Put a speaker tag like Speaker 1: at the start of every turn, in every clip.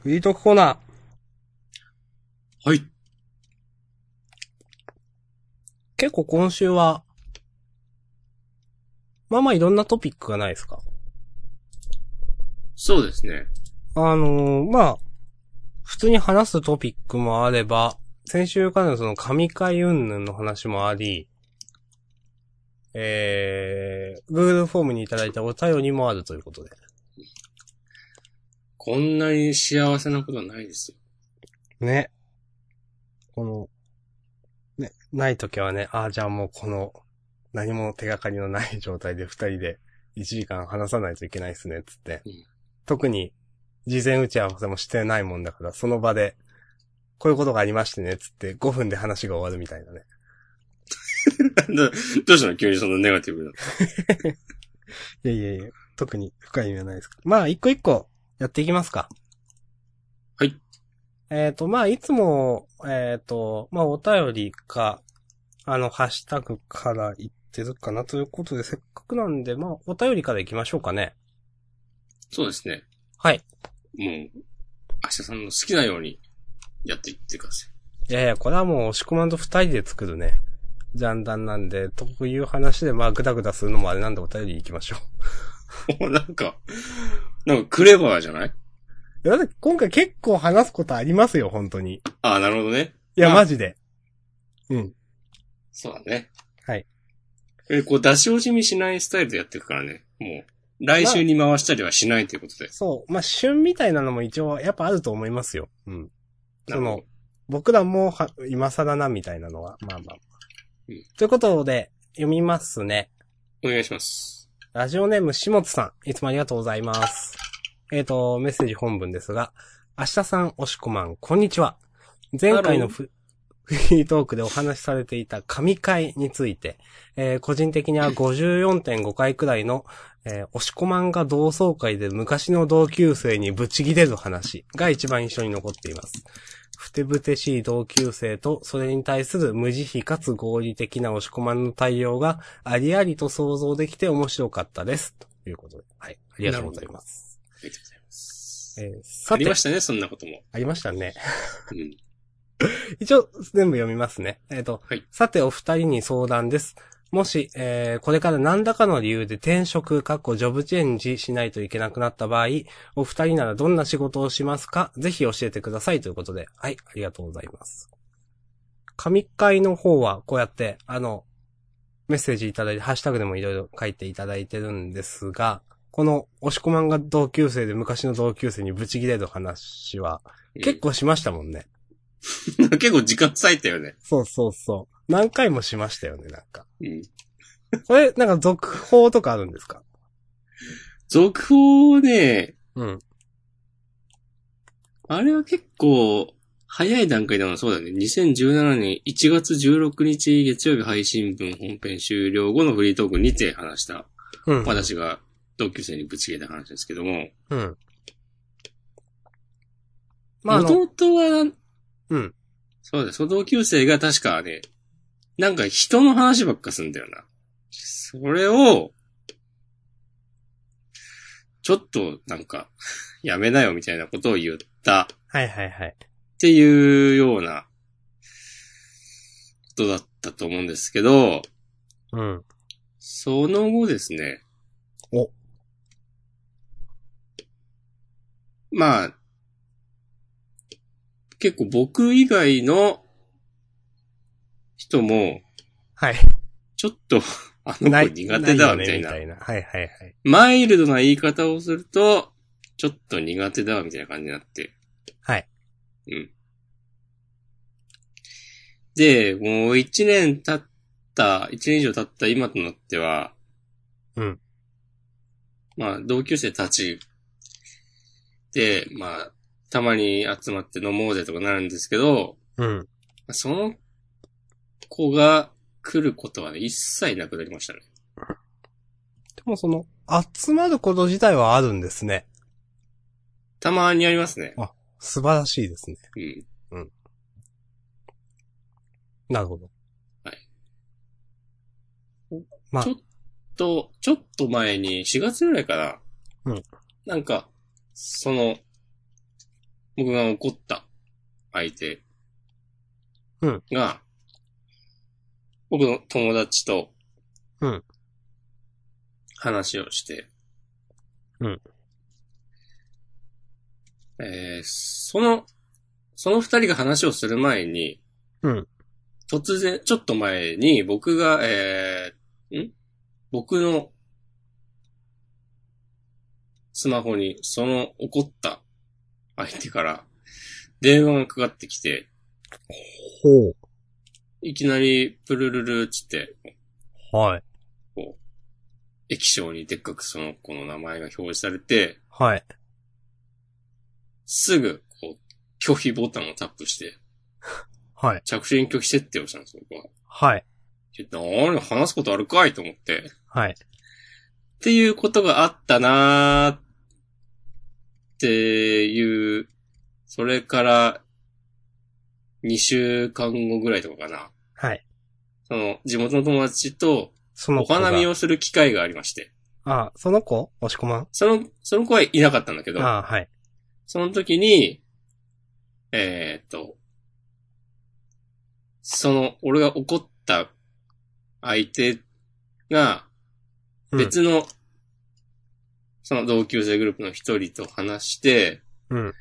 Speaker 1: フリートークコーナー。
Speaker 2: はい。
Speaker 1: 結構今週は、まあまあいろんなトピックがないですか。
Speaker 2: そうですね。
Speaker 1: あのーまあ、普通に話すトピックもあれば、先週からのその神回云々の話もあり、えー、Google フォームにいただいたお便りもあるということで。
Speaker 2: こんなに幸せなことないですよ。
Speaker 1: ね。この、ね、ない時はね、ああ、じゃあもうこの、何も手がかりのない状態で二人で1時間話さないといけないですね、つって。
Speaker 2: うん
Speaker 1: 特に、事前打ち合わせもしてないもんだから、その場で、こういうことがありましてね、つって5分で話が終わるみたいなね。
Speaker 2: どどうしたの急にそのネガティブな。
Speaker 1: いやいやいや、特に深い意味はないですけど。まあ、一個一個やっていきますか。
Speaker 2: はい。
Speaker 1: えっ、と、まあ、いつも、えっ、と、まあ、お便りか、あの、ハッシュタグから言ってるかなということで、せっかくなんで、まあ、お便りから行きましょうかね。
Speaker 2: そうですね。
Speaker 1: はい。
Speaker 2: もう、明日さんの好きなようにやっていってください。
Speaker 1: いやいや、これはもう、押し込まんと二人で作るね。ジャンダンなんで、特有話で、まあ、グダグダするのもあれなんで、お便り行きましょう。
Speaker 2: おなんか、なんかクレバーじゃない
Speaker 1: いやだって、今回結構話すことありますよ、本当に。
Speaker 2: ああ、なるほどね。
Speaker 1: いや、
Speaker 2: まあ
Speaker 1: マジで。うん。
Speaker 2: そうだね。
Speaker 1: はい。
Speaker 2: え、こう出し惜しみしないスタイルでやっていくからね。もう、来週に回したりはしないということで。
Speaker 1: そう。まあ、旬みたいなのも一応、やっぱあると思いますよ。うん。そ
Speaker 2: なるほ
Speaker 1: の
Speaker 2: ど、
Speaker 1: 僕らもは、今更な、みたいなのは、まあまあ。
Speaker 2: うん
Speaker 1: ということで、読みますね。
Speaker 2: お願いします。
Speaker 1: ラジオネーム、しもつさん。いつもありがとうございます。えっ、と、メッセージ本文ですが、明日さん、おしこまん、こんにちは。前回のフフリートークでお話しされていた神回について、えー個人的には54.5回くらいの、えー、おしこまんが同窓会で昔の同級生にブチギレる話が一番印象に残っています。ふてぶてしい同級生と、それに対する無慈悲かつ合理的なおしこまんの対応が、ありありと想像できて面白かったです。ということで。はい。ありがとうございます。
Speaker 2: ありがとうございます。
Speaker 1: えーさ
Speaker 2: あ
Speaker 1: て
Speaker 2: りましたね、そんなことも。
Speaker 1: ありましたね。
Speaker 2: うん。
Speaker 1: 一応、全部読みますね。えっ、と、
Speaker 2: はい
Speaker 1: さてお二人に相談です。もし、えーこれから何らかの理由で転職、かっこジョブチェンジしないといけなくなった場合、お二人ならどんな仕事をしますかぜひ教えてくださいということで。はい、ありがとうございます。神会の方は、こうやって、あの、メッセージいただいて、ハッシュタグでもいろいろ書いていただいてるんですが、この、押し込まんが同級生で昔の同級生にブチギレる話は、結構しましたもんね。
Speaker 2: うん結構時間割いたよね。
Speaker 1: そうそうそう。何回もしましたよね、なんか。
Speaker 2: うん。
Speaker 1: これ、なんか続報とかあるんですか
Speaker 2: 続報ね、
Speaker 1: うん。
Speaker 2: あれは結構、早い段階でもそうだね。2017年1月16日月曜日配信分本編終了後のフリートークにて話した、
Speaker 1: うん。
Speaker 2: 私が同級生にぶち切れた話ですけども、
Speaker 1: うん。まあ、あ
Speaker 2: もと
Speaker 1: の、
Speaker 2: もとは、
Speaker 1: うん。
Speaker 2: そうだ、その同級生が確かね、なんか人の話ばっかすんだよな。それを、ちょっとなんか、やめなよみたいなことを言った。
Speaker 1: はいはいはい。
Speaker 2: っていうような、ことだったと思うんですけど、
Speaker 1: うん。
Speaker 2: その後ですね。
Speaker 1: お。
Speaker 2: まあ、結構僕以外の人も、
Speaker 1: はい。
Speaker 2: ちょっと、あの子苦手だわ、
Speaker 1: よね
Speaker 2: みたいな。
Speaker 1: みたいな。はいはいはい。
Speaker 2: マイルドな言い方をすると、ちょっと苦手だわ、みたいな感じになって。
Speaker 1: はい。
Speaker 2: うん。で、もう一年経った、一年以上経った今となっては、
Speaker 1: うん。
Speaker 2: まあ、同級生たちで、まあ、たまに集まって飲もうぜとかなるんですけど、
Speaker 1: うん。
Speaker 2: その子が来ることはね、一切なくなりましたね。
Speaker 1: でもその、集まること自体はあるんですね。
Speaker 2: たまにありますね。
Speaker 1: 素晴らしいですね。
Speaker 2: うん。
Speaker 1: なるほど。
Speaker 2: はい。
Speaker 1: まあ
Speaker 2: ちょ、っと、ちょっと前に、4月ぐらいかな。
Speaker 1: うん
Speaker 2: なんか、その、僕が怒った相手
Speaker 1: うん
Speaker 2: が、僕の友達と、
Speaker 1: うん
Speaker 2: 話をして、
Speaker 1: うん
Speaker 2: えーその、その二人が話をする前に、
Speaker 1: うん
Speaker 2: 突然、ちょっと前に僕が、えーん僕のスマホにその怒った相手から電話がかかってきて、
Speaker 1: ほ
Speaker 2: いきなりプルルルっつって、
Speaker 1: う。はい。
Speaker 2: 液晶にでっかくその子の名前が表示されて、
Speaker 1: はい。
Speaker 2: すぐ、こう、拒否ボタンをタップして、
Speaker 1: はい。
Speaker 2: 着信拒否設定をしたんです、僕は。
Speaker 1: はい。
Speaker 2: で何話すことあるかいと思って。っ
Speaker 1: はい。
Speaker 2: ていうことがあったなーっていう、それから、2週間後ぐらいとかかな。
Speaker 1: はい。
Speaker 2: その、地元の友達と
Speaker 1: その
Speaker 2: お
Speaker 1: 子が。
Speaker 2: 花見をする機会がありまして。
Speaker 1: あ、その子押し込まん
Speaker 2: その、その子はいなかったんだけど、
Speaker 1: あはい。
Speaker 2: その時に、えーっと、その、俺が怒った相手が、
Speaker 1: うん
Speaker 2: 別の、その同級生グループの一人と話して、
Speaker 1: うん。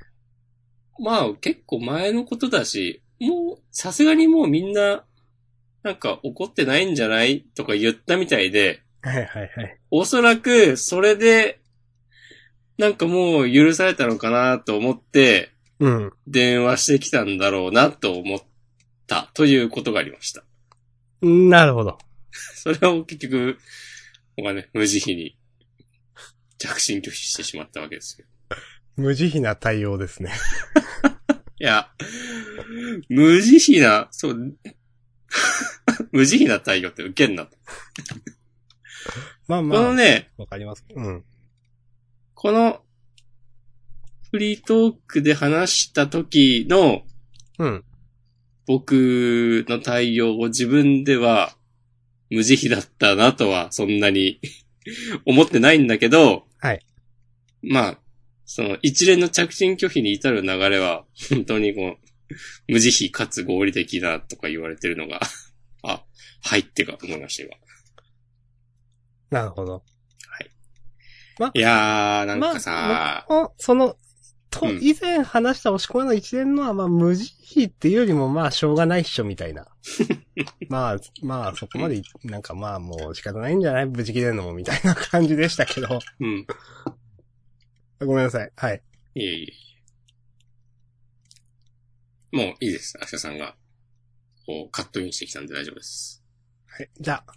Speaker 2: まあ結構前のことだし、もう、さすがにもうみんな、なんか怒ってないんじゃないとか言ったみたいで、
Speaker 1: はいはいはい。
Speaker 2: おそらく、それで、なんかもう許されたのかなと思って、
Speaker 1: うん。
Speaker 2: 電話してきたんだろうなと思ったということがありました。
Speaker 1: なるほど。
Speaker 2: それを結局、僕はね、無慈悲に着信拒否してしまったわけですよ。
Speaker 1: 無慈悲な対応ですね。
Speaker 2: いや、無慈悲な、そう、 無慈悲な対応って受けんな。こ
Speaker 1: まあまあ。
Speaker 2: のね、
Speaker 1: わかります。うん。
Speaker 2: このフリートークで話した時の
Speaker 1: うん。
Speaker 2: 僕の対応を自分では無慈悲だったなとはそんなに 思ってないんだけど、
Speaker 1: はい。
Speaker 2: まあ、その一連の着信拒否に至る流れは本当にこう、無慈悲かつ合理的だとか言われてるのが、 あ、はいってか思いました今。
Speaker 1: なるほど。
Speaker 2: いやー、なん
Speaker 1: ま
Speaker 2: か
Speaker 1: あ
Speaker 2: さ、
Speaker 1: まあ、その、と、
Speaker 2: うん
Speaker 1: 以前話した押し込みの一連のは、まあ、無慈悲っていうよりも、まあ、しょうがないっしょ、みたいな。 まあ、まあ、そこまでい、なんかまあ、もう仕方ないんじゃない無事切れんのも、みたいな感じでしたけど。
Speaker 2: うん。
Speaker 1: ごめんなさい。はい。
Speaker 2: いえいえいえ。もういいです。アシャさんが、こう、カットインしてきたんで大丈夫です。
Speaker 1: はい。じゃあ、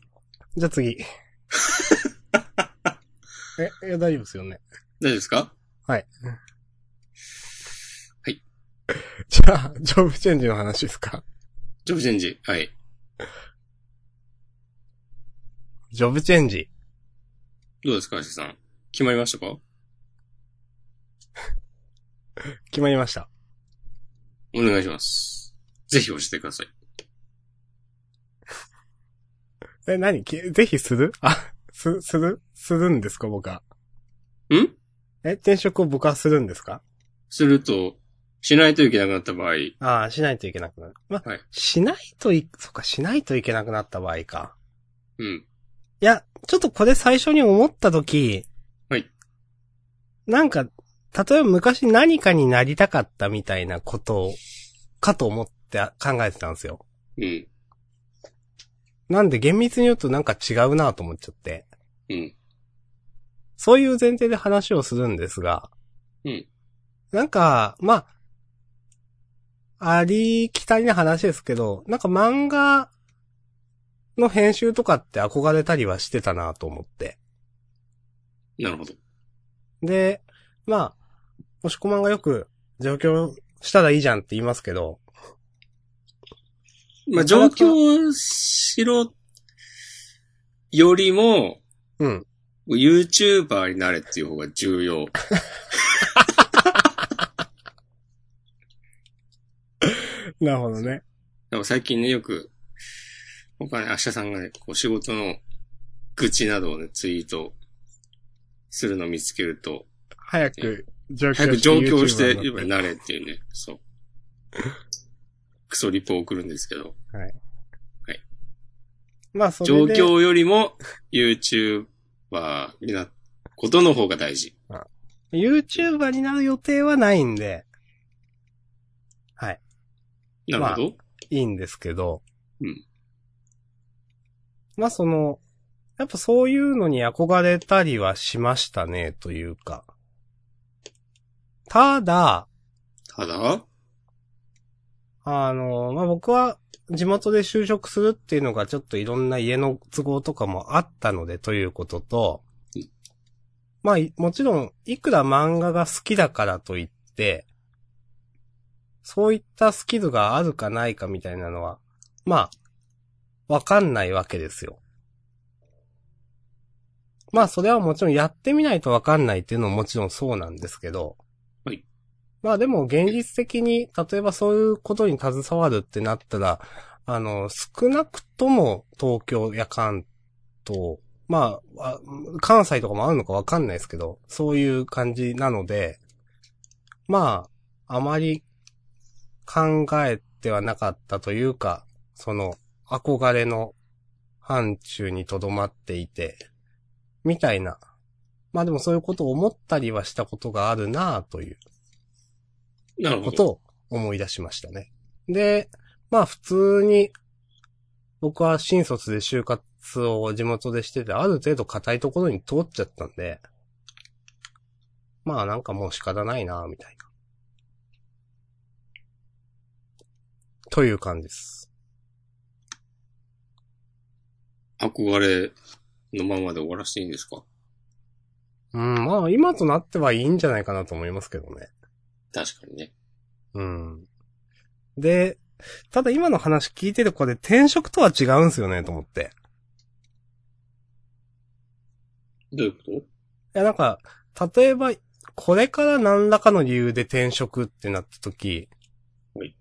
Speaker 1: じゃあ次。 え、いや、大丈夫ですよね。
Speaker 2: 大丈夫ですか
Speaker 1: はい。
Speaker 2: はい。
Speaker 1: じゃあ、ジョブチェンジの話ですか
Speaker 2: ジョブチェンジ。はい。
Speaker 1: ジョブチェンジ。
Speaker 2: どうですか、アシャさん。決まりましたか
Speaker 1: 決まりました。
Speaker 2: お願いします。ぜひ教えてください。
Speaker 1: え、何きぜひするあ、す、するするんですか僕は。
Speaker 2: ん
Speaker 1: え、転職を僕はするんですか
Speaker 2: すると、しないといけなくなった場合、
Speaker 1: ああ、しないといけなくなる。まあ、
Speaker 2: はい
Speaker 1: しないとい、そっか、しないといけなくなった場合か。
Speaker 2: うん。
Speaker 1: いや、ちょっとこれ最初に思ったとき、
Speaker 2: はい。
Speaker 1: なんか、例えば昔何かになりたかったみたいなことを、かと思ってあ考えてたんですよ。
Speaker 2: うん。
Speaker 1: なんで厳密に言うとなんか違うなと思っちゃって。
Speaker 2: うん。
Speaker 1: そういう前提で話をするんですが。
Speaker 2: うん
Speaker 1: なんか、まあ、ありきたりな話ですけど、なんか漫画の編集とかって憧れたりはしてたなと思って。
Speaker 2: なるほど。
Speaker 1: で、まあ、もしこまんがよく上京したらいいじゃんって言いますけど、
Speaker 2: まあ、
Speaker 1: なか
Speaker 2: 上
Speaker 1: なか
Speaker 2: 京しろよりも、
Speaker 1: うん。
Speaker 2: YouTuber になれっていう方が重要。
Speaker 1: なるほどね。
Speaker 2: なんか最近ね、よく、僕はね、明日さんがね、こう仕事の愚痴などをね、ツイートするのを見つけると、
Speaker 1: 早く上
Speaker 2: 早く上京し
Speaker 1: YouTuber にな
Speaker 2: て、
Speaker 1: って
Speaker 2: 今なれっていうね。そう。クソリップを送るんですけど。
Speaker 1: まあ、それ
Speaker 2: 状
Speaker 1: で。
Speaker 2: 況よりも YouTuber になることの方が大事。
Speaker 1: YouTuber になる予定はないんで、
Speaker 2: なるほど。
Speaker 1: いいんですけど。
Speaker 2: うん。
Speaker 1: まあ、その、やっぱそういうのに憧れたりはしましたね、というか。ただ、
Speaker 2: ただ、
Speaker 1: あの、まあ、僕は地元で就職するっていうのがちょっといろんな家の都合とかもあったのでということと
Speaker 2: う、
Speaker 1: まあ、いもちろん、いくら漫画が好きだからといって、そういったスキルがあるかないかみたいなのは、まあ、わかんないわけですよ。まあ、それはもちろんやってみないとわかんないっていうのももちろんそうなんですけど。
Speaker 2: はい。
Speaker 1: まあでも現実的に、例えばそういうことに携わるってなったら、あの、少なくとも東京や関東、まあ、あ関西とかもあるのかわかんないですけど、そういう感じなので、まあ、あまり考えてはなかったというか、その、憧れの範疇にとどまっていて、みたいな。まあでもそういうことを思ったりはしたことがあるなあという
Speaker 2: なる
Speaker 1: こ
Speaker 2: ほど。
Speaker 1: とを思い出しましたね。で、まあ普通に、僕は新卒で就活を地元でしてて、ある程度硬いところに通っちゃったんで、まあなんかもう仕方ないな、みたいな。という感じです。
Speaker 2: 憧れのままで終わらせていいんですか
Speaker 1: うん、まあ今となってはいいんじゃないかなと思いますけどね。
Speaker 2: 確かにね。
Speaker 1: うん。で、ただ今の話聞いててこれ転職とは違うんすよねと思って。
Speaker 2: どういうこと
Speaker 1: いやなんか、例えば、これから何らかの理由で転職ってなった時、
Speaker 2: はい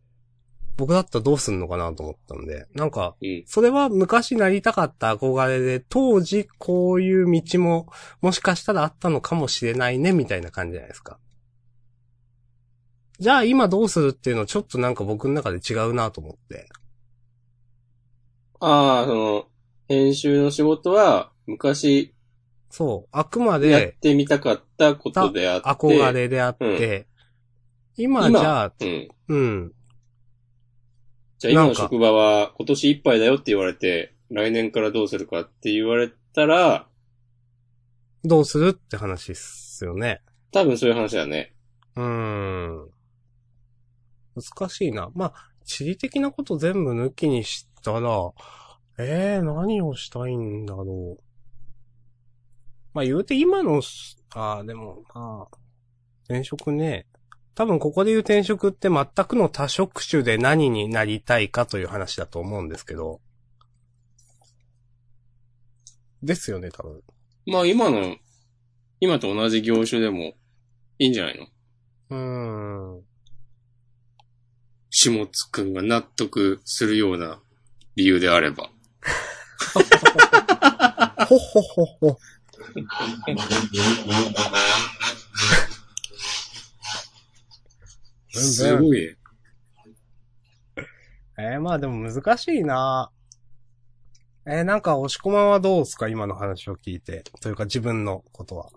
Speaker 1: 僕だったらどうすんのかなと思ったんで、なんか、
Speaker 2: うん。
Speaker 1: それは昔なりたかった憧れで、当時こういう道ももしかしたらあったのかもしれないね、みたいな感じじゃないですか。じゃあ今どうするっていうのちょっとなんか僕の中で違うなと思って。
Speaker 2: ああ、その、編集の仕事は、昔
Speaker 1: そう。あくま
Speaker 2: やっ
Speaker 1: で
Speaker 2: てみたかったことであって。
Speaker 1: 憧。れであって、今じゃあ、
Speaker 2: うん。
Speaker 1: うん。
Speaker 2: じゃあ今
Speaker 1: なん
Speaker 2: の
Speaker 1: か
Speaker 2: 職場は今年いっぱいだよって言われて、来年からどうするかって言われたら、
Speaker 1: どうするって話っすよね。
Speaker 2: 多分そういう話だね。
Speaker 1: うーん。難しいな。まあ、地理的なこと全部抜きにしたら、ええー、何をしたいんだろう。まあ、言うて今のし、ああ、でも、まあ、転職ね。多分ここで言う転職って全くの多職種で何になりたいかという話だと思うんですけど。ですよね、多分。
Speaker 2: まあ今の、今と同じ業種でもいいんじゃないの
Speaker 1: うーん。
Speaker 2: 下津くんが納得するような理由であれば。
Speaker 1: ほほほほ。全然
Speaker 2: すごいね。
Speaker 1: えー、まあでも難しいなえー、なんか、押し込まんはどうですか今の話を聞いて。というか、自分のことは。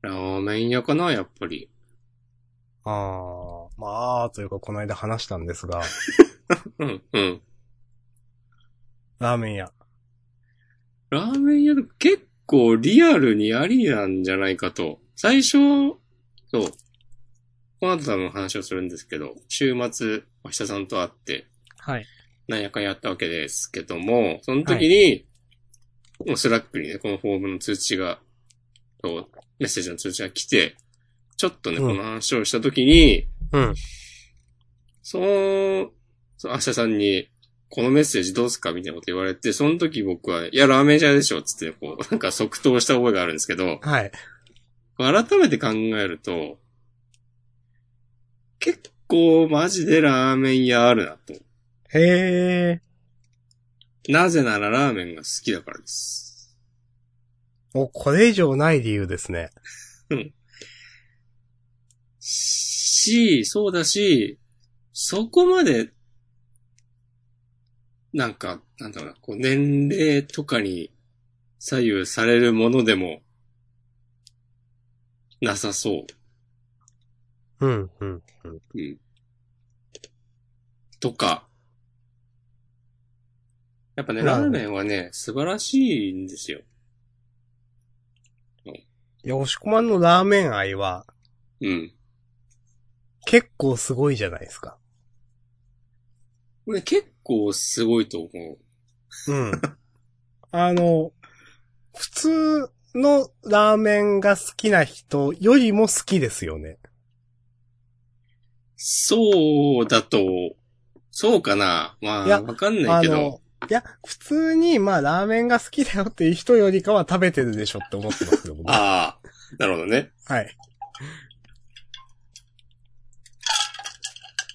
Speaker 2: ラーメン屋かな、やっぱり。
Speaker 1: あー、まあ、というか、この間話したんですが、
Speaker 2: うん、うん。
Speaker 1: ラーメン屋。
Speaker 2: ラーメン屋で結構リアルにありなんじゃないかと。最初、そう。この後多分話をするんですけど、週末、明日さんと会って、
Speaker 1: はい。
Speaker 2: なんやかんやったわけですけども、その時に、もうスラックにね、このフォームの通知が、とメッセージの通知が来て、ちょっとね、
Speaker 1: うん
Speaker 2: この話をした時に、
Speaker 1: うん。
Speaker 2: その、その明日さんに、このメッセージどうすかみたいなこと言われて、その時僕は、いや、ラーメン屋でしょつって、こう、なんか即答した覚えがあるんですけど、
Speaker 1: はい。
Speaker 2: 改めて考えると、結構マジでラーメン屋あるなと。
Speaker 1: へー。
Speaker 2: なぜならラーメンが好きだからです。
Speaker 1: もうこれ以上ない理由ですね。
Speaker 2: し、そうだし、そこまで、なんか、なんだろうな、こう年齢とかに左右されるものでも、なさそう。
Speaker 1: うん、うん。
Speaker 2: うん。とか。やっぱね、
Speaker 1: うん
Speaker 2: ラーメンはね、素晴らしいんですよ。
Speaker 1: いや、押し込まんのラーメン愛は、
Speaker 2: うん。
Speaker 1: 結構すごいじゃないですか。
Speaker 2: これ結構すごいと思う。
Speaker 1: うん。あの、普通のラーメンが好きな人よりも好きですよね。
Speaker 2: そうだと、そうかな。ま
Speaker 1: い
Speaker 2: あ、
Speaker 1: や
Speaker 2: わかんな
Speaker 1: あ
Speaker 2: いけど。
Speaker 1: の、いや、普通に、まあ、ラーメンが好きだよっていう人よりかは食べてるでしょって思ってますけ どもね。
Speaker 2: ああ、なるほどね。
Speaker 1: はい。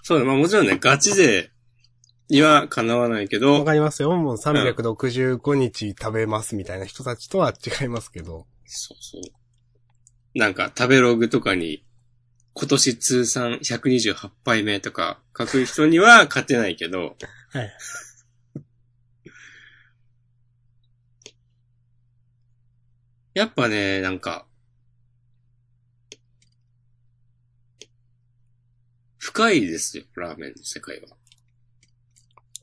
Speaker 2: そうだ、まあもちろんね、ガチで、にはかなわないけ
Speaker 1: わ
Speaker 2: ど、
Speaker 1: かりますよ。もう365日食べますみたいな人たちとは違いますけど。
Speaker 2: そうそう。なんか、食べログとかに、今年通算128杯目とか書く人には勝てないけど、
Speaker 1: はい。
Speaker 2: やっぱね、なんか、深いですよ、ラーメンの世界は。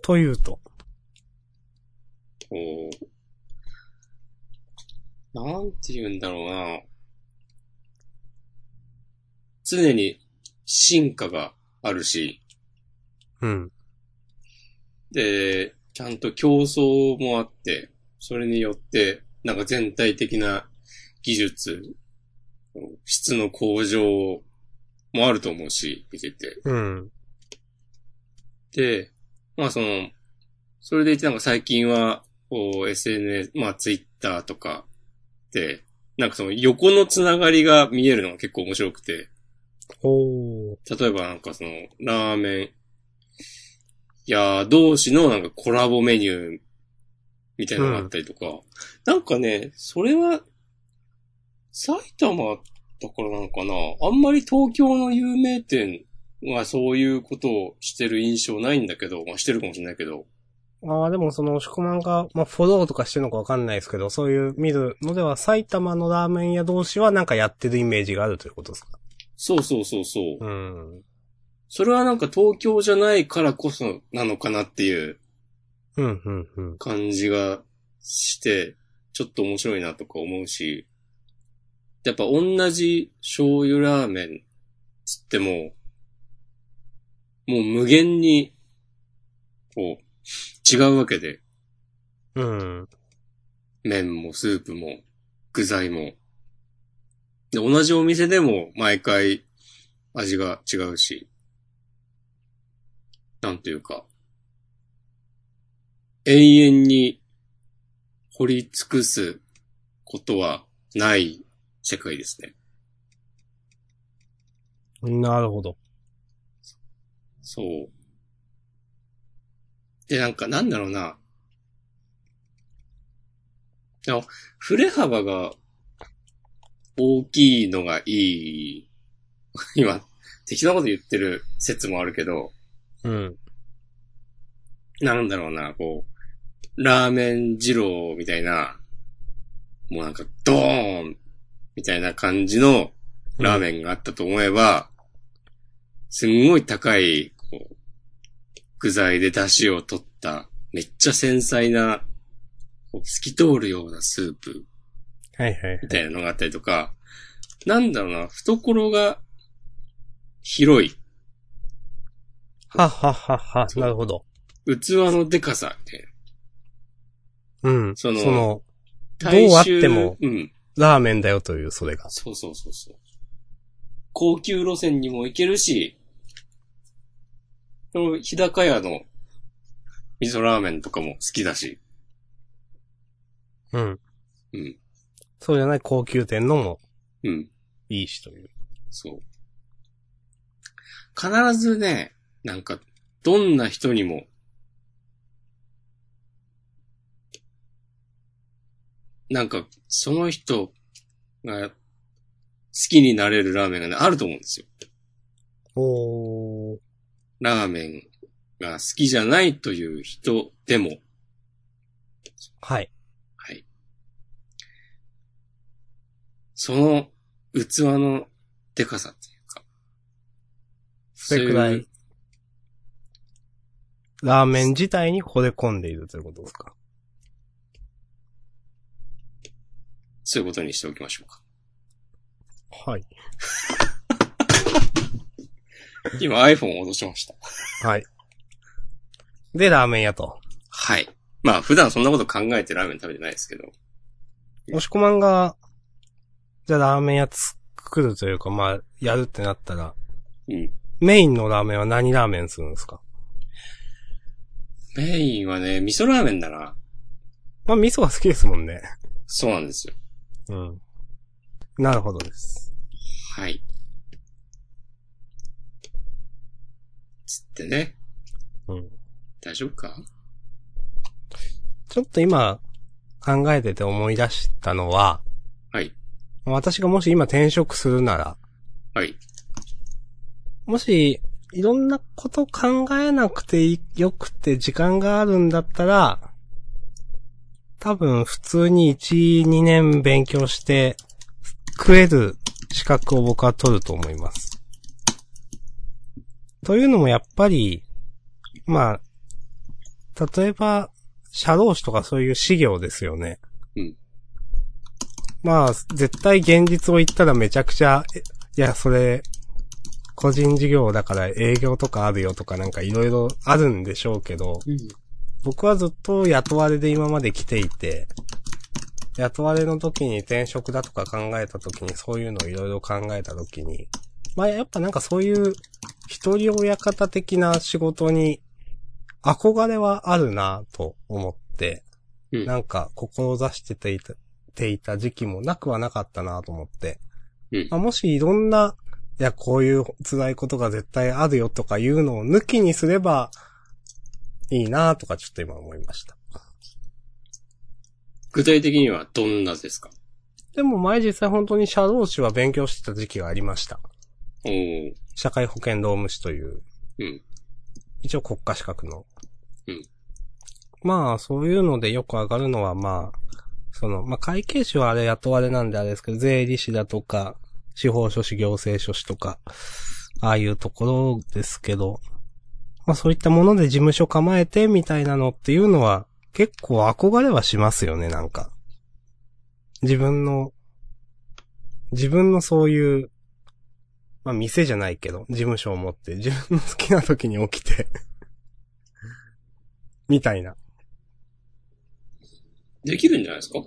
Speaker 1: というと。
Speaker 2: こう、なんて言うんだろうな。常に進化があるし、
Speaker 1: うん。
Speaker 2: で、ちゃんと競争もあって、それによって、なんか全体的な技術、質の向上もあると思うし、見てて。
Speaker 1: うん。
Speaker 2: で、まあその、それでいてなんか最近は、こう SNS、まあ Twitter とかで、なんかその横のつながりが見えるのが結構面白くて、
Speaker 1: おー。
Speaker 2: 例えばなんかその、ラーメン屋同士のなんかコラボメニューみたいなのがあったりとか、なんかね、それは、埼玉だからなのかなあんまり東京の有名店はそういうことをしてる印象ないんだけど、まあしてるかもしれないけど、
Speaker 1: ああ、でもその、押し込まんが、まあ、フォローとかしてるのかわかんないですけど、そういう見るのでは、埼玉のラーメン屋同士はなんかやってるイメージがあるということですか
Speaker 2: そうそうそうそう。
Speaker 1: うん。
Speaker 2: それはなんか東京じゃないからこそなのかなっていう
Speaker 1: うん、うん、うん。
Speaker 2: 感じがして、ちょっと面白いなとか思うし、やっぱ同じ醤油ラーメンつっても、もう無限に、こう、違うわけで、
Speaker 1: うん。
Speaker 2: 麺もスープも具材も。で、同じお店でも毎回味が違うし、なんというか、永遠に掘り尽くすことはない世界ですね。
Speaker 1: なるほど。
Speaker 2: そう。で、なんか、なんだろうな。でも触れ幅が大きいのがいい。 今、適当なこと言ってる説もあるけど、
Speaker 1: うん。
Speaker 2: なんだろうな、こう、ラーメン二郎みたいな、もうなんか、ドーンみたいな感じのラー
Speaker 1: ン。
Speaker 2: メンがあったと思えば、すんごい高い、こう、具材で出汁を取った、めっちゃ繊細な、こう透き通るようなスープ
Speaker 1: はいはい。
Speaker 2: みたいなのがあったりとか、なんだろうな、懐が広い、
Speaker 1: はっはっはっは。
Speaker 2: そう
Speaker 1: なるほど。
Speaker 2: 器のデカさみたいな。
Speaker 1: うん。
Speaker 2: そ
Speaker 1: そ
Speaker 2: の
Speaker 1: の、ど
Speaker 2: 大
Speaker 1: うあっ
Speaker 2: 衆
Speaker 1: ても、
Speaker 2: うん。
Speaker 1: ラーメンだよという、それが。
Speaker 2: そうそうそうそう。高級路線にも行けるし、この日高屋の味噌ラーメンとかも好きだし、
Speaker 1: うん。
Speaker 2: うん。
Speaker 1: そうじゃない高級店のも
Speaker 2: うん。
Speaker 1: いいしという。
Speaker 2: そう。必ずね、なんか、どんな人にも、なんか、その人が好きになれるラーメンがね、あると思うんですよ。
Speaker 1: おー。
Speaker 2: ラーメンが好きじゃないという人でも、
Speaker 1: はい。
Speaker 2: はい。その器のデカさっていうか。
Speaker 1: それくら
Speaker 2: そうう
Speaker 1: い。、ラーメン自体に惚れ込んでいるということですか。
Speaker 2: そういうことにしておきましょうか。
Speaker 1: はい。
Speaker 2: 今 iPhone を落としました。
Speaker 1: はい。で、ラーメン屋と。
Speaker 2: はい。まあ普段そんなこと考えてラーメン食べてないですけど。
Speaker 1: 押し込まんが、じゃあラーメン屋作るというか、まあ、やるってなったら、
Speaker 2: うん。
Speaker 1: メインのラーメンは何ラーメンするんですか
Speaker 2: メインはね、味噌ラーメンだな。
Speaker 1: まあ、味噌が好きですもんね。
Speaker 2: そうなんですよ。
Speaker 1: うん。なるほどです。
Speaker 2: はい。つってね。
Speaker 1: うん。
Speaker 2: 大丈夫か
Speaker 1: ちょっと今、考えてて思い出したのは、
Speaker 2: はい。
Speaker 1: 私がもし今転職するなら、
Speaker 2: はい。
Speaker 1: もし、いろんなこと考えなくていよくて時間があるんだったら、多分普通に1、2年勉強して、食える資格を僕は取ると思います。というのもやっぱり、まあ、例えば、社労士とかそういう資料ですよね。
Speaker 2: うん
Speaker 1: まあ、絶対現実を言ったらめちゃくちゃ、えいや、それ、個人事業だから営業とかあるよとかなんかいろいろあるんでしょうけど、僕はずっと雇われで今まで来ていて、雇われの時に転職だとか考えた時にそういうのをいろいろ考えた時に、まあやっぱなんかそういう一人親方的な仕事に憧れはあるなと思って、
Speaker 2: うん
Speaker 1: なんか志してていたていた時期もなくはなかったなと思って、
Speaker 2: うん
Speaker 1: まあもしいろんな、いや、こういう辛いことが絶対あるよとかいうのを抜きにすればいいなとかちょっと今思いました。
Speaker 2: 具体的にはどんなですか
Speaker 1: でも前実際本当に社労士は勉強してた時期がありました。
Speaker 2: おー。
Speaker 1: 社会保険労務士という、
Speaker 2: うん。
Speaker 1: 一応国家資格の。
Speaker 2: うん
Speaker 1: まあ、そういうのでよく上がるのは、まあ、その、まあ、会計士はあれ雇われなんであれですけど、税理士だとか、司法書士、行政書士とか、ああいうところですけど、まあそういったもので事務所構えてみたいなのっていうのは、結構憧れはしますよね、なんか。自分の、自分のそういうまあ店じゃないけど、事務所を持って、自分の好きな時に起きて、みたいな。
Speaker 2: できるんじゃないですか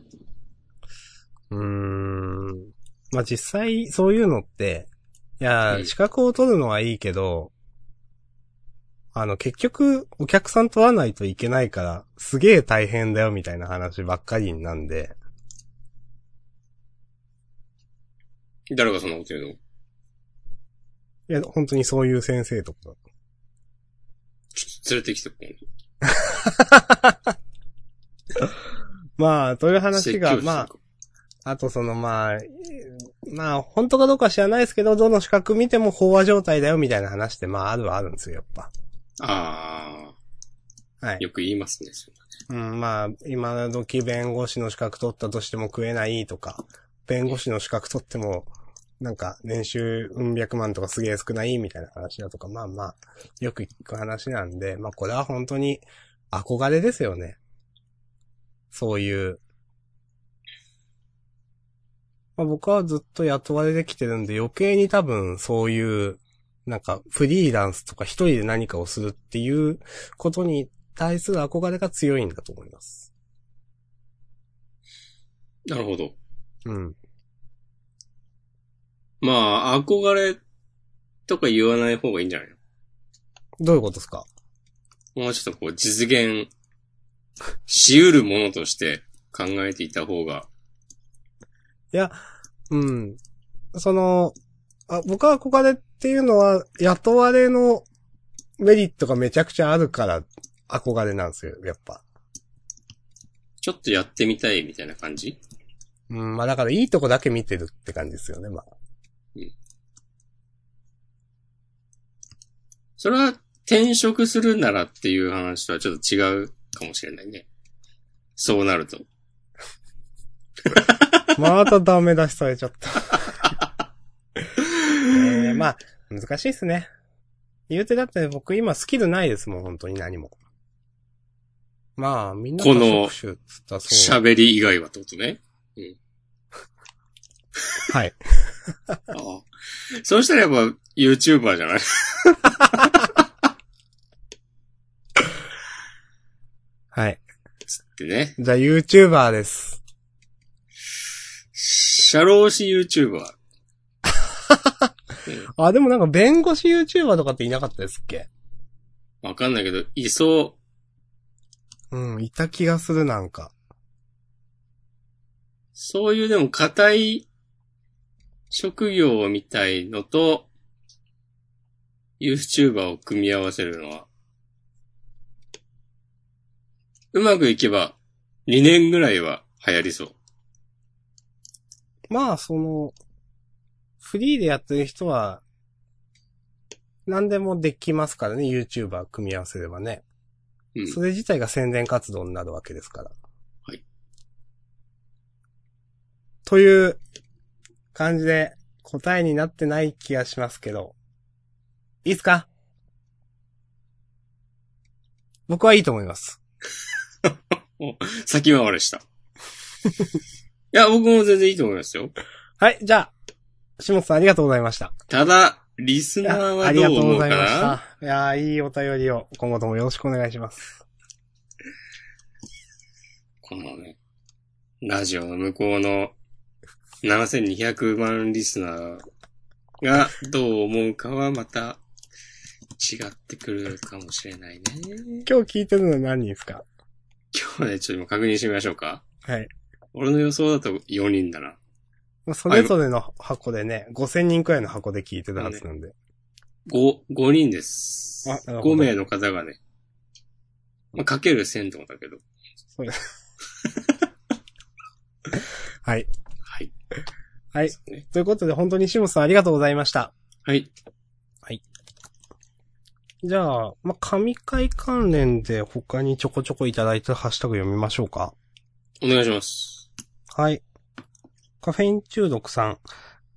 Speaker 1: うーん。まあ実際そういうのって、いや
Speaker 2: う
Speaker 1: ー、
Speaker 2: ん
Speaker 1: 資格を取るのはいいけど、あの結局お客さん取らないといけないから、すげえ大変だよみたいな話ばっかりなんで、
Speaker 2: 誰がそんなこと言うの
Speaker 1: いや、本当にそういう先生とか。
Speaker 2: ちょっと連れてきて、今度
Speaker 1: まあ、という話
Speaker 2: 説
Speaker 1: が、
Speaker 2: 教
Speaker 1: まあ
Speaker 2: し、て
Speaker 1: あとそのまあ、えーまあ本当かどうか知らないですけど、どの資格見ても飽和状態だよみたいな話ってまああるはあるんですよ、やっぱ。
Speaker 2: あ
Speaker 1: はい。
Speaker 2: あ、よく言いますね。それ
Speaker 1: うん、まあ、今時弁護士の資格取ったとしても食えないとか、弁護士の資格取っても、なんか年収うん百万とかすげえ少ないみたいな話だとか、まあまあ、よく聞く話なんで、まあこれは本当に憧れですよね。そういう。まあ僕はずっと雇われてきてるんで余計に多分そういう、なんかフリーランスとか一人で何かをするっていうことに対する憧れが強いんだと思います。
Speaker 2: なるほど。
Speaker 1: うん。
Speaker 2: まあ、憧れとか言わない方がいいんじゃないの
Speaker 1: どういうことですか
Speaker 2: もうちょっとこう、実現し得るものとして考えていた方が、
Speaker 1: いや、うん。その、あ、僕は憧れっていうのは、雇われのメリットがめちゃくちゃあるから、憧れなんですよ、やっぱ。
Speaker 2: ちょっとやってみたいみたいな感じ
Speaker 1: うん、まあだからいいとこだけ見てるって感じですよね、まあ。
Speaker 2: それは転職するならっていう話とはちょっと違うかもしれないね。そうなると。
Speaker 1: またダメ出しされちゃった。 えー、まあ、難しいっすね。言うてだって僕今スキルないですもん、本当に何も。まあ、みんな
Speaker 2: この
Speaker 1: 職種っつったらそう。
Speaker 2: 喋り以外はってことね。
Speaker 1: はい。
Speaker 2: ああ。そうしたらやっぱ YouTuber じゃない
Speaker 1: はい。
Speaker 2: ってね。
Speaker 1: じゃあ YouTuber です。
Speaker 2: 社労士 YouTuber。
Speaker 1: あ、でもなんか弁護士 YouTuber とかっていなかったですっけ
Speaker 2: わかんないけど、いそ
Speaker 1: うん、いた気がするなんか。
Speaker 2: う。そういうでも硬い職業みたいのと YouTuber を組み合わせるのは、うまくいけば2年ぐらいは流行りそう。
Speaker 1: まあ、その、フリーでやってる人は、何でもできますからね、YouTuber 組み合わせればね。
Speaker 2: うん。
Speaker 1: それ自体が宣伝活動になるわけですから。
Speaker 2: はい。
Speaker 1: という感じで答えになってない気がしますけど。いいっすか僕はいいと思います。
Speaker 2: 先回 りした。いや、僕も全然いいと思いますよ。
Speaker 1: はい、じゃあ、下本さんありがとうございました。
Speaker 2: ただ、リス
Speaker 1: い
Speaker 2: ナ
Speaker 1: や
Speaker 2: ー
Speaker 1: あ
Speaker 2: は
Speaker 1: りが
Speaker 2: どう
Speaker 1: とう
Speaker 2: 思
Speaker 1: ご
Speaker 2: うか
Speaker 1: ざいまし
Speaker 2: な
Speaker 1: た。いやーいいお便りを今後ともよろしくお願いします。
Speaker 2: このね、ラジオの向こうの7200万リスナーがどう思うかはまた違ってくるかもしれないね。
Speaker 1: 今日聞いてるの何人ですか
Speaker 2: 今日はね、ちょっと今確認してみましょうか。
Speaker 1: はい。
Speaker 2: 俺の予想だと4人だな。
Speaker 1: まあそれぞれの箱でね、5000人くらいの箱で聞いてるはずなんで。
Speaker 2: 5、5人です。
Speaker 1: あなるほど
Speaker 2: 5名の方がね、まあ、かける1000とかだけど。
Speaker 1: はい。
Speaker 2: はい。
Speaker 1: はい
Speaker 2: ですね。
Speaker 1: ということで、本当にシムさんありがとうございました。
Speaker 2: はい。
Speaker 1: じゃあ、まあ、神回関連で他にちょこちょこいただいたハッシュタグ読みましょうか。
Speaker 2: お願いします。
Speaker 1: はい。カフェイン中毒さん。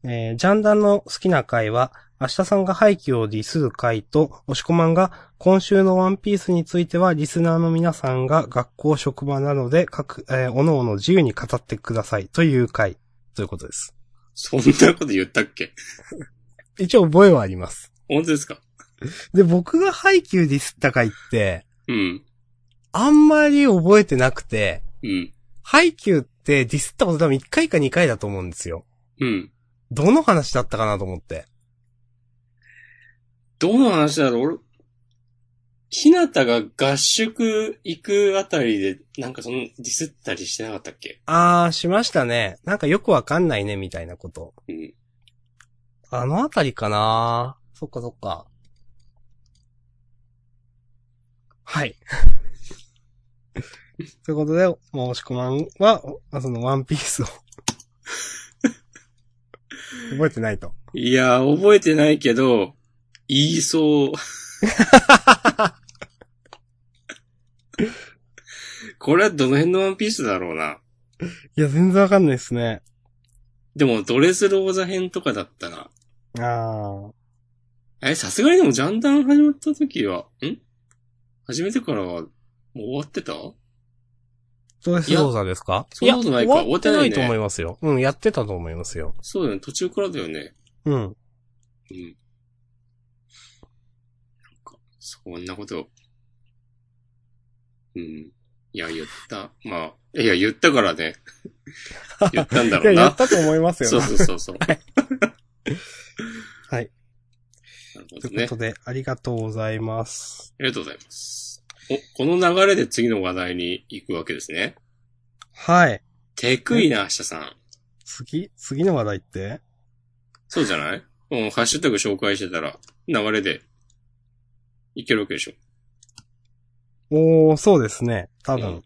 Speaker 1: えー、ジャンダンの好きな回は、明日さんが廃棄をディスる回と、押し込まんが、今週のワンピースについては、リスナーの皆さんが学校、職場などで、各、えー、おのおの自由に語ってください、という回、ということです。
Speaker 2: そんなこと言ったっけ
Speaker 1: 一応覚えはあります。
Speaker 2: 本当ですか
Speaker 1: で、僕が廃棄をディスった回って、
Speaker 2: うん。
Speaker 1: あんまり覚えてなくて、
Speaker 2: うん。
Speaker 1: ハイキューってディスったこと多分1回か2回だと思うんですよ。
Speaker 2: うん。
Speaker 1: どの話だったかなと思って。
Speaker 2: どの話だろう俺、ひなたが合宿行くあたりで、なんかそのディスったりしてなかったっけ
Speaker 1: あー、しましたね。なんかよくわかんないね、みたいなこと。
Speaker 2: うん。
Speaker 1: あのあたりかなそっかそっか。はい。 ということで、もう、押し込まんは、おその、ワンピースを。覚えてないと。
Speaker 2: いやー、覚えてないけど、言いそう。これはどの辺のワンピースだろうな。
Speaker 1: いや、全然わかんないですね。
Speaker 2: でも、ドレスローザ編とかだったら、
Speaker 1: あー。
Speaker 2: え、さすがにでもジャンダン始まった時は、ん始めてからは、もう終わってた
Speaker 1: ドレスローザですか
Speaker 2: いやそんなことないか
Speaker 1: 終わってないと
Speaker 2: 終わってないね
Speaker 1: 思いますよ。うん、やってたと思いますよ。
Speaker 2: そうだよね、途中からだよね。
Speaker 1: うん。
Speaker 2: うん。なんか、そんなこと。うん。いや、言った。まあ、いや、言ったか らね。言ったんだ
Speaker 1: いや、
Speaker 2: ろう
Speaker 1: やっ
Speaker 2: な。
Speaker 1: たと思いますよ
Speaker 2: そう。そうそうそう。なる
Speaker 1: はい。
Speaker 2: ほ
Speaker 1: と
Speaker 2: ど
Speaker 1: いう
Speaker 2: ね
Speaker 1: こ。とで、ありがとうございます。
Speaker 2: ありがとうございます。お、この流れで次の話題に行くわけですね。
Speaker 1: はい。
Speaker 2: テクイな、明日さん。
Speaker 1: 次、次の話題って
Speaker 2: そうじゃないうん、ハッシュタグ紹介してたら、流れで、いけるわけでしょ。
Speaker 1: おー、そうですね。多
Speaker 2: う
Speaker 1: 分
Speaker 2: ん。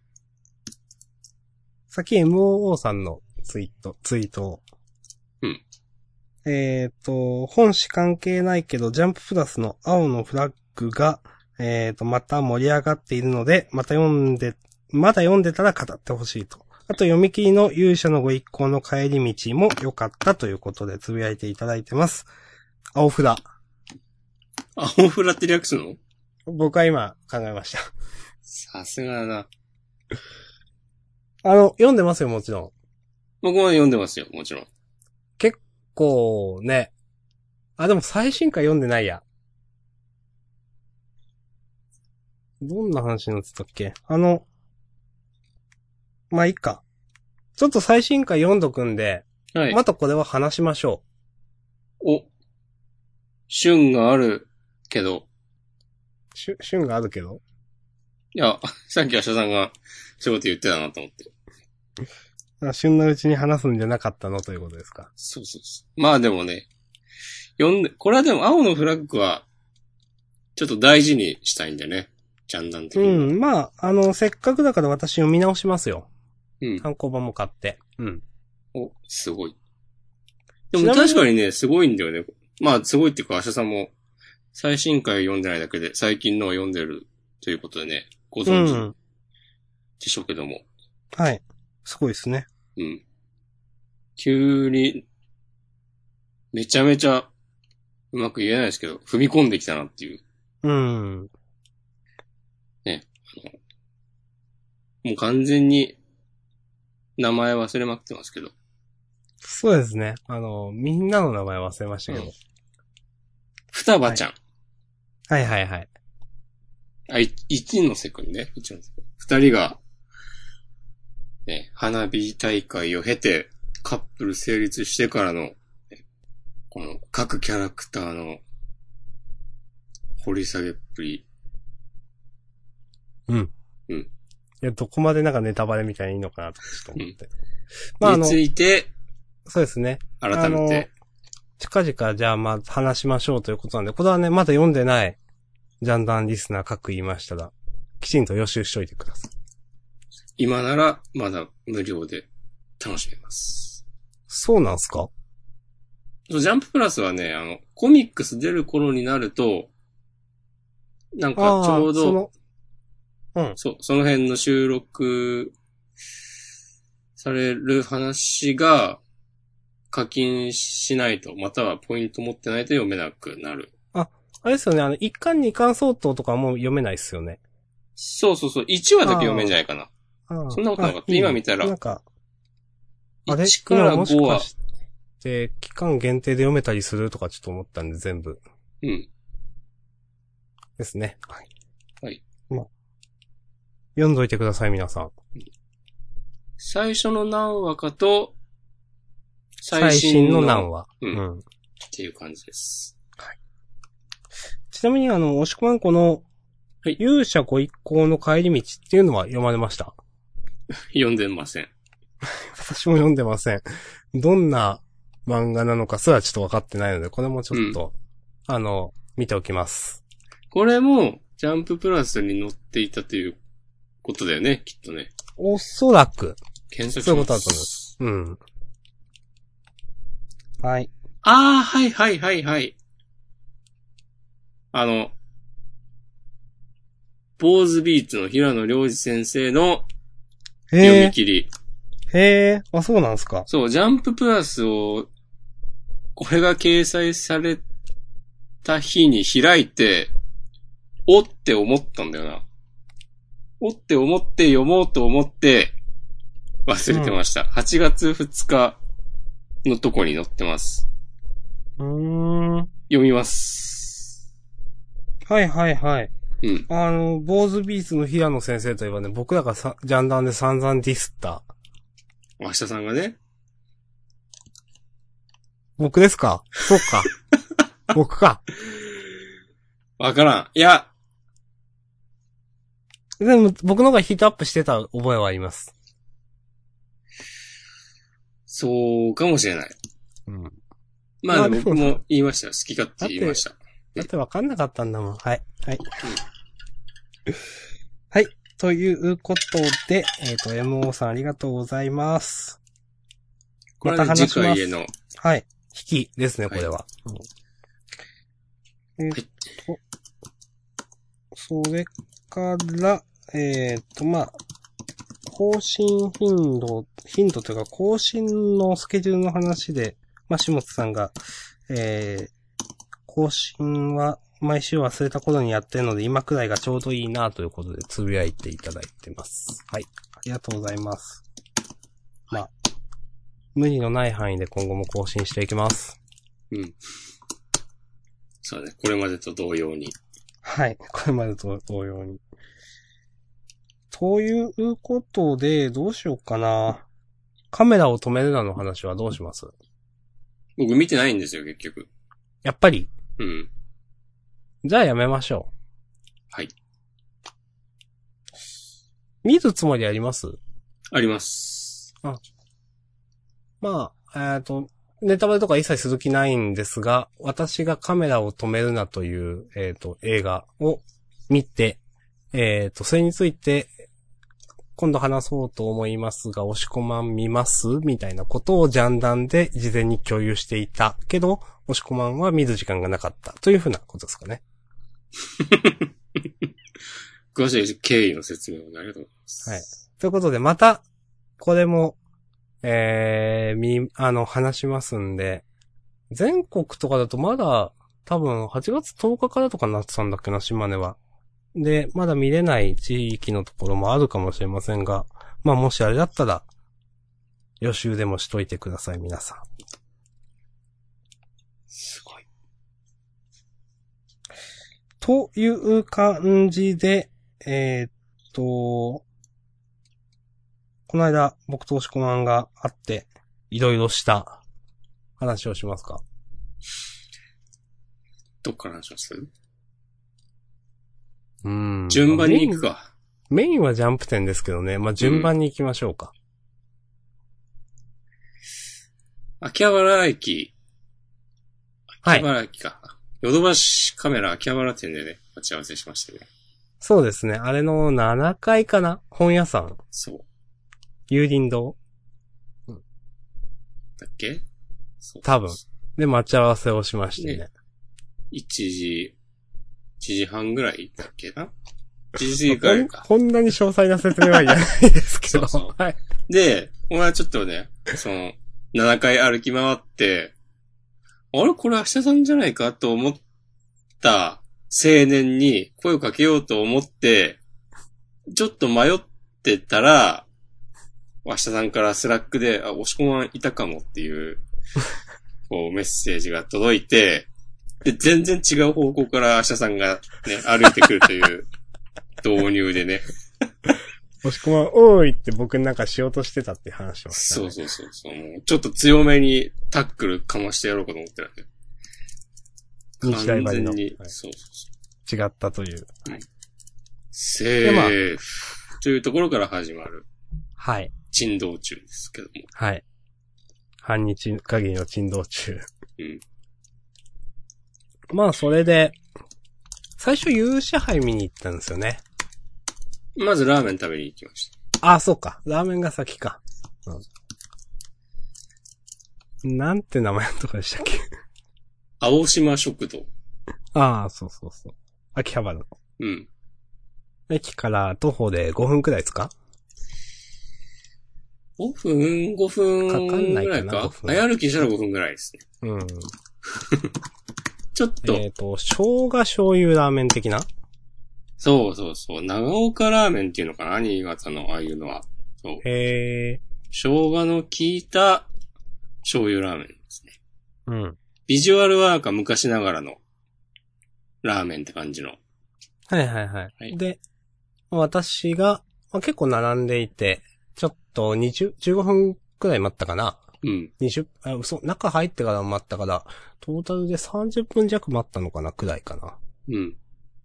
Speaker 1: さっき MOO さんのツイート、ツイートを。
Speaker 2: うん。
Speaker 1: えっ、と、本誌関係ないけど、ジャンププラスの青のフラッグが、えっ、と、また盛り上がっているので、また読んで、まだ読んでたら語ってほしいと。あと、読み切りの勇者のご一行の帰り道も良かったということでつぶやいていただいてます。青札。
Speaker 2: 青フラって略すの
Speaker 1: 僕は今考えました。
Speaker 2: さすがだな。
Speaker 1: あの、読んでますよ、もちろん。
Speaker 2: 僕も読んでますよ、もちろん。
Speaker 1: こうね。あ、でも最新回読んでないや。どんな話になってたっけあの、まあ、いいか。ちょっと最新回読んどくんで、
Speaker 2: はい。
Speaker 1: またこれは話しましょ
Speaker 2: お、旬があるけど、
Speaker 1: う。しゅ、旬があるけど。
Speaker 2: いや、さっき明日さんがそういうこと言ってたなと思って。
Speaker 1: あ旬のうちに話すんじゃなかったのということですか。
Speaker 2: そうそうそう。まあでもね、読んで、これはでも青のフラッグは、ちょっと大事にしたいんだよね。ジャンダン的
Speaker 1: う
Speaker 2: に。
Speaker 1: ん、まあ、あの、せっかくだから私読み直しますよ。
Speaker 2: うん。
Speaker 1: 単行版も買って。うん。
Speaker 2: お、すごい。で
Speaker 1: ちなみに
Speaker 2: も確かにね、すごいんだよね。まあ、すごいっていうか、明日さんも、最新回読んでないだけで、最近のを読んでるということでね、ご
Speaker 1: う
Speaker 2: 存知
Speaker 1: ん。
Speaker 2: でしょうけども。
Speaker 1: はい。すごいですね。
Speaker 2: うん。急に、めちゃめちゃ、うまく言えないですけど、踏み込んできたなっていう。
Speaker 1: うん。
Speaker 2: もう完全に、名前忘れまくってますけど。
Speaker 1: そうですね。あの、みんなの名前忘れましたけど。
Speaker 2: うん双葉ちゃん。
Speaker 1: はいはいはい。
Speaker 2: あ、い一の瀬くんね。一の瀬くん。二人が、ね、花火大会を経て、カップル成立してからの、ねこの各キャラクターの掘り下げっぷり。
Speaker 1: いや、どこまでなんかネタバレみたいにいいのかなと、ちょっと思って。まあ、あ
Speaker 2: に
Speaker 1: の、
Speaker 2: ついて、
Speaker 1: そうですね。
Speaker 2: 改めて。
Speaker 1: 近々、じゃあ、まあ、話しましょうということなんで、これはね、まだ読んでない、ジャンダンリスナー各言いましたら、きちんと予習しといてください。
Speaker 2: 今ならまだ無料で楽しめます。
Speaker 1: そうなんすか
Speaker 2: そうジャンププラスはね、あの、コミックス出る頃になると、なん
Speaker 1: あ
Speaker 2: か
Speaker 1: あ、
Speaker 2: ちょうど、
Speaker 1: その、
Speaker 2: そう、その辺の収録される話が課金しないと、またはポイント持ってないと読めなくなる。
Speaker 1: あれですよね、あの、一巻二巻相当とかはもう読めないっすよね。
Speaker 2: そうそうそう、1話だけ読めんじゃないかな。
Speaker 1: ああ
Speaker 2: そんなことな
Speaker 1: あ
Speaker 2: かった
Speaker 1: いいね
Speaker 2: 今見たら
Speaker 1: なんか、あれ
Speaker 2: 1から
Speaker 1: 今もし
Speaker 2: 5
Speaker 1: か
Speaker 2: は、
Speaker 1: して、期間限定で読めたりするとかちょっと思ったんで、全部。
Speaker 2: うん。
Speaker 1: ですね。はい。
Speaker 2: はい。
Speaker 1: まあ、読んどいてください、皆さん。
Speaker 2: 最初の何話かと、
Speaker 1: 最新の
Speaker 2: 何
Speaker 1: 難
Speaker 2: 話
Speaker 1: は。
Speaker 2: う。
Speaker 1: うん
Speaker 2: っ
Speaker 1: ん。
Speaker 2: ていう感じです。
Speaker 1: ちなみに、あの、押し込まんこの、
Speaker 2: はい
Speaker 1: 勇者ご一行の帰り道っていうのは読まれました。
Speaker 2: 読んでません。
Speaker 1: 私も読んでません。どんな漫画なのかすらちょっと分かってないので、これもちょっと、あの、見ておきます。
Speaker 2: これも、ジャンププラスに載っていたということだよね、きっとね。
Speaker 1: おそらく。
Speaker 2: 検索します
Speaker 1: そういうことだと思いまうん。はい。
Speaker 2: ああ、はいはいはいはい。あの、坊主ビーツの平野良二先生の読み
Speaker 1: へ
Speaker 2: 切り。
Speaker 1: え、へえ、あ、そうなんすか。
Speaker 2: そう、ジャンププラスを、これが掲載された日に開いて、おって思ったんだよな。おって思って読もうと思って、忘れてました。8月2日のとこに載ってます。
Speaker 1: うーん。
Speaker 2: 読みます。
Speaker 1: はいはいはい。
Speaker 2: うん。
Speaker 1: あの、坊主ビーツの平野先生といえばね、僕らがさジャンダンで散々ディスった。
Speaker 2: 明日さんがね。
Speaker 1: 僕ですかそう か。僕か。
Speaker 2: わからん。いや、
Speaker 1: でも、僕の方がヒートアップしてた覚えはあります。
Speaker 2: そうかもしれない。
Speaker 1: うん。
Speaker 2: まあ、
Speaker 1: まあ
Speaker 2: 僕
Speaker 1: でも
Speaker 2: も言いましたよ。好き勝手言いました。
Speaker 1: だってわかんなかったんだもん。はい。はい。はい。ということで、えっ、と、MO さんありがとうございます。
Speaker 2: これはね
Speaker 1: また話し
Speaker 2: 次
Speaker 1: ます
Speaker 2: 回への。
Speaker 1: はい。引きですね、これは。うんえっと、それから、えーっと、まあ、更新頻度、頻度というか、更新のスケジュールの話で、まあ、下津さんが、えー、更新は毎週忘れた頃にやってるので、今くらいがちょうどいいなということで、つぶやいていただいてます。はい。ありがとうございます。まあ、無理のない範囲で今後も更新していきます。
Speaker 2: うん。そうだね。これまでと同様に。
Speaker 1: はい。 これまでと同様に。ということで、どうしようかな。カメラを止めるなの話はどうします
Speaker 2: 僕見てないんですよ、結局。
Speaker 1: やっぱり、
Speaker 2: うん。
Speaker 1: じゃあやめましょ
Speaker 2: はい。
Speaker 1: う。見るつもりあります
Speaker 2: あります。
Speaker 1: まあ、えっ、と、ネタバレとか一切する気ないんですが、私がカメラを止めるなという、えっ、と、映画を見て、えっ、と、それについて、今度話そうと思いますが、押し込まん見ますみたいなことをジャンダンで事前に共有していたけど、押し込まんは見る時間がなかったというふうなことですかね。
Speaker 2: 詳しい経緯の説明をありがとうございます。
Speaker 1: はい。ということで、また、これも、えー、み、あの、話しますんで、全国とかだとまだ、多分、8月10日からとかになってたんだっけな、島根は。で、まだ見れない地域のところもあるかもしれませんが、まあ、もしあれだったら、予習でもしといてください、皆さん。
Speaker 2: すごい。
Speaker 1: という感じで、えーっと、この間、僕と押し込まんがあって、いろいろした話をしますか。
Speaker 2: どっから話します
Speaker 1: うん
Speaker 2: 順番に行くか。
Speaker 1: メイン。メインはジャンプ店ですけどね。まあ、順番に行きましょうか。
Speaker 2: 秋葉原駅。
Speaker 1: は
Speaker 2: 秋
Speaker 1: い
Speaker 2: 葉原駅か。ヨドバシカメラ秋葉原店でね、待ち合わせしましたね。
Speaker 1: そうですね。あれの7階かな本屋さん。
Speaker 2: そう。
Speaker 1: 有林堂
Speaker 2: だっけそう
Speaker 1: 多分で待ち合わせをしましてね。
Speaker 2: 1時、1時半ぐらいだっけな ?1 時ぐらいか。
Speaker 1: こんこんなに詳細な説明はいらないですけど。
Speaker 2: そうそう
Speaker 1: はい。
Speaker 2: で、俺はちょっとね、その、7回歩き回って、あれこれ明日さんじゃないかと思った青年に声をかけようと思って、ちょっと迷ってたら、明日さんからスラックで、あ、押し込まんいたかもっていう、こうメッセージが届いて、で、全然違う方向から明日さんがね、歩いてくるという導入でね。
Speaker 1: 押し込まん、おーいって僕なんかしようとしてたって話しました、
Speaker 2: そ
Speaker 1: ね。
Speaker 2: うそうそうそう。もうちょっと強めにタックルかましてやろうかと思ってたんで。
Speaker 1: 日大
Speaker 2: 完
Speaker 1: ばり
Speaker 2: 全
Speaker 1: の、はい
Speaker 2: に、
Speaker 1: 違
Speaker 2: そうそうそう。
Speaker 1: ったという。
Speaker 2: セ
Speaker 1: まあ
Speaker 2: ーフというところから始まる
Speaker 1: はい。
Speaker 2: 沈道中ですけども。
Speaker 1: はい。半日限りの沈道中。
Speaker 2: うん
Speaker 1: まあ、それで、最初、有支配見に行ったんですよね。
Speaker 2: まずラーメン食べに行きました。
Speaker 1: あ、そうか。ラーメンが先か。うん。なんて名前のとこでしたっけ
Speaker 2: 青島食堂。
Speaker 1: ああ、そうそうそう。秋葉原の。
Speaker 2: うん。
Speaker 1: 駅から徒歩で5分くらいですか
Speaker 2: 5分、5分
Speaker 1: かかんない
Speaker 2: ぐ
Speaker 1: からない
Speaker 2: か。
Speaker 1: 5分
Speaker 2: 早歩きしたら5分ぐらいですね。
Speaker 1: うん。
Speaker 2: ちょっと、
Speaker 1: えっ、と、生姜醤油ラーメン的な
Speaker 2: そうそうそう。長岡ラーメンっていうのかな新潟の、ああいうのは。そう。
Speaker 1: へえ。
Speaker 2: 生姜の効いた醤油ラーメンですね。
Speaker 1: うん。
Speaker 2: ビジュアルはなんか昔ながらのラーメンって感じの。
Speaker 1: はいはいはい。
Speaker 2: はい
Speaker 1: で、私が、まあ、結構並んでいて、ちょっと20、15分くらい待ったかな。
Speaker 2: うん。
Speaker 1: 20、あ、嘘、中入ってから待ったから、トータルで30分弱待ったのかな、くらいかな。
Speaker 2: うん。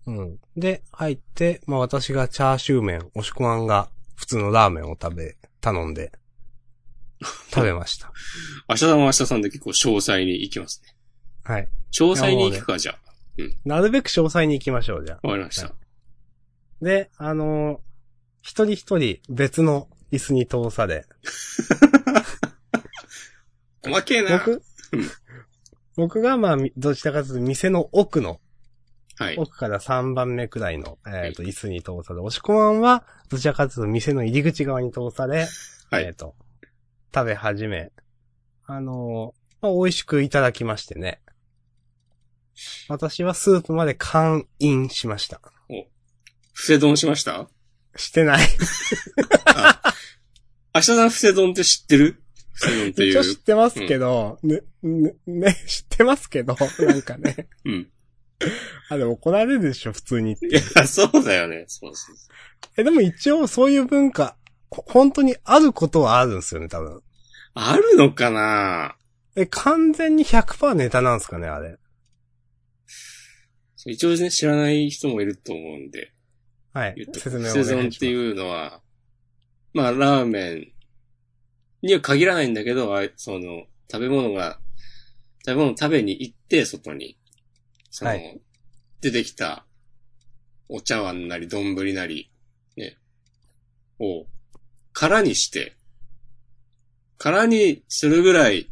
Speaker 1: うん。で、入って、まあ私がチャーシュー麺、押し込まんが普通のラーメンを食べ、頼んで、食べました。
Speaker 2: 明日さんは明日さんで結構詳細に行きますね。
Speaker 1: はい。
Speaker 2: 詳細に行くか、じゃあ。
Speaker 1: なるべく詳細に行きましょう、じゃあ。
Speaker 2: わかりました。
Speaker 1: はで、あのー一人一人別の椅子に通され、
Speaker 2: 細けえな。
Speaker 1: 僕
Speaker 2: うん、
Speaker 1: 僕がまあ、みどちらかというと店の奥の、
Speaker 2: はい。
Speaker 1: 奥から3番目くらいの、えっ、と、椅子に通され、押し込まんは、どちらかというと店の入り口側に通され、
Speaker 2: はい
Speaker 1: えっ、と、食べ始め、あのーまあ、美味しくいただきましてね。私はスープまで勘飲しました。
Speaker 2: 伏せ丼しました
Speaker 1: してない。
Speaker 2: 明日さん伏せ丼って知ってる伏せ丼ってい
Speaker 1: 一応知
Speaker 2: う
Speaker 1: っ。てますけど、ね、ね、ね、知ってますけど、なんかね。
Speaker 2: うん。
Speaker 1: あ、でも怒られるでしょ、普通に。
Speaker 2: いや、そうだよね。そうそうそ
Speaker 1: え、でも一応そういう文化、ほ本当にあることはあるんですよね、多分。
Speaker 2: うあるのかな
Speaker 1: え、完全に100%ネタなんですかね、あれ。
Speaker 2: そう一応ね、知らない人もいると思うんで、
Speaker 1: はい
Speaker 2: 言っ。とく
Speaker 1: 説明をお
Speaker 2: 伏せ
Speaker 1: 願
Speaker 2: 丼っ
Speaker 1: いし
Speaker 2: て
Speaker 1: ます。
Speaker 2: いうのは、まあ、ラーメンには限らないんだけど、あいその、食べ物が、食べ物を食べに行って、外に、その、
Speaker 1: は
Speaker 2: 出てきた、お茶碗なり、丼なり、ね、を、空にして、空にするぐらい、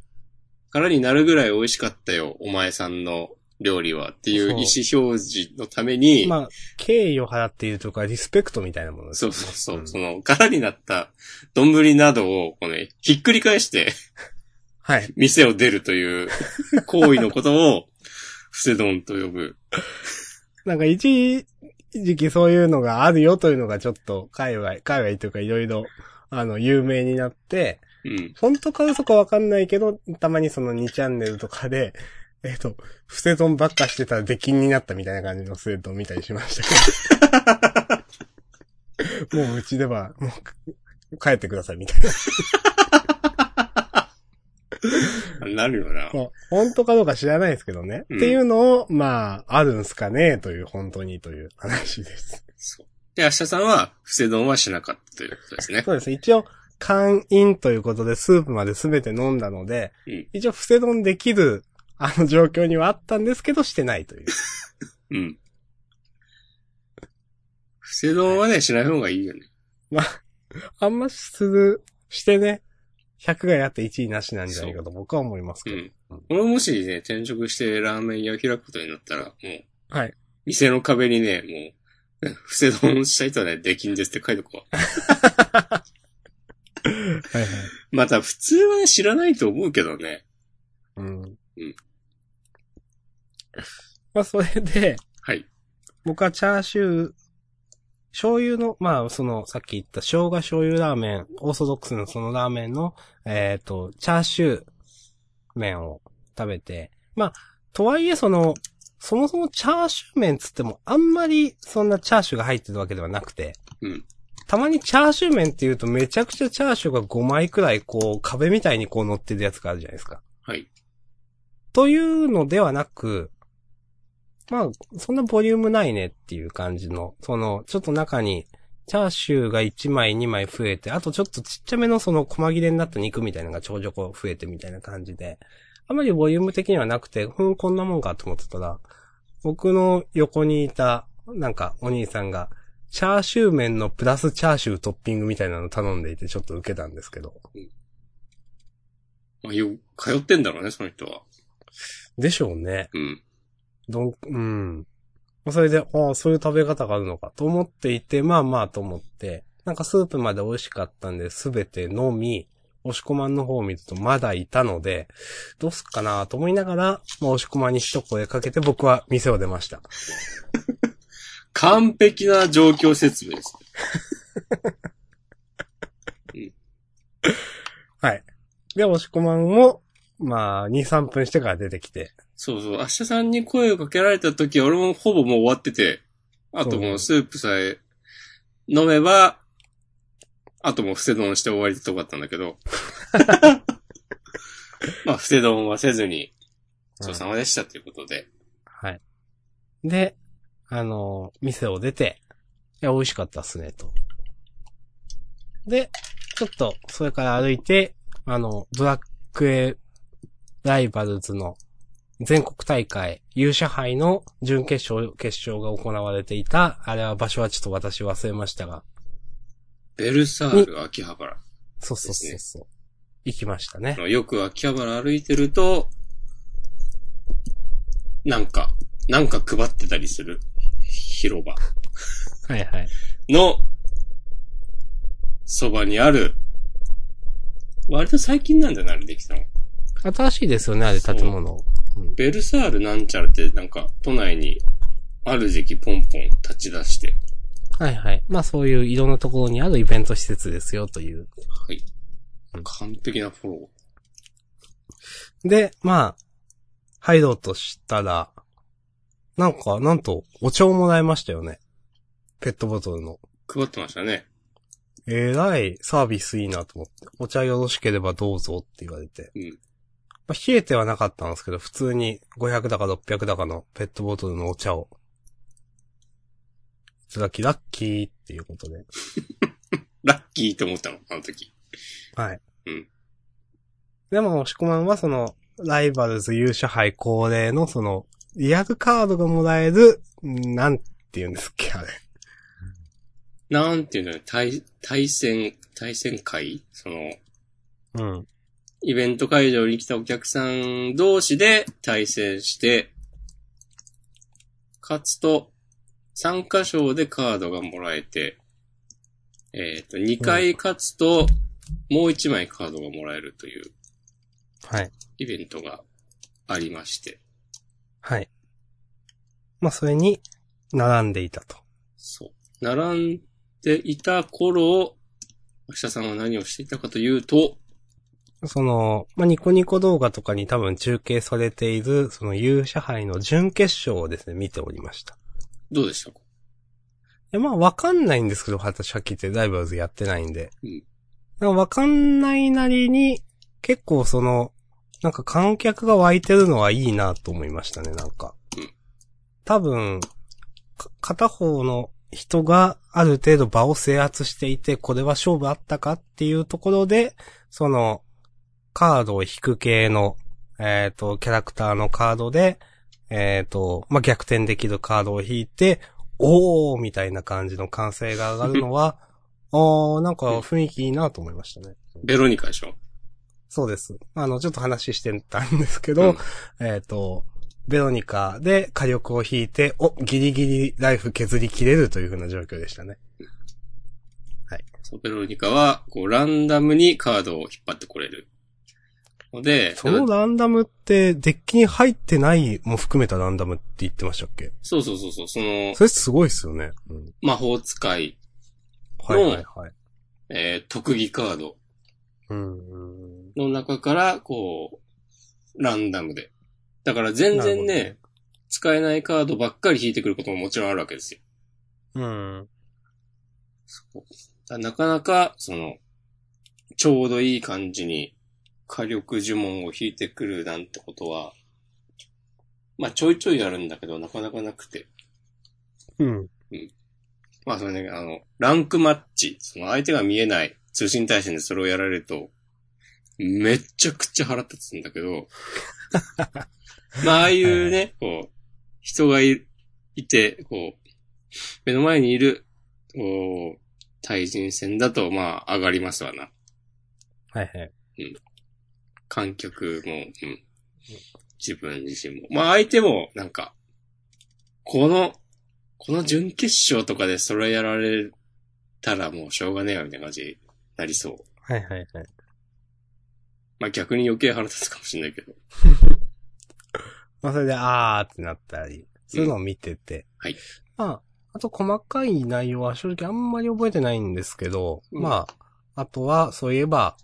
Speaker 2: 空になるぐらい美味しかったよ、お前さんの料理はっていう意思表示のために、
Speaker 1: まあ、敬意を払っているとか、リスペクトみたいなものです
Speaker 2: そ
Speaker 1: よ
Speaker 2: う
Speaker 1: ね。
Speaker 2: そうそう。
Speaker 1: ん
Speaker 2: その、柄になった丼などを、こうね、ひっくり返して、
Speaker 1: はい。
Speaker 2: 店を出るという行為のことを、伏せ丼と呼ぶ。
Speaker 1: なんか一時期そういうのがあるよというのがちょっと、界隈、界隈というかいろいろ、あの、有名になって、
Speaker 2: うん。
Speaker 1: 本当か嘘かわかんないけど、たまにその2チャンネルとかで、 えっ、と、伏せ損ばっかしてたら出禁になったみたいな感じの伏せ損見たりしましたけ ど。もううちでは、もう、帰ってくださいみたいな。
Speaker 2: なるよな。
Speaker 1: まあ本当かどうか知らないですけどね。
Speaker 2: うん
Speaker 1: っていうのを、まあ、あるんすかね、という、本当にという話です。
Speaker 2: そう。で、明日さんは、伏せ丼はしなかったということですね。
Speaker 1: そうですね。一応、勘飲ということで、スープまで全て飲んだので、
Speaker 2: うん
Speaker 1: 一応、伏せ損できる、あの状況にはあったんですけど、してないという。
Speaker 2: うん。伏せ丼はね、しない方がいいよね。
Speaker 1: あんまする、してね、100がやって1位なしなんじゃないかと僕は思います
Speaker 2: う
Speaker 1: けど。
Speaker 2: ん。俺もしね、転職してラーメン屋開くことになったら、もう、
Speaker 1: はい。
Speaker 2: 店の壁にね、もう、伏せ丼した人はね、できんですって書いとこう。
Speaker 1: はいはい。
Speaker 2: また普通は知らないと思うけどね。
Speaker 1: うん。まあ、それで、
Speaker 2: はい。
Speaker 1: 僕はチャーシュー、醤油の、まあ、その、さっき言った生姜醤油ラーメン、オーソドックスのそのラーメンの、えっ、と、チャーシュー麺を食べて、まあ、とはいえその、そもそもチャーシュー麺つっても、あんまりそんなチャーシューが入ってるわけではなくて、
Speaker 2: うん
Speaker 1: たまにチャーシュー麺って言うとめちゃくちゃチャーシューが5枚くらいこう壁みたいにこう乗ってるやつがあるじゃないですか。
Speaker 2: はい。
Speaker 1: というのではなく、まあ、そんなボリュームないねっていう感じの、その、ちょっと中に、チャーシューが1枚2枚増えて、あとちょっとちっちゃめのその細切れになった肉みたいなのがちょこちょこ増えてみたいな感じで、あまりボリューム的にはなくて、ふん、こんなもんかと思ってたら、僕の横にいた、なんかお兄さんが、チャーシュー麺のプラスチャーシュートッピングみたいなの頼んでいてちょっと受けたんですけど。
Speaker 2: まあ、よ、通ってんだろうね、その人は。
Speaker 1: でしょうね。
Speaker 2: うん。
Speaker 1: どん、うん。まあそれで、ああ、そういう食べ方があるのかと思っていて、まあまあと思って、なんかスープまで美味しかったんで、すべて飲み、押し込まんの方を見るとまだいたので、どうすっかなと思いながら、まあ押し込まんに一声かけて僕は店を出ました。
Speaker 2: 完璧な状況説明です。
Speaker 1: はい。で、押し込まんを、まあ、2、3分してから出てきて、
Speaker 2: そうそう。明日さんに声をかけられた時、俺もほぼもう終わってて、あともうスープさえ飲めば、あともう伏せ丼して終わりってとこだったんだけ ど。まあ、伏せ丼はせずに、ごちそうさまでしたということで。
Speaker 1: はい。で、あの、店を出て、いや、美味しかったっすね、と。で、ちょっと、それから歩いて、あの、ドラッグエライバルズの全国大会、勇者杯の準決勝、決勝が行われていた、あれは場所はちょっと私忘れましたが、
Speaker 2: ベルサール、秋葉原。
Speaker 1: そうそうそうそう。行きましたね。
Speaker 2: よく秋葉原歩いてると、なんか、なんか配ってたりする広場
Speaker 1: はいはい。
Speaker 2: のそばにある、割と最近なんだよな、あれできたの。
Speaker 1: 新しいですよね、あれ建物。うん
Speaker 2: ベルサールなんちゃらってなんか都内にある時期ポンポン立ち出して、
Speaker 1: はいはい。まあそういういろんなところにあるイベント施設ですよという。
Speaker 2: はい
Speaker 1: うん。
Speaker 2: 完璧なフォロ
Speaker 1: で、まあ、入ろうとしたら、なんか、なんと、お茶をもらいましたよね。ペットボトルの。
Speaker 2: ー。配ってましたね。
Speaker 1: えらいサービスいいなと思って、お茶よろしければどうぞって言われて。
Speaker 2: うん
Speaker 1: まあ、冷えてはなかったんですけど、普通に500だか600だかのペットボトルのお茶を、いただきラッキーっていうことで。
Speaker 2: ラッキーと思ったの、あの時。
Speaker 1: はい。
Speaker 2: うん
Speaker 1: でも、押し込まんはその、ライバルズ勇者杯恒例のその、リアルカードがもらえる、なんて言うんですっけ、あれ。
Speaker 2: なんていうんだろう、対、対戦、対戦会その、
Speaker 1: うん。
Speaker 2: イベント会場に来たお客さん同士で対戦して、勝つと、参加賞でカードがもらえて、えっ、と、2回勝つと、もう1枚カードがもらえるという
Speaker 1: はい。
Speaker 2: イベントがありまして。
Speaker 1: はい。まあ、それに、並んでいたと。
Speaker 2: そう。並んでいた頃、秋田さんは何をしていたかというと、
Speaker 1: その、まあ、ニコニコ動画とかに多分中継されている、その勇者杯の準決勝をですね、見ておりました。
Speaker 2: どうでしたか
Speaker 1: いや、まあ、わかんないんですけど、私は聞いてライバルズやってないんで。
Speaker 2: うん
Speaker 1: なんかわかんないなりに、結構その、なんか観客が湧いてるのはいいなと思いましたね、なんか
Speaker 2: うん。
Speaker 1: 多分、か片方の人がある程度場を制圧していて、これは勝負あったかっていうところで、その、カードを引く系の、えっ、と、キャラクターのカードで、えっ、と、まあ、逆転できるカードを引いて、おーみたいな感じの歓声が上がるのは、あー、なんか雰囲気いいなと思いましたね。
Speaker 2: ベロニカでしょ
Speaker 1: そうです。あの、ちょっと話してたんですけど、えっ、と、ベロニカで火力を引いて、お、ギリギリライフ削り切れるというふうな状況でしたね。
Speaker 2: そう、ベロニカは、こう、ランダムにカードを引っ張ってこれる。ので、
Speaker 1: そのランダムって、デッキに入ってないも含めたランダムって言ってましたっけ
Speaker 2: そうそうそうそう、その、
Speaker 1: それすごいっすよね。うん、
Speaker 2: 魔法使い、
Speaker 1: はいはいはい。
Speaker 2: えー特技カード
Speaker 1: うんうん。
Speaker 2: の中から、こう、ランダムで。だから全然
Speaker 1: な
Speaker 2: ね、
Speaker 1: る
Speaker 2: 使えないカードばっかり引いてくることももちろんあるわけですよ。
Speaker 1: うん。
Speaker 2: だなかなか、その、ちょうどいい感じに火力呪文を引いてくるなんてことは、まあちょいちょいあるんだけど、なかなかなくて。
Speaker 1: うん。
Speaker 2: まあそれね、あの、ランクマッチ、その相手が見えない通信対戦でそれをやられると、めっちゃくちゃ腹立つんだけ ど、まあああいうね、こう、人がい、いて、こう、目の前にいる、こう、対人戦だと、まあ上がりますわな。
Speaker 1: はいはい。
Speaker 2: 観客も、うん。自分自身も。まあ相手も、なんか、この、この準決勝とかでそれやられたらもうしょうがねえよみたいな感じになりそう。
Speaker 1: はいはいはい。
Speaker 2: まあ逆に余計腹立つかもしれないけど。
Speaker 1: まあ、それで、あーってなったり、そういうのを見てて。
Speaker 2: はい。
Speaker 1: まあ、あと細かい内容は正直あんまり覚えてないんですけど、
Speaker 2: うん
Speaker 1: まあ、あとは、そういえば、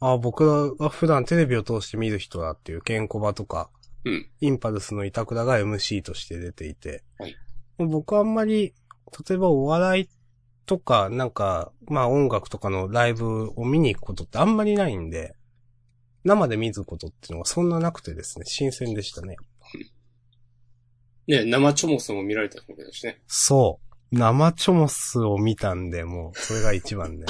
Speaker 1: あ僕は普段テレビを通して見る人だっていうケンコバとか、
Speaker 2: うん
Speaker 1: インパルスの板倉が MC として出ていて、
Speaker 2: はい
Speaker 1: 僕はあんまり、例えばお笑いとか、なんか、まあ音楽とかのライブを見に行くことってあんまりないんで、生で見ることっていうのがそんななくてですね、新鮮でしたね。
Speaker 2: ね生チョモスも見られたわけだしね。
Speaker 1: そう。生チョモスを見たんで、もう、それが一番 ね。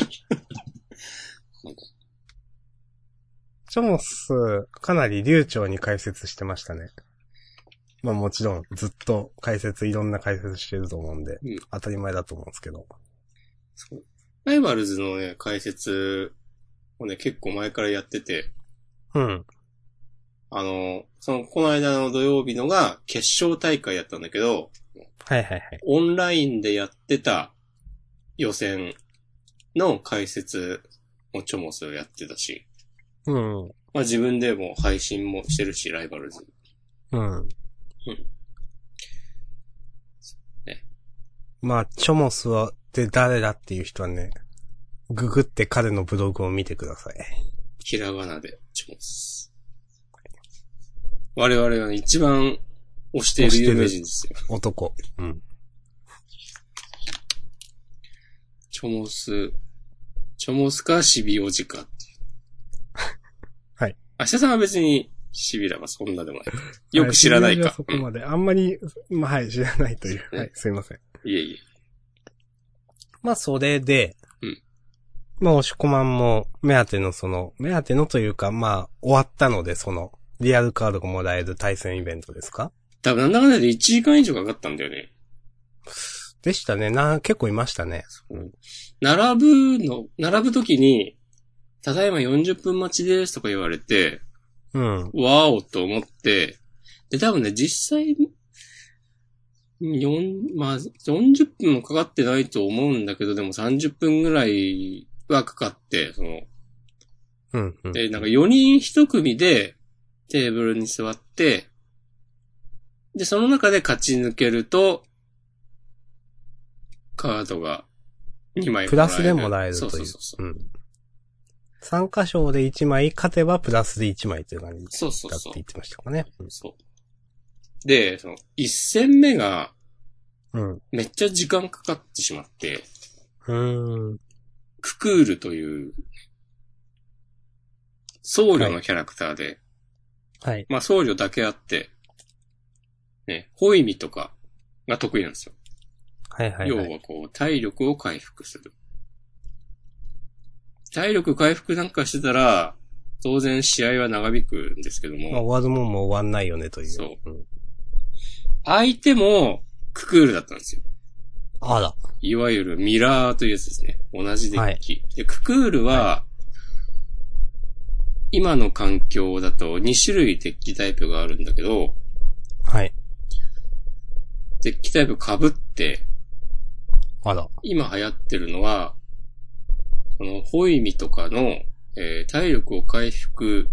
Speaker 1: チョモス、かなり流暢に解説してましたね。まあもちろん、ずっと解説、いろんな解説してると思うんで、
Speaker 2: うん
Speaker 1: 当たり前だと思うんですけど。
Speaker 2: そうライバルズのね、解説もうね、結構前からやってて、
Speaker 1: うん。
Speaker 2: あの、その、この間の土曜日のが決勝大会やったんだけど、
Speaker 1: はいはいはい。
Speaker 2: オンラインでやってた予選の解説もちょもそやってたし、
Speaker 1: うん。
Speaker 2: まあ自分でも配信もしてるし、ライバルズ。
Speaker 1: うん。
Speaker 2: ね
Speaker 1: まあ、チョモスは、って誰だっていう人はね、ググって彼のブログを見てください。
Speaker 2: ひらがなでちょもす。我々が、ね、一番推している有名人ですよ。
Speaker 1: 男。うん。
Speaker 2: ちょもす、ちょもすかシビおじか。
Speaker 1: はい。
Speaker 2: 明日さんは別にシビラはそんなでもない。よく知らない
Speaker 1: は
Speaker 2: か
Speaker 1: そ。こまで。あんまり、まあ、はい、知らないという。
Speaker 2: ね
Speaker 1: はい、すいません。
Speaker 2: いえいえ。
Speaker 1: まあ、それで、
Speaker 2: うん
Speaker 1: まあ、押し込まんも、目当てのその、目当てのというか、まあ、終わったので、その、リアルカードがもらえる対戦イベントですか
Speaker 2: 多分なんだかんだで1時間以上かかったんだよね。
Speaker 1: でしたね。な、結構いましたね。
Speaker 2: 並ぶの、並ぶときに、ただいま40分待ちですとか言われて、
Speaker 1: うん。
Speaker 2: わーおと思って、で、多分ね、実際、4、まあ、40分もかかってないと思うんだけど、でも30分ぐらいはかかって、その、
Speaker 1: うん、うん。
Speaker 2: で、なんか4人1組でテーブルに座って、で、その中で勝ち抜けると、カードが2枚もらえる
Speaker 1: プラスでもらえると
Speaker 2: そ
Speaker 1: いうう。
Speaker 2: そうそうそう。
Speaker 1: うん。参加賞で1枚、勝てばプラスで1枚という感じだ
Speaker 2: そうそう
Speaker 1: っ
Speaker 2: そ
Speaker 1: て
Speaker 2: う
Speaker 1: 言ってましたかね。うん
Speaker 2: そう。で、その、1戦目が
Speaker 1: うん。う
Speaker 2: めっちゃ時間かかってしまって、
Speaker 1: ーん。
Speaker 2: ククールという、僧侶のキャラクターで、
Speaker 1: はい。
Speaker 2: まあ僧侶だけあって、ね、ホイミとかが得意なんですよ。
Speaker 1: はいはい、はい。
Speaker 2: 要はこう、体力を回復する。体力回復なんかしてたら、当然試合は長引くんですけど
Speaker 1: まあ、
Speaker 2: も、
Speaker 1: 終わるもんも終わんないよねという。
Speaker 2: そ
Speaker 1: うん。
Speaker 2: 相手もククールだったんですよ。
Speaker 1: あら。
Speaker 2: いわゆるミラーというやつですね。同じデッキ。で、ククールは、今の環境だと2種類デッキタイプがあるんだけど、
Speaker 1: はい。
Speaker 2: デッキタイプ被って、
Speaker 1: あら。
Speaker 2: 今流行ってるのは、このホイミとかの、えー体力を回復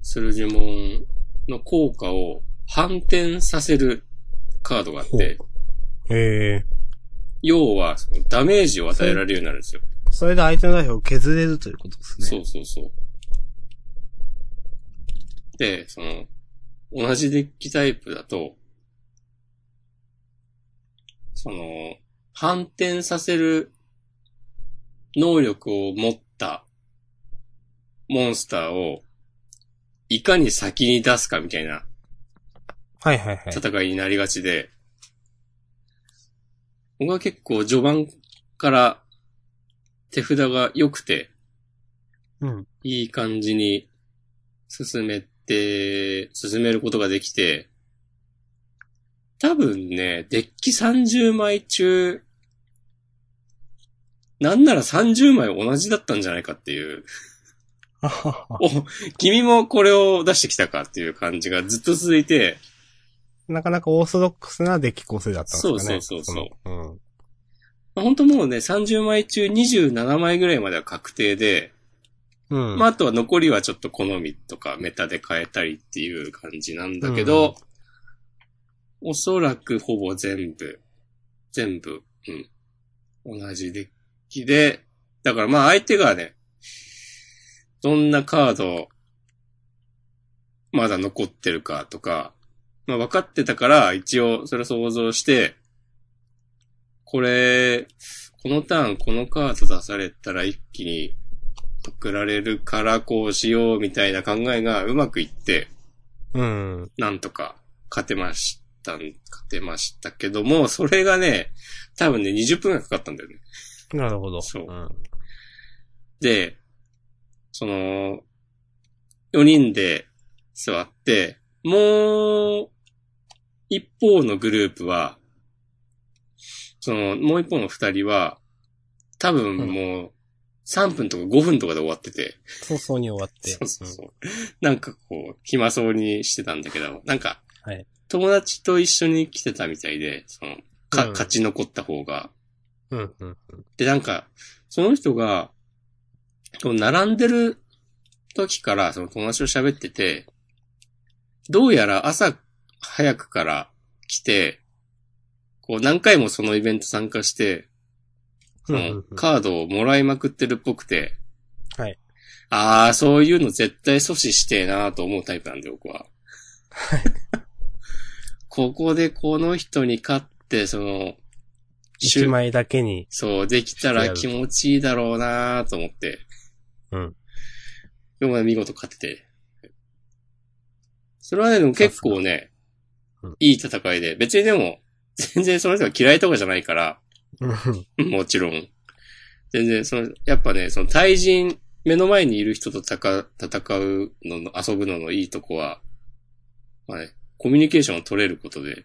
Speaker 2: する呪文の効果を反転させるカードがあって、
Speaker 1: ええ
Speaker 2: 要はそのダメージを与えられるようになるんですよ。
Speaker 1: それで相手の代表を削れるということですね。
Speaker 2: そうそうそう。で、その、同じデッキタイプだと、その、反転させる能力を持ったモンスターをいかに先に出すかみたいな
Speaker 1: はいはいはい。
Speaker 2: 戦いになりがちで、僕は結構序盤から手札が良くて、
Speaker 1: うん。
Speaker 2: いい感じに進めて、進めることができて、多分ね、デッキ30枚中、なんなら30枚同じだったんじゃないかっ ていう、
Speaker 1: あはは
Speaker 2: お、君もこれを出してきたかっていう感じがずっと続いて、
Speaker 1: なかなかオーソドックスなデッキ構成だったんですかね。
Speaker 2: そうそうそうそう
Speaker 1: そのうん。
Speaker 2: まあ本当もうね、30枚中27枚ぐらいまでは確定で、
Speaker 1: うん。
Speaker 2: まあ、あとは残りはちょっと好みとかメタで変えたりっていう感じなんだけど、おそらくほぼ全部、全部、うん。同じデッキで、だからまあ相手がね、どんなカード、まだ残ってるかとか、まあ分かってたから一応それを想像して、これ、このターンこのカード出されたら一気に送られるからこうしようみたいな考えがうまくいって、
Speaker 1: うん。
Speaker 2: なんとか勝てました、勝てましたけども、それがね、多分ね、20分がかかったんだよね。
Speaker 1: なるほど。。
Speaker 2: そうんで、その、4人で座って、もう、一方のグループは、その、もう一方の2人は、多分もう、 3分とか5分とかで終わってて、
Speaker 1: 早々に終わって。
Speaker 2: そうそう
Speaker 1: うん
Speaker 2: そう。なんかこう、暇そうにしてたんだけど、なんか、
Speaker 1: はい
Speaker 2: 友達と一緒に来てたみたいで、その、か、
Speaker 1: うん
Speaker 2: 勝ち残った方が。
Speaker 1: うん、うん。
Speaker 2: で、なんか、その人が、こう並んでる時から、その友達と喋ってて、どうやら朝早くから来て、こう何回もそのイベント参加して、
Speaker 1: う
Speaker 2: そ
Speaker 1: ん
Speaker 2: の
Speaker 1: うんうん
Speaker 2: カードをもらいまくってるっぽくて。
Speaker 1: はい。
Speaker 2: ああ、そういうの絶対阻止してえなと思うタイプなんで、僕は。 ここでこの人に勝って、その、
Speaker 1: 一枚だけに。
Speaker 2: そう、できたら気持ちいいだろうなと思って。
Speaker 1: うん。
Speaker 2: でもね見事勝ってて。それはね、でも結構ね
Speaker 1: うん、
Speaker 2: いい戦いで。別にでも、全然その人が嫌いとかじゃないから、
Speaker 1: うん
Speaker 2: もちろん。全然、その、やっぱね、その対人、目の前にいる人とたか戦うのの、遊ぶののいいとこは、まあね、コミュニケーションを取れることで、だ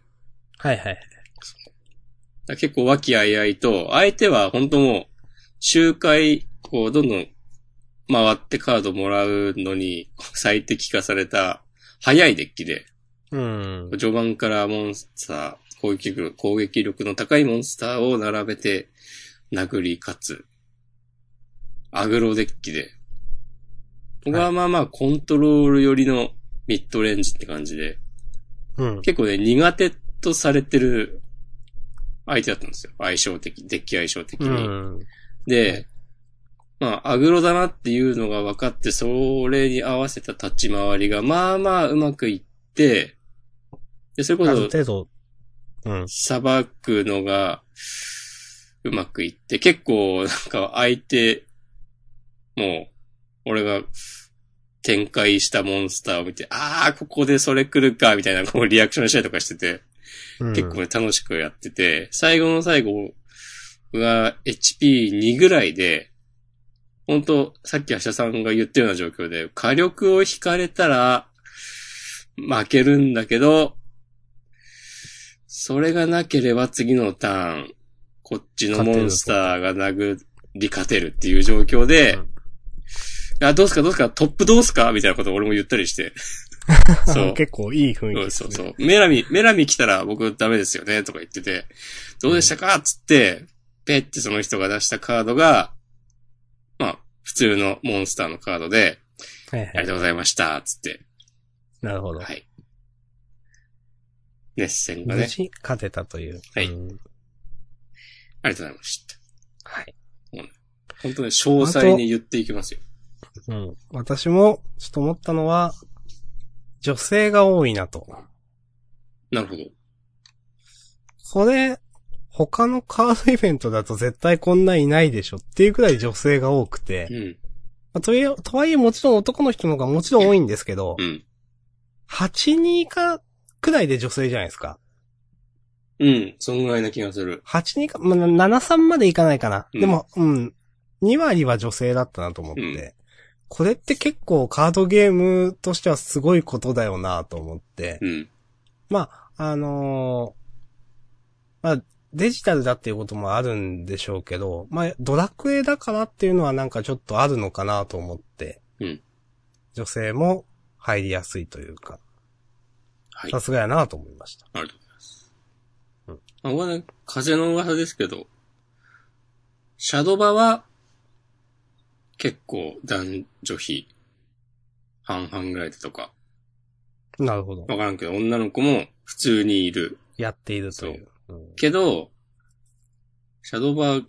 Speaker 2: か
Speaker 1: はいはい。
Speaker 2: ら結構和気あいあいと、相手は本当もう、周回、こう、どんどん回ってカードもらうのに最適化された、早いデッキで、
Speaker 1: うん。
Speaker 2: 序盤からモンスター、攻撃力、攻撃力の高いモンスターを並べて、殴り勝つ。アグロデッキで。僕はまあまあ、コントロール寄りのミッドレンジって感じで、
Speaker 1: うん。
Speaker 2: 結構ね、苦手とされてる相手だったんですよ。相性的、デッキ相性的
Speaker 1: う
Speaker 2: に。
Speaker 1: ん。
Speaker 2: で、まあ、アグロだなっていうのが分かって、それに合わせた立ち回りが、まあまあうまくいって、で、それこ
Speaker 1: ある
Speaker 2: そ、
Speaker 1: 程度。うん。
Speaker 2: さばくのが、うまくいって、結構、なんか相手、もう、俺が展開したモンスターを見て、あー、ここでそれ来るか、みたいな、こうリアクションしたりとかしてて、
Speaker 1: うん
Speaker 2: 結構ね、楽しくやってて、最後の最後が HP2 ぐらいで、本当さっき明日さんが言ったような状況で、火力を引かれたら、負けるんだけど、それがなければ次のターン、こっちのモンスターが殴り勝てるっていう状況で、あ、どうすかどうすかトップどうすかみたいなことを俺も言ったりして。そう
Speaker 1: 結構いい雰囲気です
Speaker 2: そう
Speaker 1: ね。
Speaker 2: そうそう。メラミ、メラミ来たら僕ダメですよね、とか言ってて、どうでしたかっつって、ペってその人が出したカードが、まあ、普通のモンスターのカードで、
Speaker 1: はい
Speaker 2: あり
Speaker 1: は
Speaker 2: が
Speaker 1: い。
Speaker 2: とうございました、つって。
Speaker 1: なるほど。
Speaker 2: はい。熱戦が
Speaker 1: 無
Speaker 2: ね、
Speaker 1: 事勝てたという。
Speaker 2: はい
Speaker 1: うん
Speaker 2: ありがとうございました。
Speaker 1: はい。
Speaker 2: 本当ね、詳細に言っていきますよ。
Speaker 1: うん。私も、ちょっと思ったのは、女性が多いなと。
Speaker 2: なるほど。
Speaker 1: これ、他のカードイベントだと絶対こんないないでしょっていうくらい女性が多くて
Speaker 2: う、ん。
Speaker 1: まあというとはいえもちろん男の人の方がもちろん多いんですけど
Speaker 2: う、ん。
Speaker 1: 8、2かくらいで女性じゃないですか。
Speaker 2: うん。そんぐらいな気がする。
Speaker 1: 8、2か、まあ、7、3までいかないかな。
Speaker 2: うん
Speaker 1: でも、うん。2割は女性だったなと思って、
Speaker 2: うん
Speaker 1: これって結構カードゲームとしてはすごいことだよなと思って、
Speaker 2: うん。
Speaker 1: まあ、あのーまあ、デジタルだっていうこともあるんでしょうけど、まあ、ドラクエだからっていうのはなんかちょっとあるのかなと思って、
Speaker 2: うん
Speaker 1: 女性も入りやすいというか、
Speaker 2: はい。
Speaker 1: さすがやなと思いました。
Speaker 2: ありがとうございます。
Speaker 1: う
Speaker 2: ま
Speaker 1: ん
Speaker 2: あ、僕はね、風の噂ですけど、シャドバは、結構男女比、半々ぐらいでとか、
Speaker 1: なるほど。
Speaker 2: わからんけど、女の子も普通にいる。
Speaker 1: やっているという。うん
Speaker 2: けど、シャドバ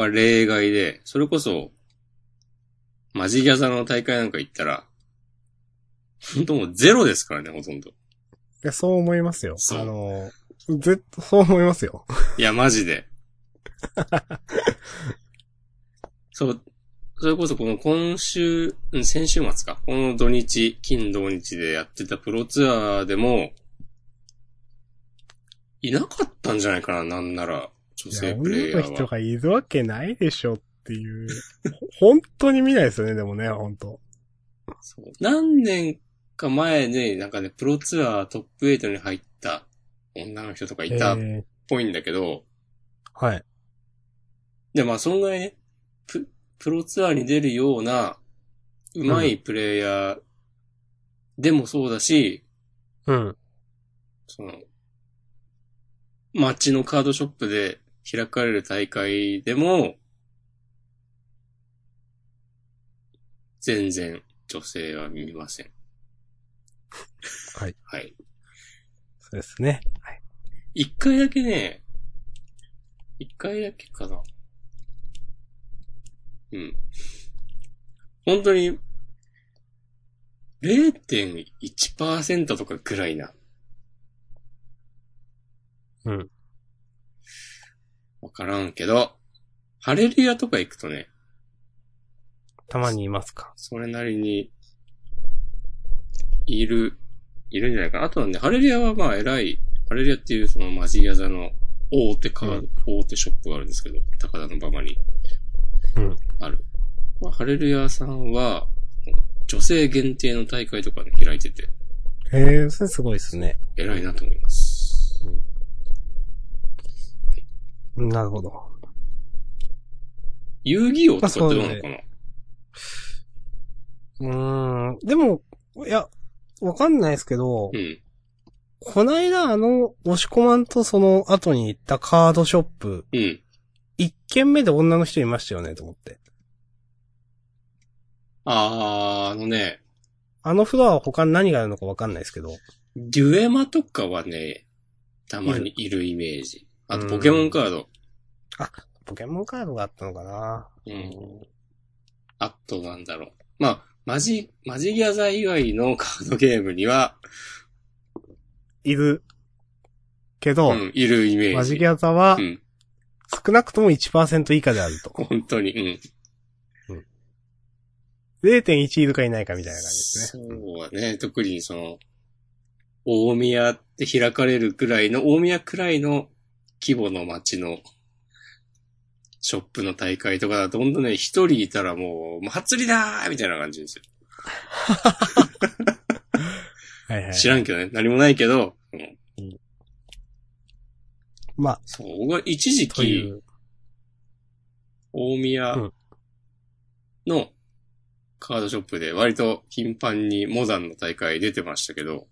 Speaker 2: は例外で、それこそ、マジギャザの大会なんか行ったら、本当もうゼロですからね、ほとんど。
Speaker 1: いや、そう思いますよ。
Speaker 2: そう
Speaker 1: あのー、絶対 そう思いますよ。
Speaker 2: いや、マジ で。そう、それこそこの今週、うん先週末か。この土日、金土日でやってたプロツアーでも、いなかったんじゃないかな、なんなら、女
Speaker 1: いや
Speaker 2: 性プレ
Speaker 1: 女
Speaker 2: イヤ
Speaker 1: の人
Speaker 2: ーは。
Speaker 1: がいるわけないでしょっていう。ほ本当に見ないですよね、でもね、本当
Speaker 2: そう何年か前に、なんかね、プロツアートップ8に入った女の人とかいたっ
Speaker 1: えー
Speaker 2: ぽいんだけど、
Speaker 1: はい。
Speaker 2: で、まあ、そんぐらいね、プ、プロツアーに出るような、うまいプレイヤーでもそうだし、
Speaker 1: うん。
Speaker 2: その、街のカードショップで開かれる大会でも、全然女性は見ません。
Speaker 1: はい。
Speaker 2: はい。
Speaker 1: そうですね。
Speaker 2: 一回だけね、一回だけかな。うん。本当に、0.1%とかぐらいな。
Speaker 1: うん。
Speaker 2: わからんけど、ハレリアとか行くとね、
Speaker 1: たまにいますか。
Speaker 2: それなりに、いる、いるんじゃないかな。あとはね、ハレリアはまあ偉い、ハレリアっていうそのマジヤザの大手カード、
Speaker 1: う
Speaker 2: 大手ショップがあるんですけど、高田の馬場に。
Speaker 1: うん
Speaker 2: ある。まあ、ハレルヤさんは、女性限定の大会とかね、開いてて、
Speaker 1: へえ、それすごいですね。
Speaker 2: 偉いなと思います。
Speaker 1: なるほど。
Speaker 2: 遊戯王とかってどうなのかな
Speaker 1: うーん。でも、いや、わかんないですけど、
Speaker 2: うん。
Speaker 1: こないだあの、押し込まんとその後に行ったカードショップ、
Speaker 2: うん。
Speaker 1: 一軒目で女の人いましたよね、と思って。
Speaker 2: あー、あのね、
Speaker 1: あのフロアは他に何があるのかわかんないですけど。
Speaker 2: デュエマとかはね、たまにいるイメージ。あと、ポケモンカード。
Speaker 1: ポケモンカードがあったのかな
Speaker 2: うん。あと、なんだろう。まあ、マジ、マジギャザー以外のカードゲームには、
Speaker 1: いる。けど、
Speaker 2: うん、いるイメージ。
Speaker 1: マジギャザは
Speaker 2: う、ん。
Speaker 1: 少なくとも1%以下であると。
Speaker 2: 本当に、うん。
Speaker 1: 0.1いるかいないかみたいな感じですね。
Speaker 2: そうはね、特にその、大宮って開かれるくらいの、大宮くらいの規模の街のショップの大会とかだと、ほんとね、一人いたらもう、祭りだーみたいな感じですよ。
Speaker 1: はいはい。
Speaker 2: 知らんけどね、何もないけど、うん、
Speaker 1: まあ、
Speaker 2: そう、僕は一時
Speaker 1: とい
Speaker 2: 期、
Speaker 1: う。
Speaker 2: 大宮
Speaker 1: うん
Speaker 2: のカードショップで割と頻繁にモザンの大会出てましたけど、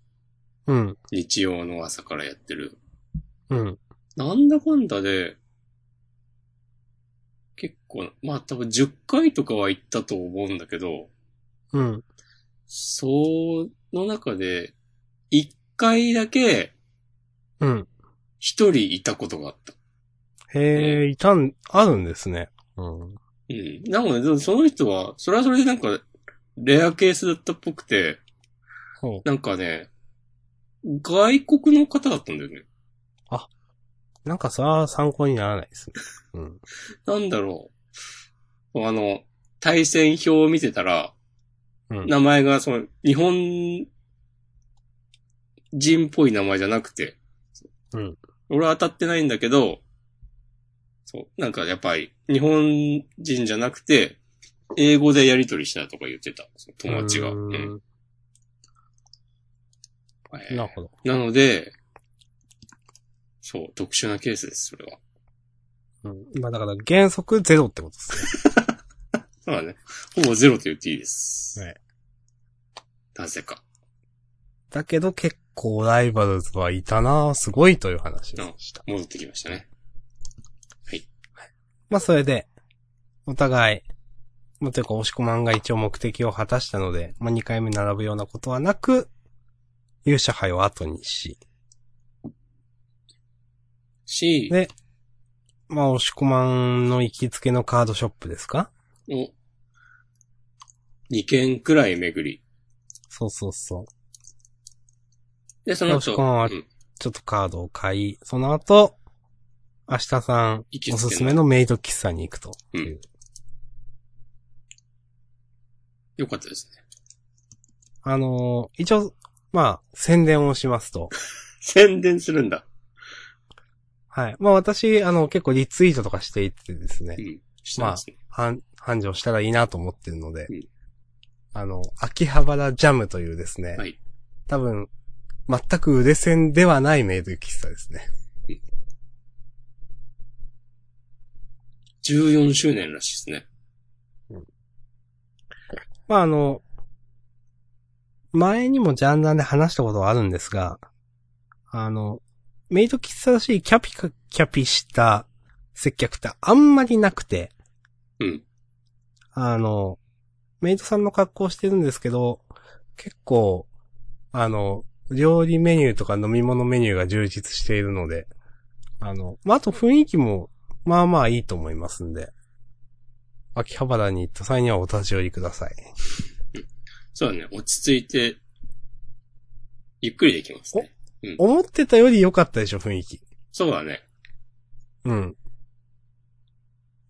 Speaker 1: うん。
Speaker 2: 日曜の朝からやってる。
Speaker 1: うん。
Speaker 2: なんだかんだで、結構、まあ多分10回とかは行ったと思うんだけど、
Speaker 1: うん。
Speaker 2: その中で、1回だけ
Speaker 1: うん。
Speaker 2: 1人いたことがあった。
Speaker 1: へえ、いたん、あるんですね。うん。
Speaker 2: うん。なので、でもその人は、それはそれでなんか、レアケースだったっぽくて、
Speaker 1: ほう。
Speaker 2: なんかね、外国の方だったんだよね。
Speaker 1: なんかそれは参考にならないですね。うん。
Speaker 2: なんだろう。あの、対戦表を見てたら、
Speaker 1: うん。
Speaker 2: 名前が、その、日本人っぽい名前じゃなくて、
Speaker 1: うん
Speaker 2: 俺は当たってないんだけど、そう、なんかやっぱり、日本人じゃなくて、英語でやりとりしたとか言ってた、その友達が。
Speaker 1: う
Speaker 2: うん
Speaker 1: ーん
Speaker 2: えー
Speaker 1: なるほど。
Speaker 2: なので、そう、特殊なケースです、それは。
Speaker 1: うん。まあだから原則ゼロってことですね。
Speaker 2: そうだね。ほぼゼロと言っていいです。
Speaker 1: はい
Speaker 2: なぜか。
Speaker 1: だけど結構ライバルズはいたなすごいという話でした。
Speaker 2: 戻ってきましたね。
Speaker 1: まあそれで、お互い、まあというか、押し込まんが一応目的を果たしたので、まあ2回目並ぶようなことはなく、勇者杯を後にし、
Speaker 2: し、
Speaker 1: ねまあ押し込まんの行きつけのカードショップですか
Speaker 2: お、2件くらい巡り。
Speaker 1: そうそうそう。
Speaker 2: で、その
Speaker 1: よし
Speaker 2: 後、
Speaker 1: こんは
Speaker 2: うん
Speaker 1: ちょっとカードを買い、その後、明日さん
Speaker 2: 行きつけ、の
Speaker 1: おすすめのメイド喫茶に行くと。
Speaker 2: うんよかったですね。
Speaker 1: あのー一応、まあ、宣伝をします と。
Speaker 2: 宣伝するんだ。
Speaker 1: はい。まあ私、あの、結構リツイートとかしていってですね
Speaker 2: う、ん。してますね。
Speaker 1: 繁繁盛したらいいなと思ってるので、
Speaker 2: うん
Speaker 1: あの、秋葉原ジャムというですね、
Speaker 2: はい
Speaker 1: 多分、全く腕線ではないメイド喫茶ですね。
Speaker 2: 14周年らしいですね。
Speaker 1: まああの、前にもジャンダンで話したことはあるんですが、あの、メイド喫茶らしいキャピカキャピした接客ってあんまりなくて、
Speaker 2: うん。
Speaker 1: あの、メイドさんの格好してるんですけど、結構、あの、料理メニューとか飲み物メニューが充実しているので、あの、まあ、あと雰囲気も、まあまあいいと思いますんで、秋葉原に行った際にはお立ち寄りください。
Speaker 2: そうだね。落ち着いて、ゆっくりできますね。
Speaker 1: 思ってたより良かったでしょ、雰囲気。
Speaker 2: そうだね。
Speaker 1: うん。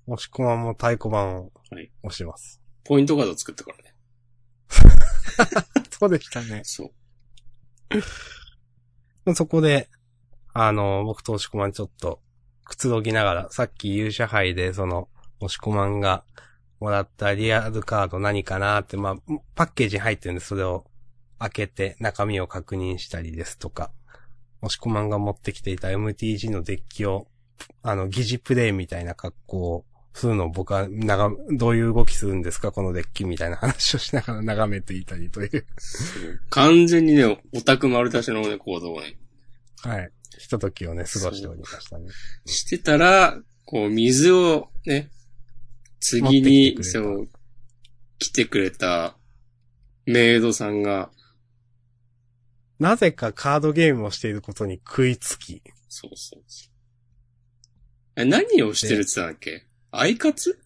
Speaker 1: 押し込まんも太鼓判を
Speaker 2: はい
Speaker 1: 押します。
Speaker 2: ポイントカード作ったからね。
Speaker 1: そうでしたね。
Speaker 2: そう。
Speaker 1: そこで、あの、僕と押し込まんちょっと、くつろぎながら、さっき勇者杯で、その、押し込まんが、もらったリアルカード何かなって、まあ、パッケージに入ってるんで、それを開けて中身を確認したりですとか、押し込まんが持ってきていた MTG のデッキを、あの、疑似プレイみたいな格好をするのを僕は、なが、どういう動きするんですかこのデッキみたいな話をしながら眺めていたりという。
Speaker 2: 完全にね、オタク丸出しのね、行動をね、
Speaker 1: はい。ひとときをね、過ごしておりましたね。
Speaker 2: してたら、こう、水をね、次
Speaker 1: 持ってきてく、
Speaker 2: に
Speaker 1: れた
Speaker 2: そう、来てくれた、メイドさんが、
Speaker 1: なぜかカードゲームをしていることに食いつき。
Speaker 2: そうそうそう。え何をしてるって言ったんだっけアイカツ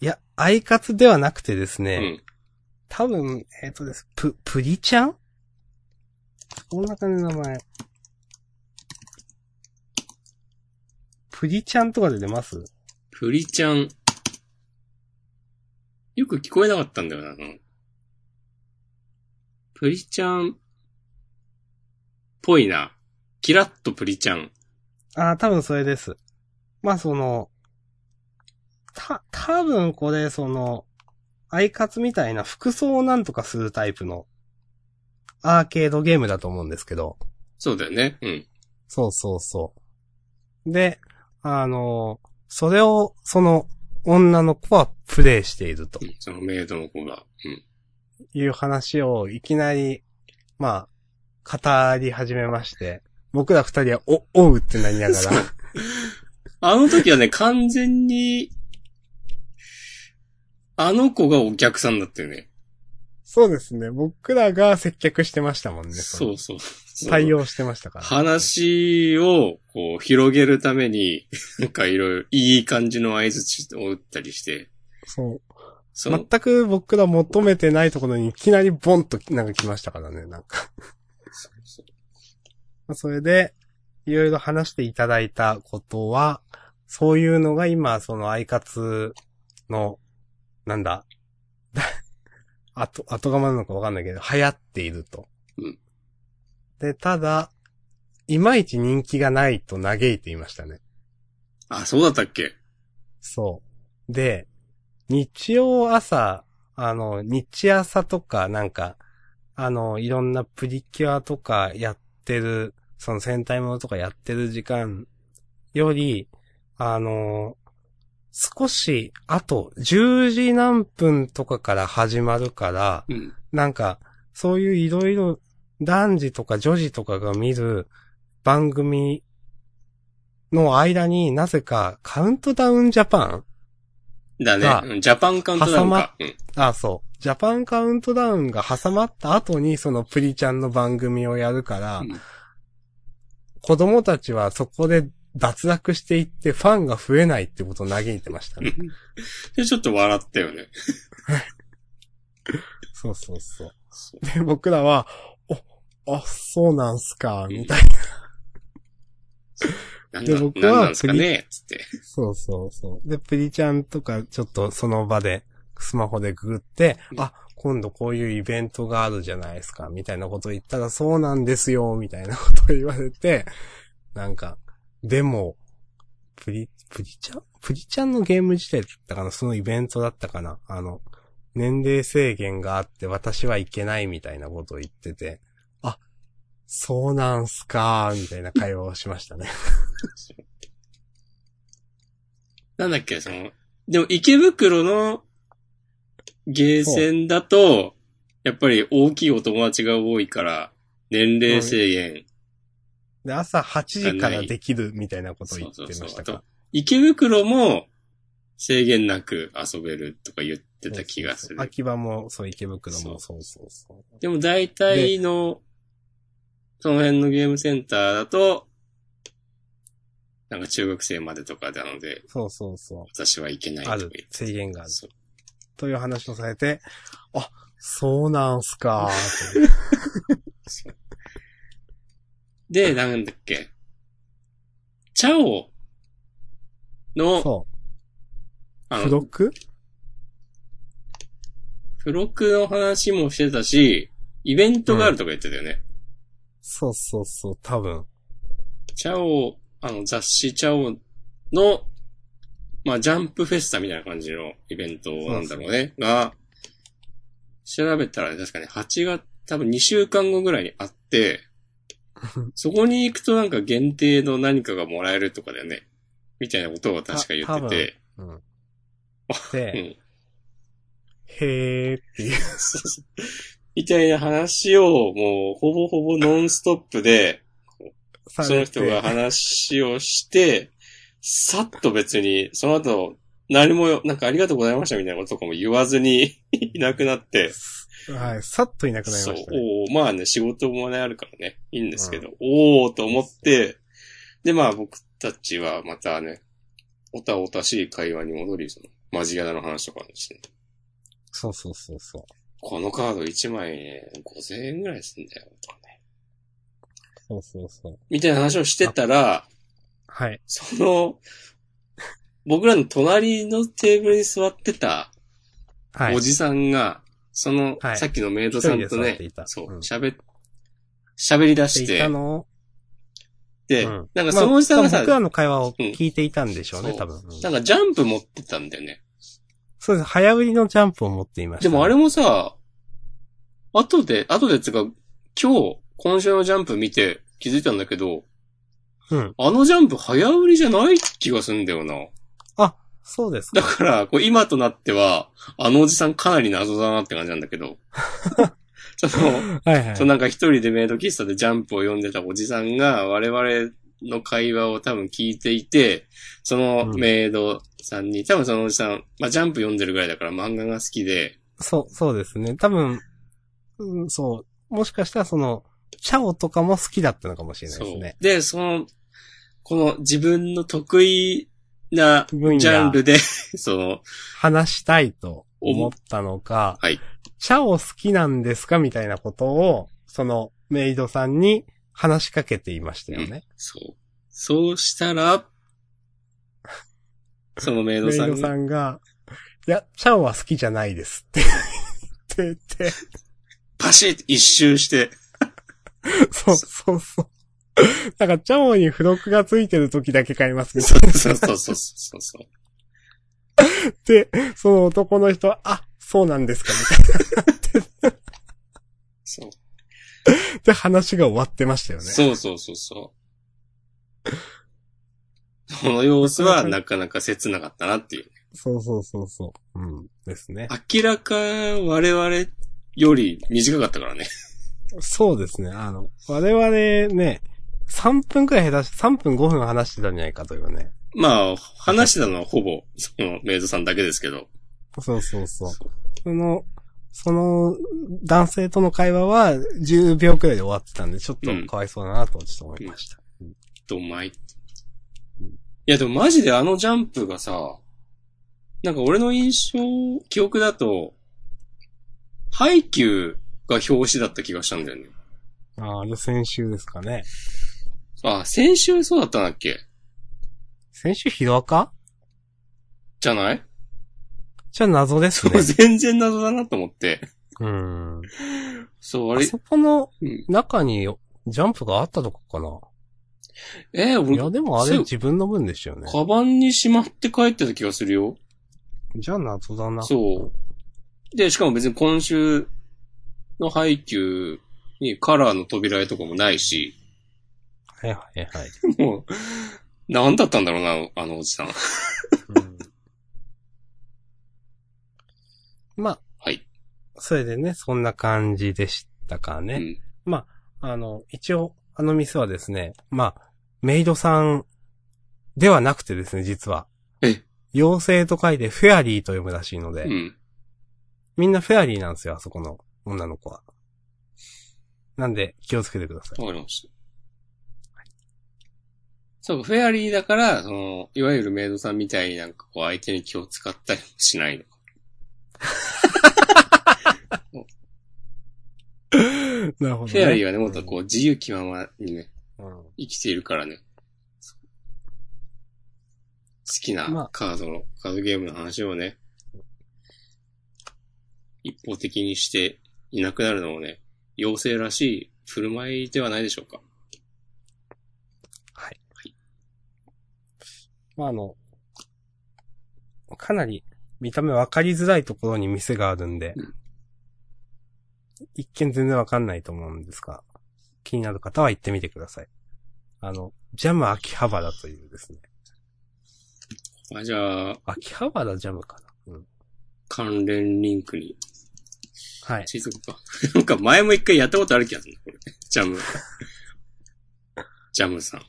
Speaker 1: いや、アイカツではなくてです
Speaker 2: う
Speaker 1: ね、
Speaker 2: ん。
Speaker 1: 多分、えっ、とです、プ、プリちゃんこんな感じの名前。プリちゃんとかで出ます
Speaker 2: プリちゃん。よく聞こえなかったんだよな、あの。プリちゃん、ぽいな。キラッとプリちゃん。
Speaker 1: ああ、多分それです。まあ、その、た、多分これ、その、アイカツみたいな服装をなんとかするタイプのアーケードゲームだと思うんですけど。
Speaker 2: そうだよね。うん。
Speaker 1: そうそうそう。で、あの、それを、その、女の子はプレイしていると
Speaker 2: うんそのメイドの子が。うん。
Speaker 1: いう話をいきなり、まあ、語り始めまして、僕ら二人は、お、おうってなりながら、
Speaker 2: あの時はね、完全に、あの子がお客さんだったよね。
Speaker 1: そうですね、僕らが接客してましたもんね。
Speaker 2: そ
Speaker 1: の
Speaker 2: うそう。
Speaker 1: 対応してましたから。
Speaker 2: 話を、こう、広げるた めに、なんかいろいろ、いい感じの合図を打ったりして、
Speaker 1: そう。
Speaker 2: その
Speaker 1: 全く僕ら求めてないところにいきなりボンとなんか来ましたからね、なんか。まあそれで、いろいろ話していただいたことは、そういうのが今、そのアイカツの、なんだ、 あと、後釜なのかわかんないけど、流行っていると。
Speaker 2: うん
Speaker 1: で、ただ、いまいち人気がないと嘆いていましたね。
Speaker 2: あ、そうだったっけ
Speaker 1: そう。で、日曜朝、あの、日朝とか、なんか、あの、いろんなプリキュアとかやってる、その戦隊ものとかやってる時間より、あの、少し、あと、10時何分とかから始まるから、
Speaker 2: うん。
Speaker 1: なんか、そういういろいろ男児とか女児とかが見る番組の間になぜかカウントダウンジャパン
Speaker 2: だ
Speaker 1: が
Speaker 2: ね。うんジャパンカウントダウンか。うん。
Speaker 1: あ、そう。ジャパンカウントダウンが挟まった後にそのプリちゃんの番組をやるから、
Speaker 2: うん
Speaker 1: 子供たちはそこで脱落していってファンが増えないってことを嘆いてましたね。
Speaker 2: で、ちょっと笑ったよね。
Speaker 1: そうそうそう。
Speaker 2: そう
Speaker 1: で、僕らは、お、あ、そうなんすか、みたいな。
Speaker 2: なん
Speaker 1: で
Speaker 2: な
Speaker 1: 僕は
Speaker 2: なんなんですかねつって。
Speaker 1: そうそうそう。で、プリちゃんとか、ちょっとその場で、スマホでググって、
Speaker 2: うん
Speaker 1: あ、今度こういうイベントがあるじゃないですか、みたいなこと言ったら、そうなんですよ、みたいなことを言われて、なんか、でも、プリ、プリちゃんプリちゃんのゲーム自体だったかなそのイベントだったかなあの、年齢制限があって私はいけないみたいなことを言ってて、あ、そうなんすかみたいな会話をしましたね。
Speaker 2: なんだっけ、その、でも池袋のゲーセンだと、やっぱり大きいお友達が多いから、年齢制限。
Speaker 1: で、朝8時からできるみたいなことを言ってました
Speaker 2: あと
Speaker 1: か。、
Speaker 2: 池袋も制限なく遊べるとか言ってた気が
Speaker 1: そうそ
Speaker 2: す
Speaker 1: うそう
Speaker 2: る。
Speaker 1: 秋葉も、そう、池袋も、そうそうそう。
Speaker 2: でも大体の、その辺のゲームセンターだと、なんか中学生までとかなので、
Speaker 1: そうそうそ。
Speaker 2: 私はいけないうとか
Speaker 1: あ
Speaker 2: 言っ
Speaker 1: る
Speaker 2: て。。
Speaker 1: 制限がある。
Speaker 2: そう
Speaker 1: という話をされて、あ、そうなんすかーという。
Speaker 2: で、なんだっけ。チャオの、
Speaker 1: そう。
Speaker 2: あ
Speaker 1: 付
Speaker 2: の、
Speaker 1: 録
Speaker 2: 付録の話もしてたし、イベントがあるとか言ってたよね。
Speaker 1: そうそうそう、多分。
Speaker 2: チャオ、あの、雑誌チャオの、まあ、ジャンプフェスタみたいな感じのイベントなんだろうね。が、調べたらね確かね、8月、多分2週間後ぐらいに あって、そこに行くとなんか限定の何かがもらえるとかだよね。みたいなことを確か言
Speaker 1: た
Speaker 2: って
Speaker 1: 多
Speaker 2: て
Speaker 1: 分。うん。
Speaker 2: う
Speaker 1: で、
Speaker 2: ん。
Speaker 1: へーっていう。
Speaker 2: そうそうみたいな話をもうほぼほぼノンストップで、
Speaker 1: さ
Speaker 2: その
Speaker 1: れ
Speaker 2: 人が
Speaker 1: て、
Speaker 2: 話をして、さっと別に、その後、何もよ、なんかありがとうございましたみたいなこととかも言わずに いなくなって、
Speaker 1: はい、さっといなくなり
Speaker 2: そう
Speaker 1: ました、、ね。
Speaker 2: おーまあね、仕事もね、あるからね、いいんですけど、おーと思って、で、まあ僕たちはまたね、おたおたしい会話に戻り、その、マジガダの話とかにして、
Speaker 1: そうそうそうそう。
Speaker 2: このカード1枚ね、5000円ぐらいすんだよ、とかね。
Speaker 1: そうそうそう。
Speaker 2: みたいな話をしてたら、
Speaker 1: はい。
Speaker 2: その、僕らの隣のテーブルに座ってた
Speaker 1: はい
Speaker 2: お。じさんが、その、
Speaker 1: はい
Speaker 2: さっきのメイドさんと
Speaker 1: 一人で座っ
Speaker 2: ね
Speaker 1: てい、た
Speaker 2: そう
Speaker 1: うん、
Speaker 2: 喋、喋り出
Speaker 1: して
Speaker 2: し
Speaker 1: いた
Speaker 2: て、
Speaker 1: のを
Speaker 2: で、
Speaker 1: うん
Speaker 2: なんかそのおじさんが
Speaker 1: まあ
Speaker 2: さ、
Speaker 1: 僕らの会話を聞いていたんでしょうね、
Speaker 2: うん
Speaker 1: 多分。うん
Speaker 2: なんかジャンプ持ってたんだよね。
Speaker 1: そうです。早売りのジャンプを持っていました
Speaker 2: で
Speaker 1: ね、
Speaker 2: もあれもさ、後で、後でつうか、今日、今週のジャンプ見て気づいたんだけど、
Speaker 1: うん。
Speaker 2: あのジャンプ早売りじゃない気がすんだよな。
Speaker 1: あ、そうです
Speaker 2: だ
Speaker 1: か。
Speaker 2: から、こう今となっては、あのおじさんかなり謎だなって感じなんだ けど。その、
Speaker 1: はいはい
Speaker 2: そ。のなんか一人でメイド喫茶でジャンプを読んでたおじさんが、我々の会話を多分聞いていて、その
Speaker 1: うん
Speaker 2: メイドさんに、多分そのおじさん、まあジャンプ読んでるぐらいだから漫画が好きで、
Speaker 1: そう、そうですね。多分、うん、そう。もしかしたらその、チャオとかも好きだったのかもしれないです
Speaker 2: そう
Speaker 1: ね。。
Speaker 2: で、その、この自分の得意なジ
Speaker 1: 分野
Speaker 2: ャンルで、 その、
Speaker 1: 話したいと思ったのか、
Speaker 2: はい。
Speaker 1: チャオ好きなんですかみたいなことを、その、メイドさんに話しかけていましたよね。
Speaker 2: そう。そうし たら、そのメイド
Speaker 1: メイ
Speaker 2: さん
Speaker 1: ド
Speaker 2: が
Speaker 1: さんが、いや、チャオは好きじゃないですって 言ってて、
Speaker 2: パシッと一周して、
Speaker 1: そうそうそう。 なんか、チャオに付録がついてる時だけ買いますみたい
Speaker 2: そうそうそうそうそうそう。
Speaker 1: で、その男の人は、あ、そうなんですかみたい
Speaker 2: そう
Speaker 1: な。で、話が終わってましたよね。
Speaker 2: そうそうそうそう。その様子はなかなか切なかったなっていう。
Speaker 1: そうそうそうそう。うん。ですね。
Speaker 2: 明らか我々より短かったからね。
Speaker 1: そうですね。あの、我々ね、3分くらい下手し、3分5分話してたんじゃないかというね。
Speaker 2: まあ、話してたのはほぼ、そのメイドさんだけですけど。
Speaker 1: そうそうそう。その、その、男性との会話は10秒くらいで終わってたんで、ちょっとかわいそうだなと、ちょっと思いました。
Speaker 2: どんまい。いや、でもマジであのジャンプがさ、なんか俺の印象、記憶だと、ハイキューが表紙だった気がしたんだよね。
Speaker 1: あーあの、先週ですかね。
Speaker 2: あ、先週そうだったんだっけ
Speaker 1: 先週、ヒロアカ
Speaker 2: じゃない
Speaker 1: じゃあ謎です
Speaker 2: そ
Speaker 1: ね
Speaker 2: う、。 全然謎だなと思って。
Speaker 1: うん。
Speaker 2: そう、あ
Speaker 1: あ
Speaker 2: れ、
Speaker 1: そこの
Speaker 2: うん
Speaker 1: 中にジャンプがあったとこかな。
Speaker 2: えー
Speaker 1: い
Speaker 2: 俺、
Speaker 1: や、でもあ
Speaker 2: そ
Speaker 1: れ
Speaker 2: う
Speaker 1: 自分の分でしたよね。
Speaker 2: カバンにしまって帰ってた気がするよ。
Speaker 1: じゃあ謎だな。
Speaker 2: そう。で、しかも別に今週の配給にカラーの扉絵とかもないし、
Speaker 1: はいはいはい。
Speaker 2: もう、なんだったんだろうな、あのあのおじさん。
Speaker 1: まあ、それでね、そんな感じでしたか
Speaker 2: う
Speaker 1: ね。
Speaker 2: ん。
Speaker 1: あの、一応、あの店はですね、まあ、メイドさんではなくてですね、実は。
Speaker 2: え
Speaker 1: 妖精と書いてフェアリーと読むらしいので、
Speaker 2: うん。
Speaker 1: みんなフェアリーなんですよ、あそこの女の子は。なんで、気をつけてください。
Speaker 2: わかりました。そうか、フェアリーだから、その、いわゆるメイドさんみたいになんかこう相手に気を使ったりもしないのか。
Speaker 1: なるほど、ね。
Speaker 2: フェアリーはね、もっとこう自由気ままにね、
Speaker 1: うん。
Speaker 2: 生きているからね。好き
Speaker 1: まあ
Speaker 2: なカードの、カードゲームの話をね、一方的にしていなくなるのもね、妖精らしい振る舞いではないでしょうか。
Speaker 1: はい。まあ、あの、かなり見た目分かりづらいところに店があるんで、
Speaker 2: うん
Speaker 1: 一見全然分かんないと思うんですが、気になる方は行ってみてください。あの、ジャム秋葉原というですね。
Speaker 2: まあ、じゃあ、
Speaker 1: 秋葉原ジャムかなうん。
Speaker 2: 関連リンクに
Speaker 1: はい。
Speaker 2: 静岡か。 なんか前も一回やったことある気がするな、これ。ジャム。ジャムさん。うん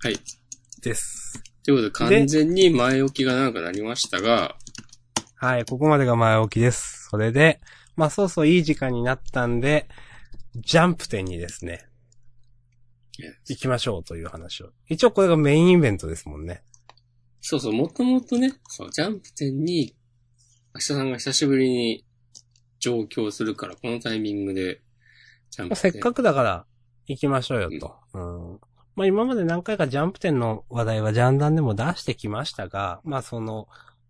Speaker 2: はい。
Speaker 1: です。
Speaker 2: ということで、完全に前置きが長くなりましたが、
Speaker 1: はい、ここまでが前置きです。それで、まあそうそういい時間になったんで、ジャンプ店にですね、行きましょうという話を。一応これがメインイベントですもんね。
Speaker 2: そうそう、もともとね、そう、ジャンプ店に、明日さんが久しぶりに上京するから、このタイミングで、ジャンプ
Speaker 1: せ
Speaker 2: 店。
Speaker 1: っかくだから、行きましょうよと。うん。まあ今まで何回かジャンプ店の話題はジャンダンでも出してきましたが、まあその、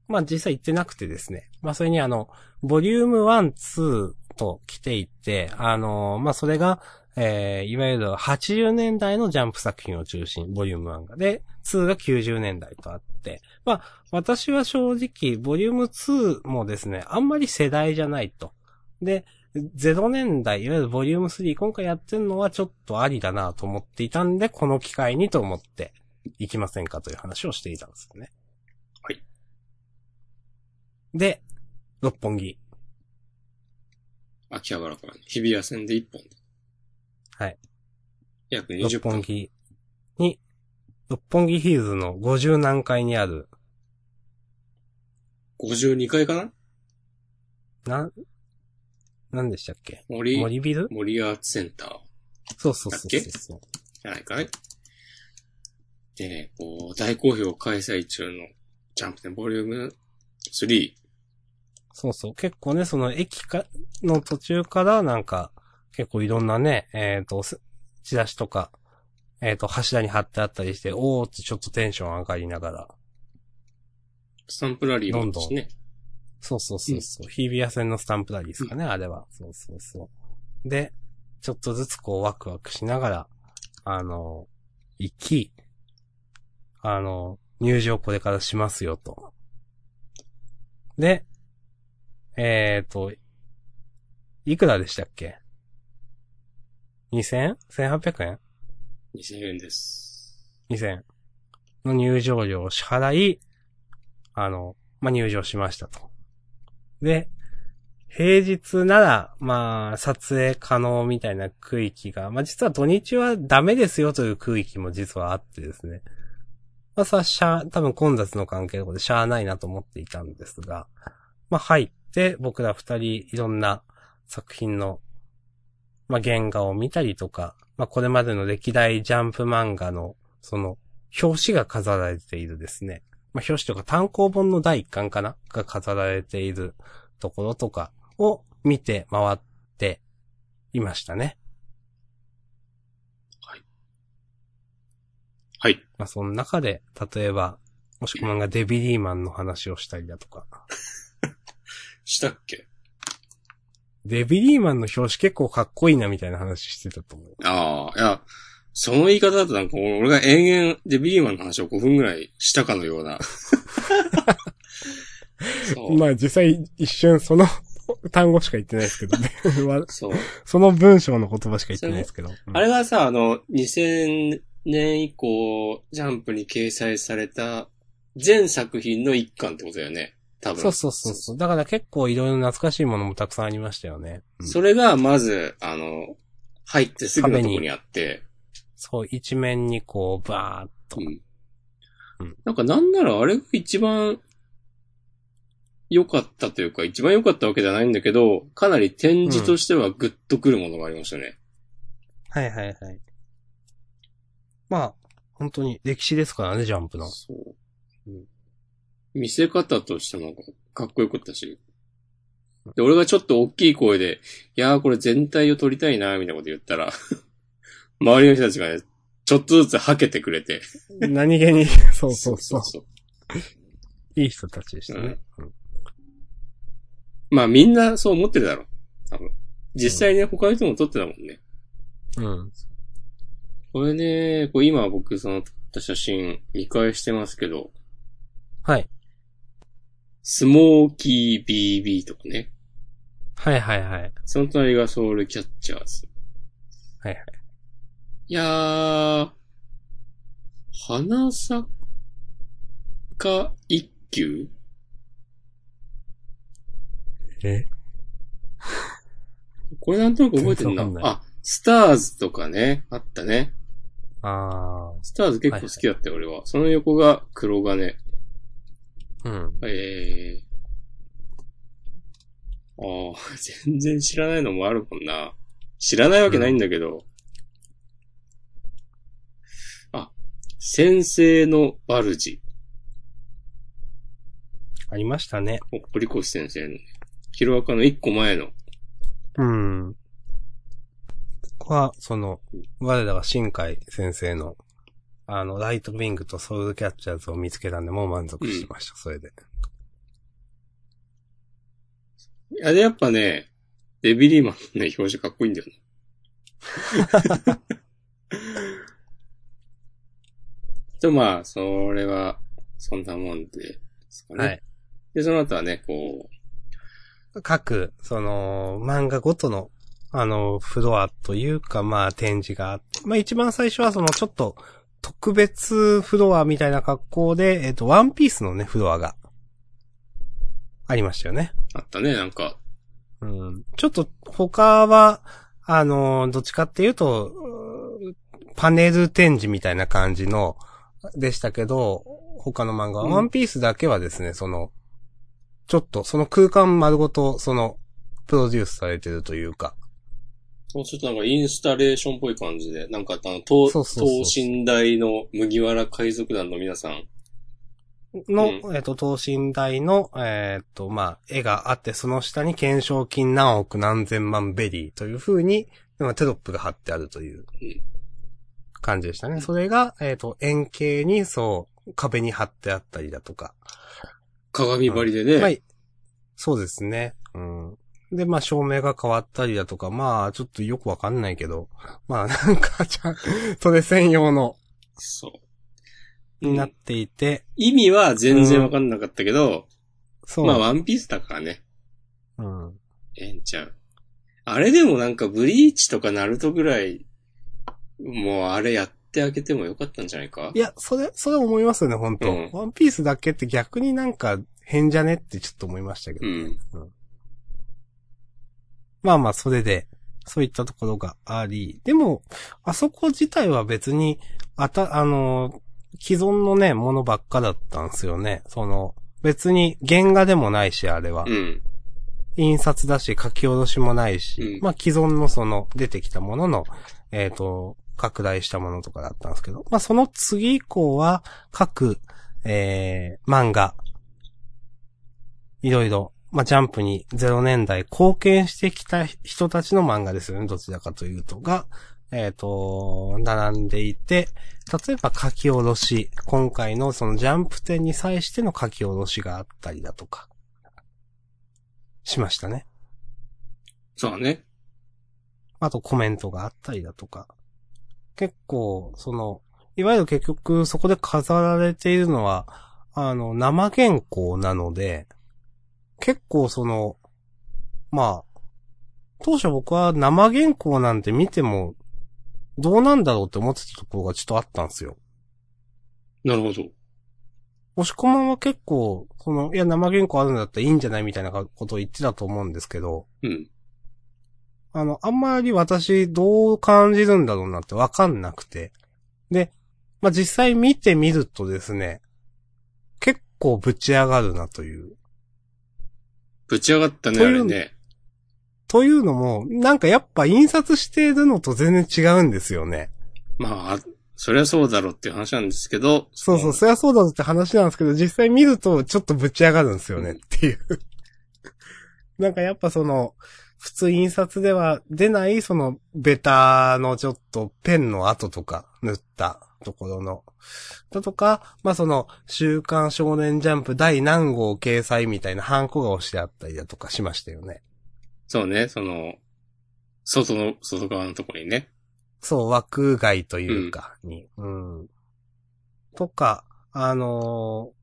Speaker 1: まあ実際行ってなくてですね。まあそれにあの、ボリューム1、2と来ていて、あの、まあそれが、えー、いわゆる80年代のジャンプ作品を中心、ボリューム1が。で、2が90年代とあって。まあ、私は正直、ボリューム2もですね、あんまり世代じゃないと。で、0年代、いわゆるボリューム3、今回やってるのはちょっとありだなと思っていたんで、この機会にと思って、行きませんかという話をしていたんですよね。
Speaker 2: はい。
Speaker 1: で、六本木。
Speaker 2: 秋葉原からね、日比谷線で1本で。
Speaker 1: はい。
Speaker 2: 約
Speaker 1: 六
Speaker 2: 20分
Speaker 1: 本。木に、六本木ヒルズの50何階にある、
Speaker 2: 52階かな
Speaker 1: なん、なんでしたっけ
Speaker 2: 森、
Speaker 1: 森ビル
Speaker 2: 森アーツセンター。
Speaker 1: そうそうそう
Speaker 2: だっ
Speaker 1: そうそう。
Speaker 2: じゃないかいでね、こう、大好評開催中のジャンプ店ボリューム3。
Speaker 1: そうそう。結構ね、その駅か、の途中からなんか、結構いろんなね、えっ、と、すチラシとか、えっ、と、柱に貼ってあったりして、おーってちょっとテンション上がりながら。
Speaker 2: スタンプラリーもあったしね。
Speaker 1: そうそうそうそう。日比谷線のスタンプラリーですかね、あれは。そうそうそう。で、ちょっとずつこうワクワクしながら、あの、行き、あの、入場これからしますよと。で、えっ、ー、と、いくらでしたっけ ?2000?1800 円
Speaker 2: 2000円です。
Speaker 1: 2000の入場料を支払い、あの、まあ、入場しましたと。で、平日なら、まあ、撮影可能みたいな区域が、まあ、実は土日はダメですよという区域も実はあってですね。まあ、さ、しゃ、多分混雑の関係とかでしゃあないなと思っていたんですが、まあ、入って、僕ら二人いろんな作品の、まあ、原画を見たりとか、まあ、これまでの歴代ジャンプ漫画のその、表紙が飾られているですね。まあ、表紙とか単行本の第一巻かなが飾られているところとかを見て回っていましたね。
Speaker 2: はい。
Speaker 1: まあ、その中で、例えば、もしくはがデビリーマンの話をしたりだとか、
Speaker 2: したっけ
Speaker 1: デビリーマンの表紙結構かっこいいなみたいな話してたと思う。
Speaker 2: ああ、いや、その言い方だとなんか俺が延々でビリーマンの話を5分ぐらいしたかのよ うな。そう。
Speaker 1: まあ実際一瞬その単語しか言ってないですけどね。 わ
Speaker 2: そう。
Speaker 1: その文章の言葉しか言ってないですけど。うん
Speaker 2: あれがさ、あの、2000年以降、ジャンプに掲載された全作品の一巻ってことだよね。多分。
Speaker 1: そうそうそうそう。だから結構いろいろ懐かしいものもたくさんありましたよね。うん
Speaker 2: それが、まず、あの、入ってすぐのとこにあって、
Speaker 1: そう、一面にこう、バーっと。
Speaker 2: うん
Speaker 1: うん。
Speaker 2: なんか、なんならあれが一番、良かったというか、一番良かったわけじゃないんだけど、かなり展示としてはグッとくるものがありましたね。
Speaker 1: はいはいはい。まあ、本当に歴史ですからね、ジャンプの。
Speaker 2: そう、見せ方としてもなんかかっこよかったし。で、俺がちょっと大きい声で、いやーこれ全体を撮りたいなーみたいなこと言ったら、 周りの人たちがね、ちょっとずつはけてくれて。
Speaker 1: 何気 に、そうそうそう。
Speaker 2: そう。
Speaker 1: いい人たちでしたね。うん
Speaker 2: まあみんなそう思ってるだろう。多分。実際ね、他の人も撮ってたもんね。
Speaker 1: うん。
Speaker 2: これね、こう今僕その撮った写真見返してますけど、
Speaker 1: はい。
Speaker 2: スモーキー BB とかね。
Speaker 1: はいはいはい。
Speaker 2: その隣がソウルキャッチャーズ。
Speaker 1: はいはい。
Speaker 2: いやー、花咲か一休
Speaker 1: え
Speaker 2: これなんとなく覚えてる
Speaker 1: 全然わか。
Speaker 2: な
Speaker 1: な
Speaker 2: ん
Speaker 1: い
Speaker 2: あ、スターズとかね、あったね。
Speaker 1: あ
Speaker 2: スターズ結構好きだったよ、俺は。その横が黒金。
Speaker 1: ー。うん。
Speaker 2: えー。あー、全然知らないのもあるもんな。知らないわけないんだけど。あ、先生のバルジ。
Speaker 1: ありましたね。
Speaker 2: 堀越先生の。ヒロアカの一個前の。
Speaker 1: うん。ここは、その、我らが新海先生の、あの、ライトウィングとソウルキャッチャーズを見つけたんで、もう満足しました、それで。
Speaker 2: いや、で、やっぱね、デビリーマンのね、表情かっこいいんだよね。 と、まあ、それは、そんなもんで、ですかね。
Speaker 1: はい。
Speaker 2: で、その後はね、こ
Speaker 1: 各、その、漫画ごとの、あの、フロアというか、まあ、展示があって、まあ、一番最初は、その、ちょっと、特別フロアみたいな格好で、えっ、と、ワンピースのね、フロアが、ありましたよね。
Speaker 2: う、あったね、なんか、
Speaker 1: うん。ちょっと、他は、あの、どっちかっていうと、うーパネル展示みたいな感じの、でしたけど、他の漫画は、
Speaker 2: うん
Speaker 1: ワンピースだけはですね、その、ちょっと、その空間丸ごと、その、プロデュースされてるというか、
Speaker 2: そうちょっとなんかインスタレーションっぽい感じで、なんかあの、東、
Speaker 1: そうそうそう
Speaker 2: 等身大の麦わら海賊団の皆さん、
Speaker 1: の、
Speaker 2: う
Speaker 1: えっ、と、等身大の、えっ、と、まあ、絵があって、その下に懸賞金何億何千万ベリーという風に、まあ、テロップが貼ってあるという
Speaker 2: うん
Speaker 1: 感じでしたね。それが、えっ、と、円形に、そう、壁に貼ってあったりだとか。
Speaker 2: 鏡張りでね、
Speaker 1: はい。そうですね。うん。で、まあ、照明が変わったりだとか、まあ、ちょっとよくわかんないけど、まあ、なんか、ちゃん、トレセン用の、
Speaker 2: そう。
Speaker 1: になっていて、
Speaker 2: 意味は全然わかんなかったけど、
Speaker 1: そう。
Speaker 2: まあ、ワンピースだからね。
Speaker 1: うん。
Speaker 2: ええんちゃう。あれでもなんかブリーチとかナルトぐらい、もうあれやってあげてもよかったんじゃないか
Speaker 1: いや、それ、それ思いますよね、本当、
Speaker 2: うん
Speaker 1: ワンピースだけって逆になんか変じゃねってちょっと思いましたけど、
Speaker 2: う
Speaker 1: ね
Speaker 2: ん。
Speaker 1: まあまあ、それで、そういったところがあり、でも、あそこ自体は別に、あた、あの、既存のね、ものばっかだったんですよね。その、別に原画でもないし、あれは。
Speaker 2: うん。
Speaker 1: 印刷だし、書き下ろしもないし、
Speaker 2: うん
Speaker 1: まあ既存のその出てきたものの、えっ、と、拡大したものとかだったんですけど、まあその次以降は各、えー、漫画、いろいろ、まあジャンプに0年代貢献してきた人たちの漫画ですよね、どちらかというとが、えっ、と、並んでいて、例えば書き下ろし、今回のそのジャンプ展に際しての書き下ろしがあったりだとか、しましたね。
Speaker 2: そうだね。
Speaker 1: あとコメントがあったりだとか。結構、その、いわゆる結局そこで飾られているのは、あの、生原稿なので、結構その、まあ、当初僕は生原稿なんて見ても、どうなんだろうって思ってたところがちょっとあったんですよ。
Speaker 2: なるほど。
Speaker 1: 押し込まんは結構、その、いや、生原稿あるんだったらいいんじゃないみたいなことを言ってたと思うんですけど、
Speaker 2: うん。
Speaker 1: あの、あんまり私、どう感じるんだろうなってわかんなくて。で、まあ、実際見てみるとですね、結構ぶち上がるなという。
Speaker 2: ぶち上がったね、
Speaker 1: と
Speaker 2: あ
Speaker 1: いう
Speaker 2: れね。
Speaker 1: というのも、なんかやっぱ印刷してるのと全然違うんですよね。
Speaker 2: まあ、そりゃそうだろうっていう話なんですけど。
Speaker 1: そうそう、そりゃそうだぞって話なんですけど、実際見るとちょっとぶち上がるんですよねっていう。 なんかやっぱその、普通印刷では出ない、その、ベタのちょっとペンの跡とか、塗ったところの、だとか、まあその、週刊少年ジャンプ第何号掲載みたいなハンコが押してあったりだとかしましたよね。
Speaker 2: そうね、その、外の、外側のところにね。
Speaker 1: そう、枠外というか、に。うん。とか、あのーこ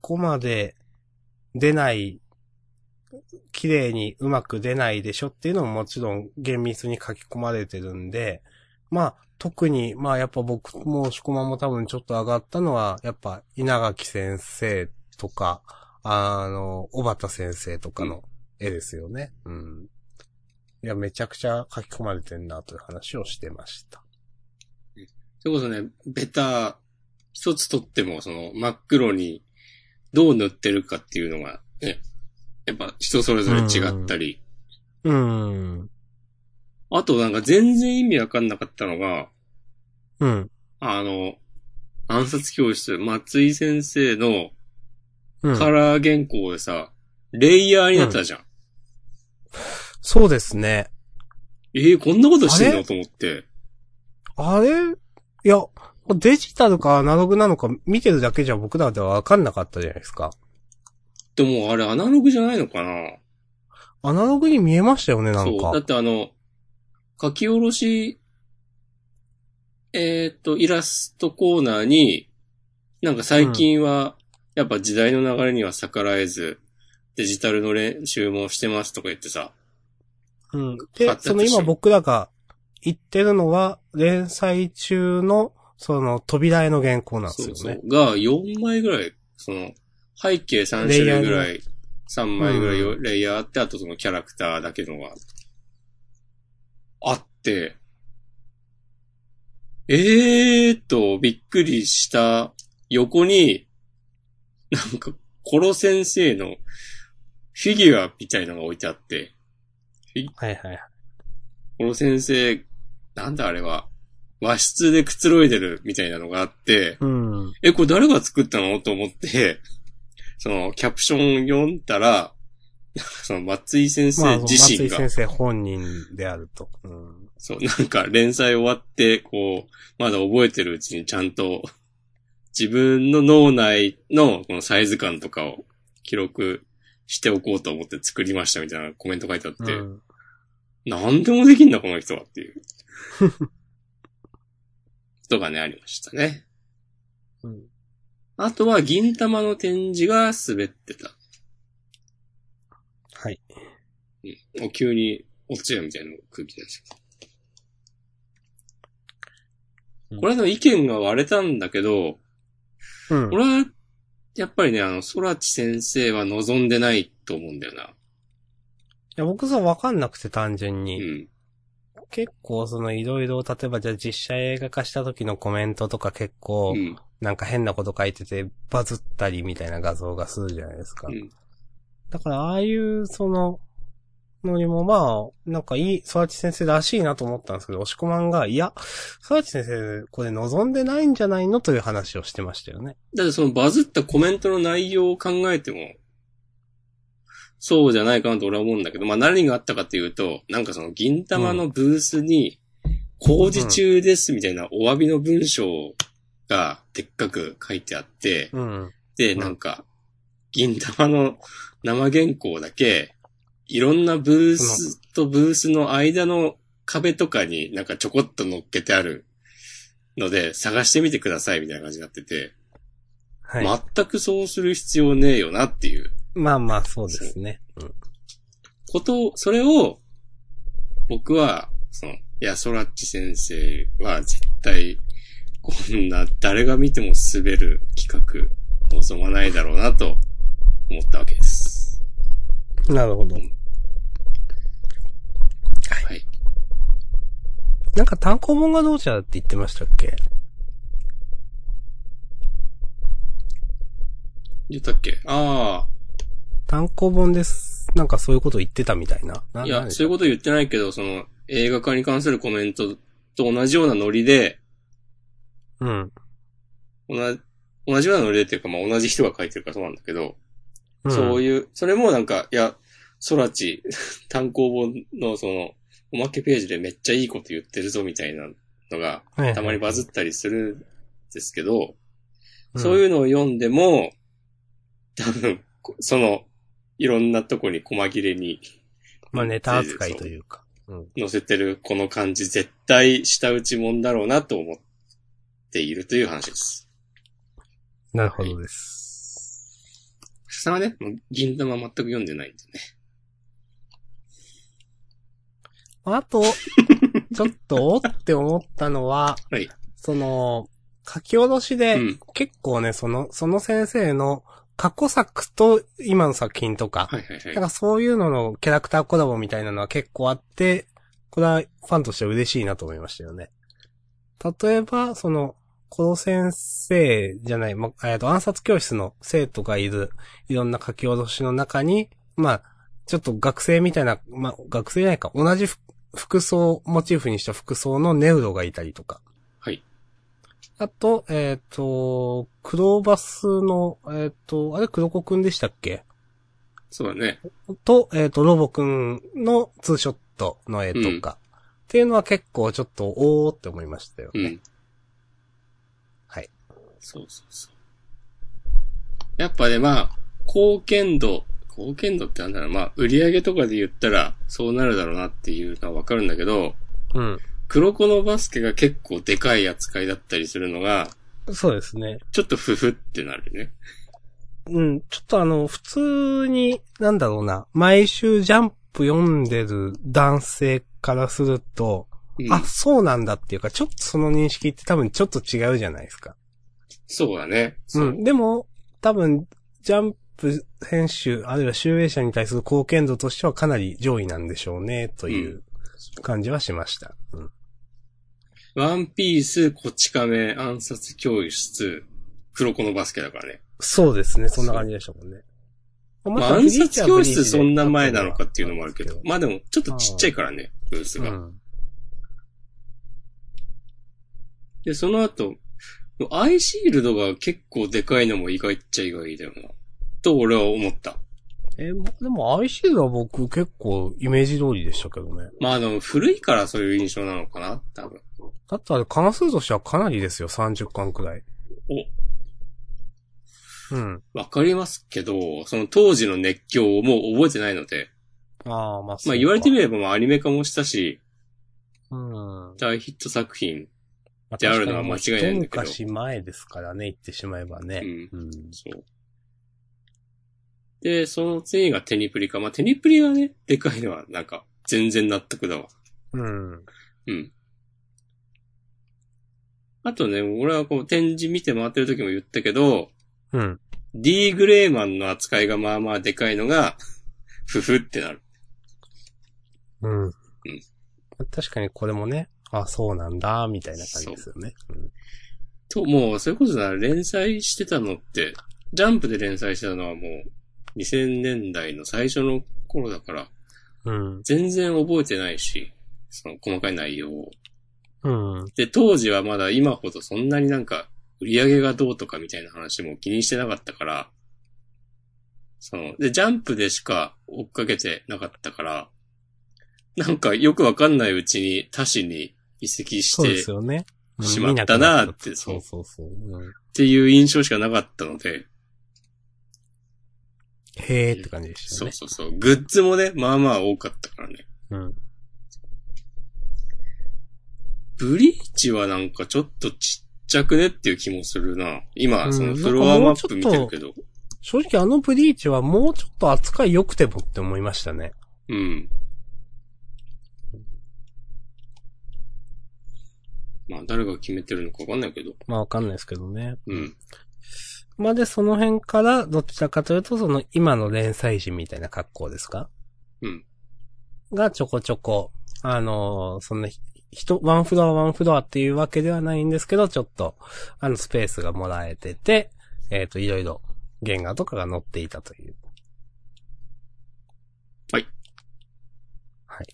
Speaker 1: こまで出ない、綺麗にうまく出ないでしょっていうのももちろん厳密に書き込まれてるんで、まあ、特に、まあやっぱ僕も、しこまも多分ちょっと上がったのは、やっぱ稲垣先生とか、あの、小畑先生とかの絵ですよね。うんいや、めちゃくちゃ書き込まれてんなという話をしてました。
Speaker 2: それこそね、ベタ、一つ取っても、その、真っ黒に、どう塗ってるかっていうのが、ね、やっぱ人それぞれ違ったり、
Speaker 1: うーん。
Speaker 2: あとなんか全然意味わかんなかったのが、
Speaker 1: うん。
Speaker 2: あの、暗殺教室、松井先生の
Speaker 1: うん。
Speaker 2: カラー原稿でさ、レイヤーになってたじゃん。
Speaker 1: そうですね。
Speaker 2: ええこんなことしてん
Speaker 1: あ
Speaker 2: の
Speaker 1: れ
Speaker 2: と思って。
Speaker 1: あれいや、デジタルかアナログなのか見てるだけじゃ僕らではわかんなかったじゃないですか。
Speaker 2: でもあれアナログじゃないのかな
Speaker 1: アナログに見えましたよね、なん
Speaker 2: そう。だ
Speaker 1: か
Speaker 2: っ。てあの、書き下ろし、えーっと、イラストコーナーに、なんか最近は、やっぱ時代の流れには逆らえず、デジタルの練習もしてますとか言ってさ、
Speaker 1: うん。
Speaker 2: 買
Speaker 1: で
Speaker 2: っ、た
Speaker 1: その
Speaker 2: として
Speaker 1: 今僕らが言ってるのは、連載中の、その、扉絵の原稿なんですよね。
Speaker 2: そうそう。が、4枚ぐらい、その、背景3種類ぐら
Speaker 1: レ
Speaker 2: い、3枚ぐらいよ
Speaker 1: う
Speaker 2: レイヤーあって、あとそのキャラクターだけのが、あって、えーっと、びっくりした横に、なんか、コロ先生のフィギュアみたいのが置いてあって、
Speaker 1: はいはいはい。
Speaker 2: コロ先生、なんだあれは、和室でくつろいでるみたいなのがあって、
Speaker 1: うん。
Speaker 2: え、これ誰が作ったのと思って、その、キャプション読んだら、 その、松井先
Speaker 1: まあ、
Speaker 2: 生
Speaker 1: 松
Speaker 2: 自身
Speaker 1: 井
Speaker 2: が、
Speaker 1: 先生本人であると。うん。
Speaker 2: そう、なんか連載終わって、こう、まだ覚えてるうちにちゃんと、自分の脳内のこのサイズ感とかを記録しておこうと思って作りましたみたいなコメント書いてあって、
Speaker 1: うん
Speaker 2: なんでもできんだ、この人はっていう。 ことがね、ありましたね。
Speaker 1: うん
Speaker 2: あとは、銀玉の展示が滑ってた。
Speaker 1: はい。
Speaker 2: もう急に落ちるみたいな空気なんです
Speaker 1: うん
Speaker 2: よ。これの意見が割れたんだけど、
Speaker 1: うん。
Speaker 2: 俺は、やっぱりね、あの、空知先生は望んでないと思うんだよな。
Speaker 1: いや、僕さ、わかんなくて単純
Speaker 2: う
Speaker 1: に。
Speaker 2: ん。
Speaker 1: 結構そのいろいろ、例えばじゃあ実写映画化した時のコメントとか結構
Speaker 2: う、ん。
Speaker 1: なんか変なこと書いててバズったりみたいな画像がするじゃないですか。
Speaker 2: うん
Speaker 1: だからああいうその、のにもまあ、なんかいい、育ち先生らしいなと思ったんですけど、押し込まんが、いや、育ち先生、これ望んでないんじゃないのという話をしてましたよね。
Speaker 2: だってそのバズったコメントの内容を考えても、そうじゃないかなと俺は思うんだけど、まあ何があったかというと、なんかその銀玉のブースに、工事中ですみたいなお詫びの文章がでっかく書いてあって、
Speaker 1: うん。
Speaker 2: で、
Speaker 1: うん
Speaker 2: なんか、銀玉の生原稿だけ、いろんなブースとブースの間の壁とかになんかちょこっと乗っけてあるので、探してみてくださいみたいな感じになってて、
Speaker 1: はい。ま、
Speaker 2: 全くそうする必要ねえよなっていう
Speaker 1: あまあ、そうですね。うん。
Speaker 2: ことを、それを、僕は、その、いや、ソラッチ先生は絶対、こんな誰が見ても滑る企画望まないだろうなと思ったわけです。
Speaker 1: なるほど。
Speaker 2: はい。
Speaker 1: なんか単行本がどうじゃって言ってましたっけ
Speaker 2: 言ったっけあ
Speaker 1: 単行本です。なんかそういうこと言ってたみたいな。
Speaker 2: あ、
Speaker 1: ないなん
Speaker 2: や、
Speaker 1: でし
Speaker 2: そういうこと言ってないけど、その映画化に関するコメントと同じようなノリで、
Speaker 1: ょううん。
Speaker 2: 同じ、同じようなノリでっていうか、まあ同じ人が書いてるからそうなんだけど、
Speaker 1: うん、
Speaker 2: そう
Speaker 1: い
Speaker 2: いう、それもなんか、いや、ソラチ 単行本のその、おまけページでめっちゃいいこと言ってるぞみたいなのが、
Speaker 1: う
Speaker 2: たまにバズったりするんですけど、そう
Speaker 1: う
Speaker 2: い
Speaker 1: ん。
Speaker 2: うのを読んでも、多分、こその、いろんなとこに細切れに
Speaker 1: まあネタ扱いというか。うん。
Speaker 2: 載せてるこの感じ、絶対下打ちもんだろうなと思っているという話です。
Speaker 1: なるほどです。
Speaker 2: 下さんはね、もう銀玉全く読んでないんでね。
Speaker 1: あ と、ちょっとおって思ったのは、
Speaker 2: はい
Speaker 1: その、書き下ろしで、
Speaker 2: うん
Speaker 1: 結構ね、その、その先生の過去作と今の作品とか、
Speaker 2: はいはい
Speaker 1: なん
Speaker 2: はい。
Speaker 1: かそういうののキャラクターコラボみたいなのは結構あって、これはファンとしては嬉しいなと思いましたよね。例えば、その、コロ先生じゃない、ま、えっと、暗殺教室の生徒がいる、いろんな書き下ろしの中に、まあ、ちょっと学生みたいな、まあ、学生じゃないか、同じ服服装をモチーフにした服装のネウロがいたりとか。
Speaker 2: はい。
Speaker 1: あと、えっ、と、クローバスの、えっ、と、あれ、黒子くんでしたっけ
Speaker 2: そうだね。
Speaker 1: と、えっ、と、ロボくんのツーショットの絵とか、っていうのは結構ちょっと、おーって思いましたよ
Speaker 2: う
Speaker 1: ね。
Speaker 2: ん。
Speaker 1: はい。
Speaker 2: そうそうそう。やっぱね、まあ、貢献度、貢献度ってなんだろう、まあ、売り上げとかで言ったら、そうなるだろうなっていうのはわかるんだけど、
Speaker 1: うん。
Speaker 2: 黒子のバスケが結構でかい扱いだったりするのが、
Speaker 1: そうですね。
Speaker 2: ちょっとふふってなるね。
Speaker 1: うん。ちょっとあの、普通に、なんだろうな、毎週ジャンプ読んでる男性からすると、
Speaker 2: うん、
Speaker 1: あ、そうなんだっていうか、ちょっとその認識って多分ちょっと違うじゃないですか。
Speaker 2: そうだね。そうう。
Speaker 1: ん。でも、多分、ジャンプ編集、あるいは集英社に対する貢献度としてはかなり上位なんでしょうね、という感じはしました。うん。
Speaker 2: ワンピース、こち亀、暗殺教室、黒子のバスケだからね。
Speaker 1: そうですね、そんな感じでしたもんね。もし
Speaker 2: ま
Speaker 1: か
Speaker 2: あ、暗殺教室そんな前なのかっていうのもあるけど。まあでも、ちょっとちっちゃいからね、ブース
Speaker 1: う
Speaker 2: が。
Speaker 1: ん。
Speaker 2: で、その後、アイシールドが結構でかいのも意外っちゃ意外だよな。と俺は思った。
Speaker 1: え、ぼでも IC は僕結構イメージ通りでしたけどね。
Speaker 2: まあでも古いからそういう印象なのかな多分。
Speaker 1: だってあれ、関数としてはかなりですよ、30巻くらい。うん。
Speaker 2: わかりますけど、その当時の熱狂をもう覚えてないので、
Speaker 1: ああ、まあそうか
Speaker 2: まあ言われてみればまあアニメ化もしたし、
Speaker 1: うん。
Speaker 2: 大ヒット作品、
Speaker 1: っ
Speaker 2: であるのは間違いないんだけど
Speaker 1: 一昔前ですからね、言ってしまえば
Speaker 2: う
Speaker 1: ね。
Speaker 2: ん、
Speaker 1: うん。
Speaker 2: そう。で、その次がテニプリか。まあテニプリがね、でかいのはなんか全然納得だわ。
Speaker 1: うん。
Speaker 2: うん。あとね、俺はこう展示見て回ってる時も言ったけど、
Speaker 1: うん。
Speaker 2: D グレーマンの扱いがまあまあでかいのが、ふふってなる。
Speaker 1: うん。確かにこれもね、あ、そうなんだ、みたいな感じですよね。うん
Speaker 2: と、もう、そういうことなら連載してたのって、ジャンプで連載してたのはもう、2000年代の最初の頃だから、
Speaker 1: うん。
Speaker 2: 全然覚えてないし、その細かい内容を。
Speaker 1: うん。
Speaker 2: で、当時はまだ今ほどそんなになんか、売り上げがどうとかみたいな話も気にしてなかったから、その、で、ジャンプでしか追っかけてなかったから、なんかよくわかんないうちに他市に移籍し
Speaker 1: そうで
Speaker 2: て
Speaker 1: すよね。うん
Speaker 2: しまったなーって
Speaker 1: 見なくなったそうそうそう。うん
Speaker 2: っていう印象しかなかったので、
Speaker 1: へーって感じでした
Speaker 2: そ
Speaker 1: ね
Speaker 2: う。そうそう。グッズもね、まあまあ多かったからね。
Speaker 1: うん。
Speaker 2: ブリーチはなんかちょっとちっちゃくねっていう気もするな。今、そ
Speaker 1: う
Speaker 2: の
Speaker 1: ん
Speaker 2: フロアマップ見てるけど。
Speaker 1: 正直あのブリーチはもうちょっと扱い良くてもって思いましたね。
Speaker 2: うん。まあ誰が決めてるのかわかんないけど。
Speaker 1: まあわかんないですけどね。
Speaker 2: うん。
Speaker 1: までその辺から、どちらかというと、その今の連載誌みたいな格好ですか
Speaker 2: うん。
Speaker 1: がちょこちょこ、あのーそんなひ、人、ワンフロアワンフロアっていうわけではないんですけど、ちょっと、あの、スペースがもらえてて、えっ、と、いろいろ、原画とかが載っていたという。
Speaker 2: はい。
Speaker 1: はい。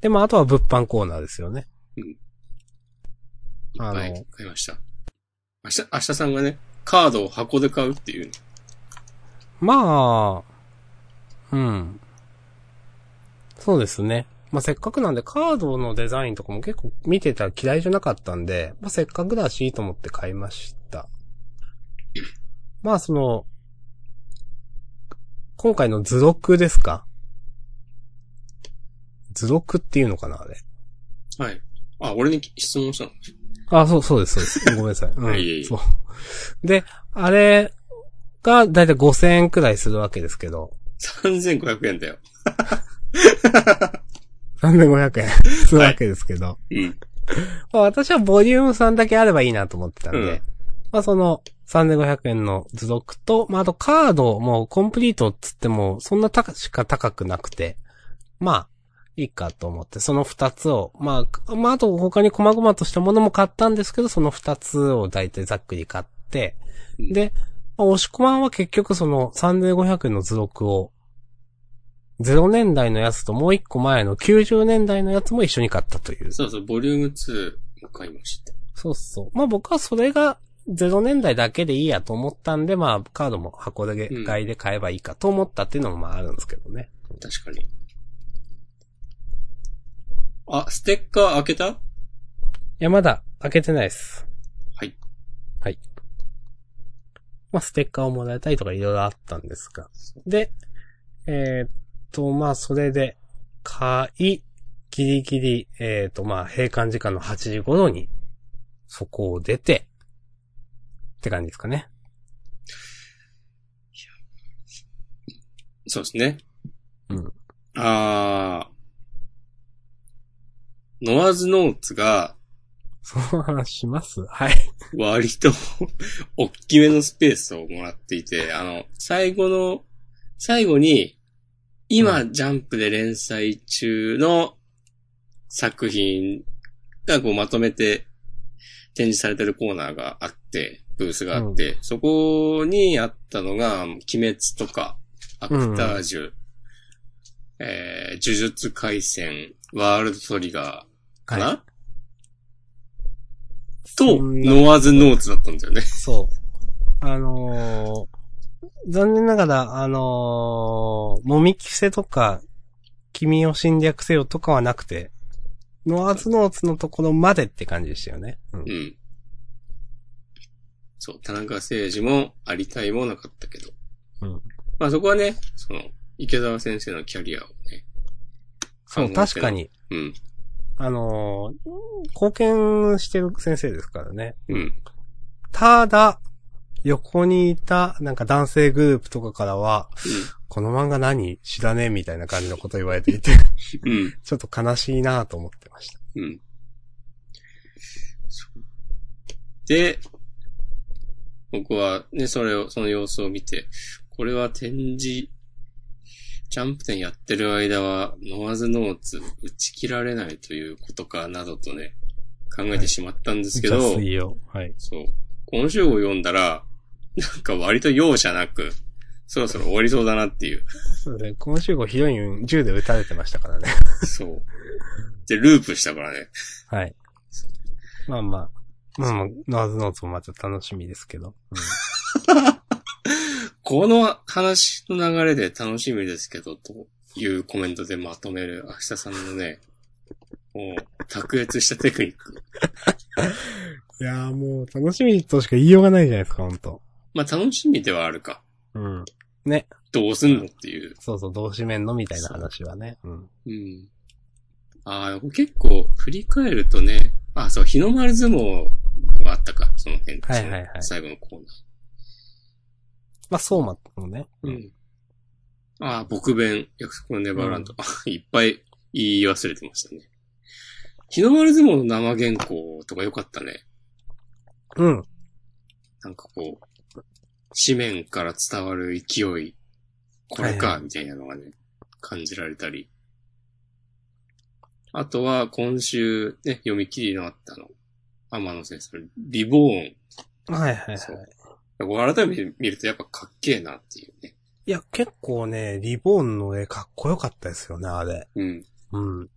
Speaker 1: で、まあ、あとは物販コーナーですよね。
Speaker 2: いっ
Speaker 1: あの
Speaker 2: ぱい買いました。明日、明日さんがね、カードを箱で買うっていうね。
Speaker 1: まあ、うん。そうですね。まあ、せっかくなんでカードのデザインとかも結構見てたら嫌いじゃなかったんで、まあ、せっかくだしいいと思って買いました。まあその、今回の図録ですか図録っていうのかなあれ。
Speaker 2: はい。あ、俺に質問したの
Speaker 1: あ、そう、そうです、そうです。ごめんなさい。うん。
Speaker 2: いえいえ
Speaker 1: そう。で、あれがだいたい5000円くらいするわけですけど、
Speaker 2: ?3500 円だよ。
Speaker 1: 3500円するわけですけど。
Speaker 2: うん。
Speaker 1: まあ私はボリューム3だけあればいいなと思ってたんで。
Speaker 2: うん
Speaker 1: まあその3500円の図録と、まああとカードもコンプリートっつってもそんな高しか高くなくて。まあ、いいかと思って、その2つを、まあ、まああと他に細々としたものも買ったんですけど、その2つを大体ざっくり買って。
Speaker 2: うん
Speaker 1: で、まあ押し込まんは結局その3500円の図録を、0年代のやつともう1個前の90年代のやつも一緒に買ったという。
Speaker 2: そうそう、ボリューム2も買いました。
Speaker 1: そうそう。まあ僕はそれが0年代だけでいいやと思ったんで、まあカードも箱だけ
Speaker 2: うん
Speaker 1: 買いで買えばいいかと思ったっていうのもまああるんですけどね。
Speaker 2: 確かに。あ、ステッカー開けた
Speaker 1: いや、まだ開けてないです。
Speaker 2: はい。
Speaker 1: はい。まあステッカーをもらえたりとかいろいろあったんですが。で、えーっと、まあそれで買い、ギリギリ、えーっと、まあ閉館時間の8時頃に、そこを出て、って感じですかね。
Speaker 2: そうですね。
Speaker 1: うん。
Speaker 2: あー。ノアズノーツが、
Speaker 1: その話しますはい。
Speaker 2: 割と、大きめのスペースをもらっていて、あの、最後の、最後に、今、ジャンプで連載中の作品がこうまとめて展示されてるコーナーがあって、ブースがあって、そこにあったのが、鬼滅とか、アクタージュ、えー、呪術回戦、ワールドトリガーかな、
Speaker 1: はい
Speaker 2: と、
Speaker 1: そんな
Speaker 2: ノアズノーツだったんだよね。
Speaker 1: そう。あのー残念ながら、あのーもみきせとか、君を侵略せよとかはなくて、ノアズノーツのところまでって感じでしたよね。うん
Speaker 2: うん。そう、田中誠二も有田井もなかったけど。
Speaker 1: うん
Speaker 2: まあそこはね、その、池澤先生のキャリアをね。
Speaker 1: そう、確か。に、
Speaker 2: うん。
Speaker 1: あのー貢献してる先生ですからね。
Speaker 2: うん。
Speaker 1: ただ、横にいた、なんか男性グループとかからは、この漫画何知らねえみたいな感じのこと言われていて、
Speaker 2: うん。
Speaker 1: ちょっと悲しいなぁと思ってました。
Speaker 2: うん。そうで、僕はね、それを、その様子を見て、これは展示、ジャンプ展やってる間は、ノアズノーツ打ち切られないということかなどとね、考えてしまったんですけど、
Speaker 1: 邪水曜。はい。
Speaker 2: そう。今週を読んだら、なんか割と容赦なく、そろそろ終わりそうだなっていう。
Speaker 1: そうですね。今週号ヒロイン銃で撃たれてましたからね。
Speaker 2: そう。で、ループしたからね。
Speaker 1: はい。まあまあ。まあまあ、ノアズノーツもまた楽しみですけど。
Speaker 2: この話の流れで楽しみですけど、というコメントでまとめる明日さんのね、もう、卓越したテクニック。
Speaker 1: いやーもう、楽しみとしか言いようがないじゃないですか、ほんと。
Speaker 2: まあ、楽しみではあるか。
Speaker 1: うん。
Speaker 2: どうすんのっていう。
Speaker 1: そうそう、同志面のみたいな話はね。うん。
Speaker 2: うん。ああ、結構、振り返るとね、あ、そう、日の丸相撲があったか、その辺ですね
Speaker 1: はいはいはい
Speaker 2: 最後のコーナー。
Speaker 1: まあ、そうまもね。
Speaker 2: うん。ああ、僕弁、約束のネバーランド。 いっぱい言い忘れてましたね。日の丸相撲の生原稿とか良かったね。
Speaker 1: うん。
Speaker 2: なんかこう、紙面から伝わる勢い、これ
Speaker 1: はい
Speaker 2: か
Speaker 1: は、い
Speaker 2: みたいなのがね、感じられたり。あとは、今週ね、読み切りのあったの。天野先生のリボーン。
Speaker 1: はいはいはい。
Speaker 2: そうこれ改めて見るとやっぱかっけえなっていうね。
Speaker 1: いや、結構ね、リボンの絵かっこよかったですよね、あれ。
Speaker 2: うん。
Speaker 1: うん。なん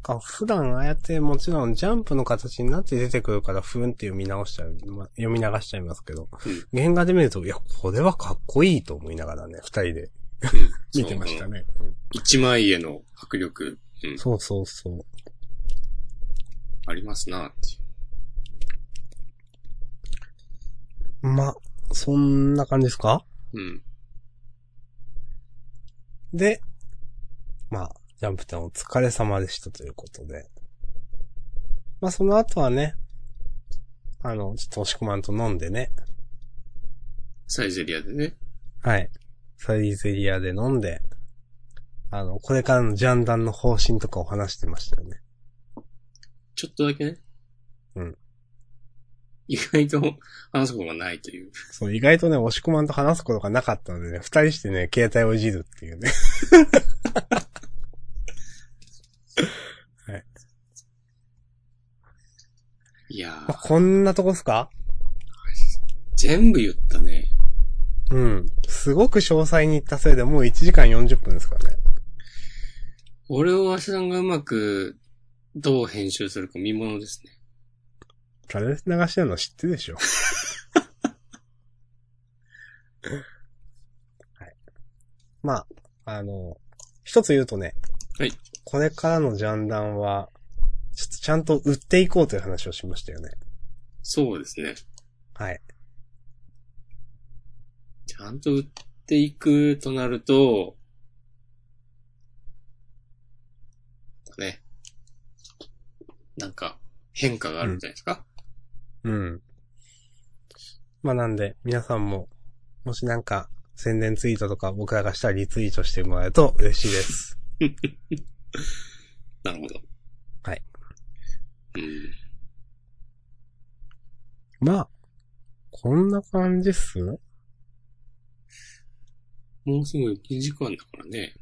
Speaker 1: か普段ああやってもちろんジャンプの形になって出てくるからふーんって読み直しちゃう、ま読み流しちゃいますけど、
Speaker 2: う
Speaker 1: 原画で見ると、いや、これはかっこいいと思いながらね、二人で 見てましたね。
Speaker 2: 一枚絵の迫力、うん、
Speaker 1: そうそうそう。
Speaker 2: ありますなっていう。
Speaker 1: ま、そんな感じですか
Speaker 2: うん。
Speaker 1: で、まあ、ジャンプ展お疲れ様でしたということで。まあ、その後はね、あの、ちょっと押し込まんと飲んでね、
Speaker 2: サイゼリアでね。
Speaker 1: はい。サイゼリアで飲んで、あの、これからのジャンダンの方針とかを話してましたよね。
Speaker 2: ちょっとだけね。
Speaker 1: うん。
Speaker 2: 意外と話すことがないという。
Speaker 1: そう、意外とね、押し込まんと話すことがなかったのでね、二人してね、携帯をいじるっていうね。
Speaker 2: いや
Speaker 1: まあ
Speaker 2: ー、
Speaker 1: こんなとこっすか
Speaker 2: 全部言ったね。
Speaker 1: うん。すごく詳細に言ったせいでもう1時間40分ですからね。
Speaker 2: 俺を足さんがうまく、どう編集するか見物ですね。
Speaker 1: プラレス流してるの知ってるでしょ。はい。まあ、あの、一つ言うとね。
Speaker 2: はい
Speaker 1: これからのジャンダンは、ちょっとちゃんと売っていこうという話をしましたよね。
Speaker 2: そうですね。
Speaker 1: はい。
Speaker 2: ちゃんと売っていくとなると、だね。なんか、変化があるんじゃないですか、
Speaker 1: うん。まあなんで、皆さんも、もしなんか、宣伝ツイートとか僕らがしたらリツイートしてもらえると嬉しいです。
Speaker 2: なるほど。
Speaker 1: はい。
Speaker 2: うん。
Speaker 1: まあ、こんな感じっす
Speaker 2: もうすぐ1時間だからね。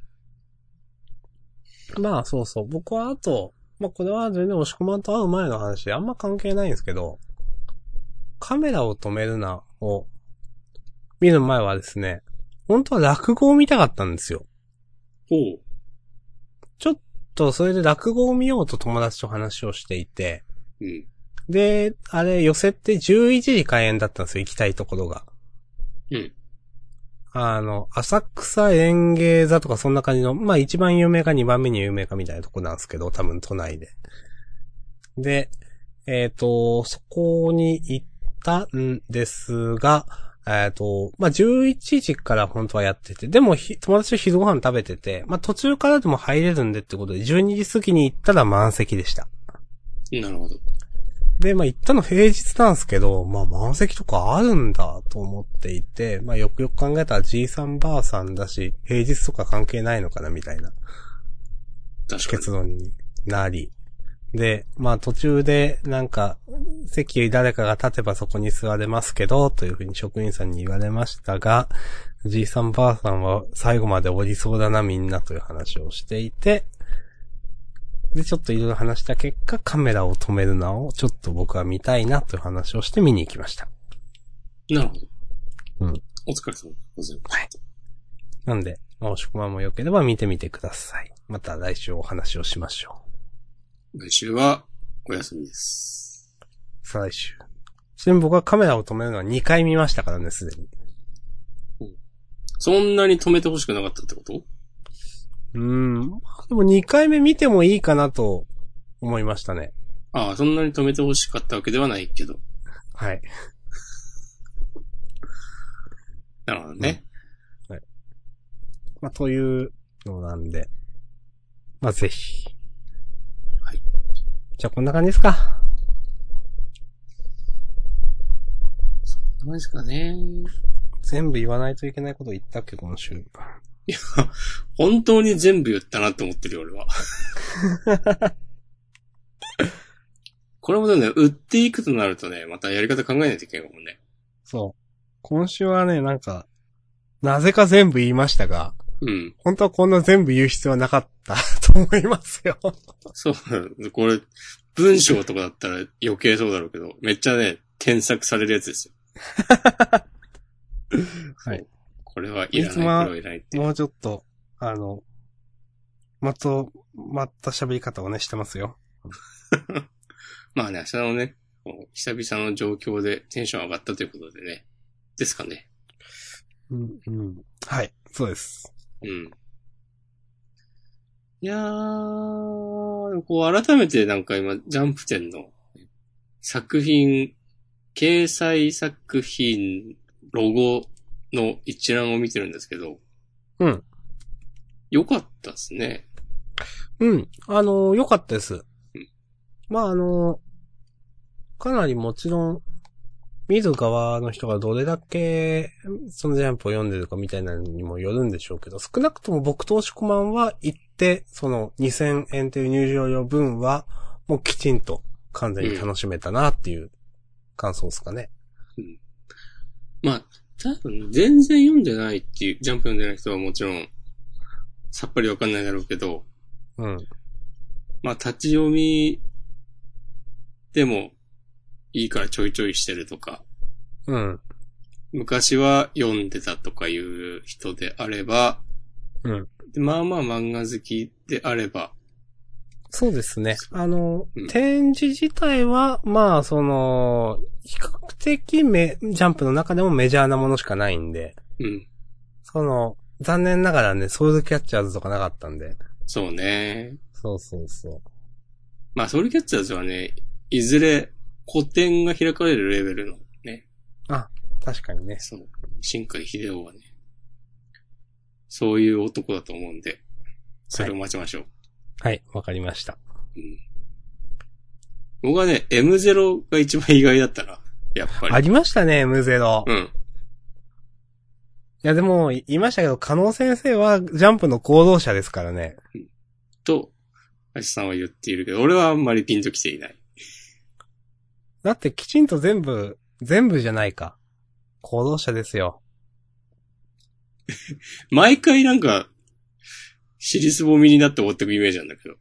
Speaker 1: まあそうそう。僕はあと、まあこれは全然押し込まんと会う前の話であんま関係ないんですけど、カメラを止めるなを見る前はですね、本当は落語を見たかったんですよ。
Speaker 2: ほう。
Speaker 1: と、それで落語を見ようと友達と話をしていて、
Speaker 2: うん。
Speaker 1: で、あれ寄せって11時開演だったんですよ、行きたいところが。
Speaker 2: うん。
Speaker 1: あの、浅草園芸座とかそんな感じの、まあ一番有名か二番目に有名かみたいなとこなんですけど、多分都内で。で、えっ、と、そこに行ったんですが、えっ、と、まあ11時から本当はやってて、でもひ友達と昼ご飯食べてて、まあ途中からでも入れるんでってことで、12時過ぎに行ったら満席でした。
Speaker 2: なるほど。
Speaker 1: で、まあ、行ったの平日なんですけど、まあ、満席とかあるんだと思っていて、まあ、よくよく考えたらじいさんばあさんだし、平日とか関係ないのかなみたいな
Speaker 2: 確か
Speaker 1: 結論になり。で、まあ、途中で、なんか、席誰かが立てばそこに座れますけど、というふうに職員さんに言われましたが、じいさんばあさんは最後まで降りそうだなみんなという話をしていて、で、ちょっといろいろ話した結果、カメラを止めるなをちょっと僕は見たいなという話をして見に行きました。
Speaker 2: に。なるほど。
Speaker 1: うん。
Speaker 2: お疲れ様でございます。
Speaker 1: なんで、まあ、おしくまんも良ければ見てみてください。また来週お話をしましょ
Speaker 2: 来週は、お休みです。
Speaker 1: う。再来週。ちなみに僕はカメラを止めるのは2回見ましたからね、すでに。
Speaker 2: そんなに止めてほしくなかったってこと
Speaker 1: うん。まあでも2回目見てもいいかなと思いましたね。
Speaker 2: ああ、そんなに止めてほしかったわけではないけど。
Speaker 1: はい。
Speaker 2: なるほどね。
Speaker 1: まあ、というのなんで。まあ、ぜひ。
Speaker 2: はい。
Speaker 1: じゃあ、こんな感じですか。
Speaker 2: どうですかね。
Speaker 1: 全部言わないといけないこと言ったっけ、今週。
Speaker 2: 本当に全部言ったなって思ってるよ、 俺は。これもね、売っていくとなるとね、またやり方考えないといけないかもね。
Speaker 1: そ今週はね、なんか、なぜか全部言いましたが、
Speaker 2: うん。
Speaker 1: 本当はこんな全部言う必要はなかった と思いますよ。
Speaker 2: そう、これ、文章とかだったら余計そうだろうけど、めっちゃね、添削されるやつです よ。
Speaker 1: はい
Speaker 2: そう。これはいらない、これはいらないって。
Speaker 1: もうちょっと、あの、まと、まった喋り方をね、してますよ。
Speaker 2: まあね、明日のね、こう久々の状況でテンション上がったということでね。ですかね。
Speaker 1: うん、うん。はい、そうです。
Speaker 2: うん。いやー、でもこう改めてなんか今、ジャンプ展の作品、掲載作品、ロゴの一覧を見てるんですけど。
Speaker 1: うん。
Speaker 2: よかったですね。
Speaker 1: うん、あの、良かったです
Speaker 2: うん。
Speaker 1: まあ、あの、かなりもちろん、見る側の人がどれだけ、そのジャンプを読んでるかみたいなのにもよるんでしょうけど、少なくとも僕と押し込まんは行って、その2000円という入場料分は、もうきちんと完全に楽しめたなっていう感想ですかね。
Speaker 2: まあ、多分全然読んでないっていう、ジャンプ読んでない人はもちろん、さっぱりわかんないだろうけど、
Speaker 1: うん。
Speaker 2: まあ、立ち読みでもいいからちょいちょいしてるとか、
Speaker 1: うん。
Speaker 2: 昔は読んでたとかいう人であれば、
Speaker 1: うん
Speaker 2: でまあまあ漫画好きであれば、
Speaker 1: そうですね。あの、
Speaker 2: うん
Speaker 1: 展示自体は、まあ、その、比較的め、ジャンプの中でもメジャーなものしかないんで、
Speaker 2: うん、
Speaker 1: その、残念ながらね、ソウルキャッチャーズとかなかったんで。
Speaker 2: そうね。
Speaker 1: そうそうそう。
Speaker 2: まあ、ソウルキャッチャーズはね、いずれ古典が開かれるレベルのね、
Speaker 1: 確かにね。
Speaker 2: その、新海秀夫はね、そういう男だと思うんで、それを待ちましょう。
Speaker 1: はい、わかりました。
Speaker 2: 僕はね、M0 が一番意外だったな、やっぱり。
Speaker 1: ありましたね、ムゼロ。
Speaker 2: う
Speaker 1: い
Speaker 2: ん。
Speaker 1: や、でも、い言いましたけど、加納先生は、ジャンプの行動者ですからね。
Speaker 2: と、アシさんは言っているけど、俺はあんまりピンときていない。
Speaker 1: だって、きちんと全部、全部じゃないか。行動者ですよ。
Speaker 2: 毎回なんか、尻すぼみになって終わってくイメージなんだけど。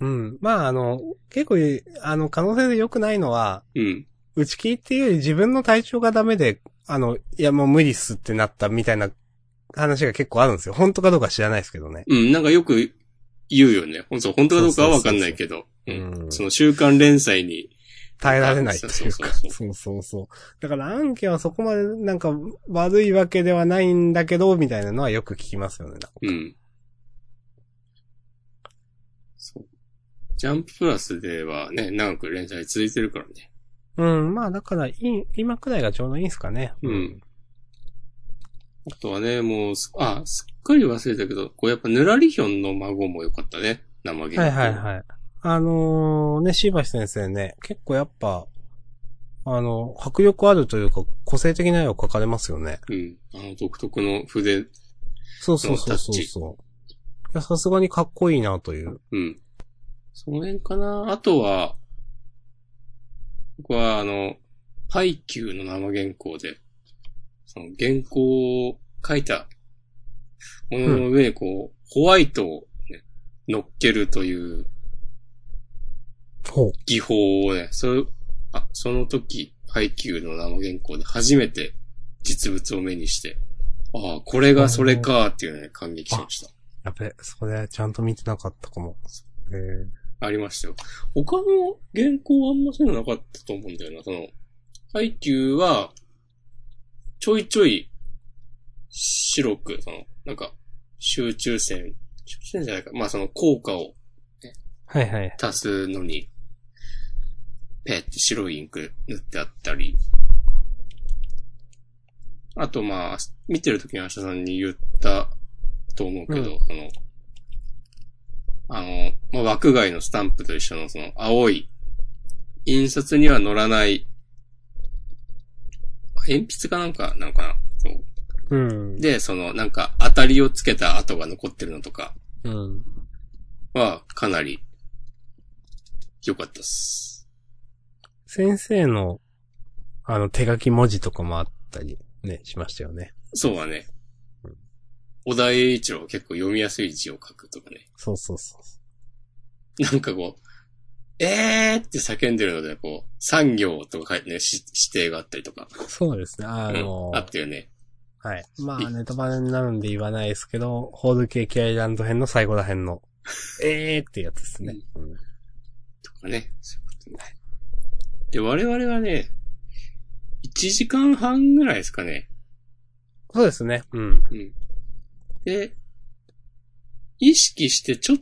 Speaker 1: うん。まあ、あの、結構、あの、加納先生良くないのは、
Speaker 2: うん。
Speaker 1: 打ち切りっていうより自分の体調がダメで、あの、いやもう無理っすってなったみたいな話が結構あるんですよ。本当かどうか知らないですけどね。
Speaker 2: うん、なんかよく言うよね。ほんと本当かどうかはわかんないけど。う
Speaker 1: そうそうそうんうん
Speaker 2: その週刊連載に。
Speaker 1: 耐えられないという
Speaker 2: そう
Speaker 1: か。
Speaker 2: そう
Speaker 1: そうそうそう。だから案件はそこまでなんか悪いわけではないんだけど、みたいなのはよく聞きますよね。
Speaker 2: うん。そう。ジャンププラスではね、長く連載続いてるからね。
Speaker 1: うん、まあだからいい、今くらいがちょうどいいんすかね。
Speaker 2: うん。あとはね、もうす、あ、すっかり忘れたけど、こうやっぱぬらりひょんの孫も良かったね。生ゲ
Speaker 1: はいはいはい。あのー、ね、椎橋先生ね、結構やっぱ、あの、迫力あるというか、個性的な絵を描かれますよね。
Speaker 2: い。うん。あの独特の筆。
Speaker 1: そうそうそうそうそう。いや、さすがにかっこいいなという。
Speaker 2: うん。その辺かな。あとは、僕はあの、ハイキューの生原稿で、その原稿を書いたものの上にこう、ホワイトを、ね、乗っけるという
Speaker 1: ほう。
Speaker 2: 技法をね、それあその時、ハイキューの生原稿で初めて実物を目にして、ああ、これがそれかっていうね、感激しました。
Speaker 1: やべ、それ、ちゃんと見てなかったかも。えー、
Speaker 2: ありましたよ。他の原稿はあんまそういうのなかったと思うんだよな。その、ハイキューは、ちょいちょい、白く、その、なんか、集中線、集中線じゃないか。まあその効果を
Speaker 1: はいはい。
Speaker 2: 足すのに、ペって白いインク塗ってあったり。あとまあ、見てるときに明日さんに言ったと思うけど、その、あの、まあ、枠外のスタンプと一緒のその青い、印刷には乗らない、鉛筆かなんか、なのかなそう
Speaker 1: うん。
Speaker 2: で、その、なんか、当たりをつけた跡が残ってるのとか
Speaker 1: うん。
Speaker 2: は、かなり、良かったっす。
Speaker 1: 先生の、あの、手書き文字とかもあったり、ね、しましたよね。
Speaker 2: そうはね。小田栄一郎結構読みやすい字を書くとかね。
Speaker 1: そうそうそう。
Speaker 2: なんかこう、えーって叫んでるので、こう、産業とか書いてね、し指定があったりとか。
Speaker 1: そうですね。あの
Speaker 2: うん、あったよね。
Speaker 1: はい。まあ、ネタバレになるんで言わないですけど、ホールケーキアイランド編の最後ら編 の、えーってやつですね。うん
Speaker 2: とかね。そういうことね。で、我々はね、1時間半ぐらいですかね。
Speaker 1: そうですね。うん。
Speaker 2: で、意識してちょ、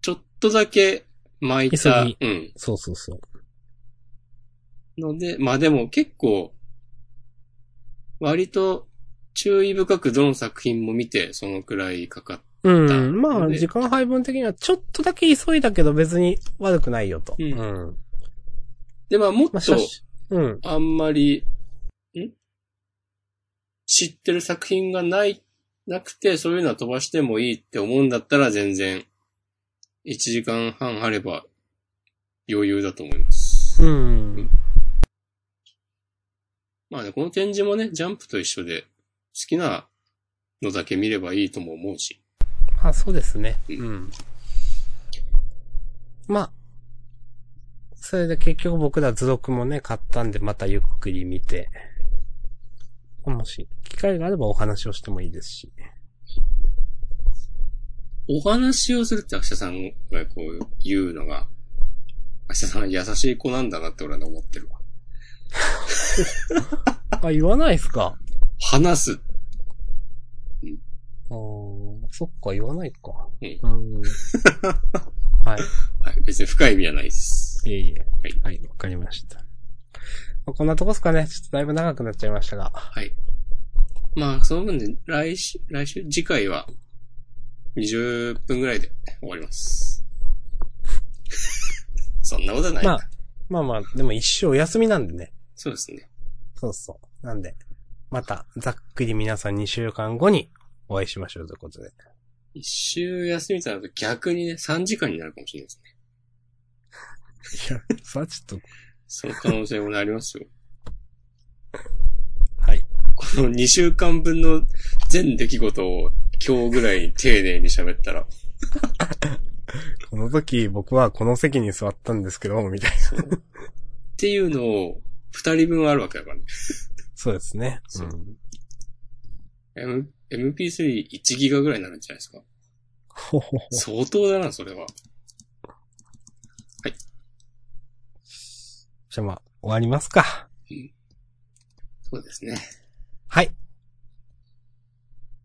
Speaker 2: ちょっとだけ巻いた。
Speaker 1: 急ぎ
Speaker 2: うん。
Speaker 1: そうそうそう。
Speaker 2: ので、まあでも結構、割と注意深くどの作品も見て、そのくらいかかっ
Speaker 1: うん。まあ、
Speaker 2: で
Speaker 1: 時間配分的にはちょっとだけ急いだけど別に悪くないよと。
Speaker 2: う
Speaker 1: うんん。
Speaker 2: で、まあもっ
Speaker 1: まあ、
Speaker 2: と
Speaker 1: 写、真うん。
Speaker 2: あんまり、ん知ってる作品がない、なくて、そういうのは飛ばしてもいいって思うんだったら全然、1時間半あれば余裕だと思います。
Speaker 1: うん。
Speaker 2: まあね、この展示もね、ジャンプと一緒で、好きなのだけ見ればいいとも思うし。
Speaker 1: まあ、そうですね。
Speaker 2: う
Speaker 1: うんん。まあ、それで結局僕ら図録もね、買ったんでまたゆっくり見て、もし、機会があればお話をしてもいいですし。
Speaker 2: お話をするって明日さんがこう言うのが、明日さんは優しい子なんだなって俺は思ってるわ。
Speaker 1: あ、言わないっすか。
Speaker 2: 話す。
Speaker 1: あーそっか、言わないか。
Speaker 2: うん
Speaker 1: うん。 はい。
Speaker 2: はい、別に深い意味はないです。
Speaker 1: いえいえ。
Speaker 2: はい
Speaker 1: はい、わかりました。まあ、こんなとこですかね。ちょっとだいぶ長くなっちゃいましたが。
Speaker 2: はい。まあ、その分で、来週、来週、次回は、20分ぐらいで終わります。 そんなことはないな、
Speaker 1: まあ、まあまあ、でも一生お休みなんでね。
Speaker 2: そうですね。
Speaker 1: そうそう。なんで、また、ざっくり皆さん2週間後にお会いしましょうということで。
Speaker 2: 一週休みとなると逆にね、3時間になるかもしれないですね。
Speaker 1: いや、それはちょっ
Speaker 2: その可能性もねありますよ。
Speaker 1: はい。
Speaker 2: この2週間分の全出来事を今日ぐらいに丁寧に喋ったら、
Speaker 1: と、この時僕はこの席に座ったんですけど、みたいな。
Speaker 2: そう。っていうのを、二人分あるわけだからね。
Speaker 1: そうですね。う。
Speaker 2: そうん M、MP31 ギガぐらいになるんじゃないですか。
Speaker 1: ほほほ
Speaker 2: 相当だな、それは。
Speaker 1: じゃあまあ、終わりますか。
Speaker 2: そうですね。
Speaker 1: はい。い
Speaker 2: あ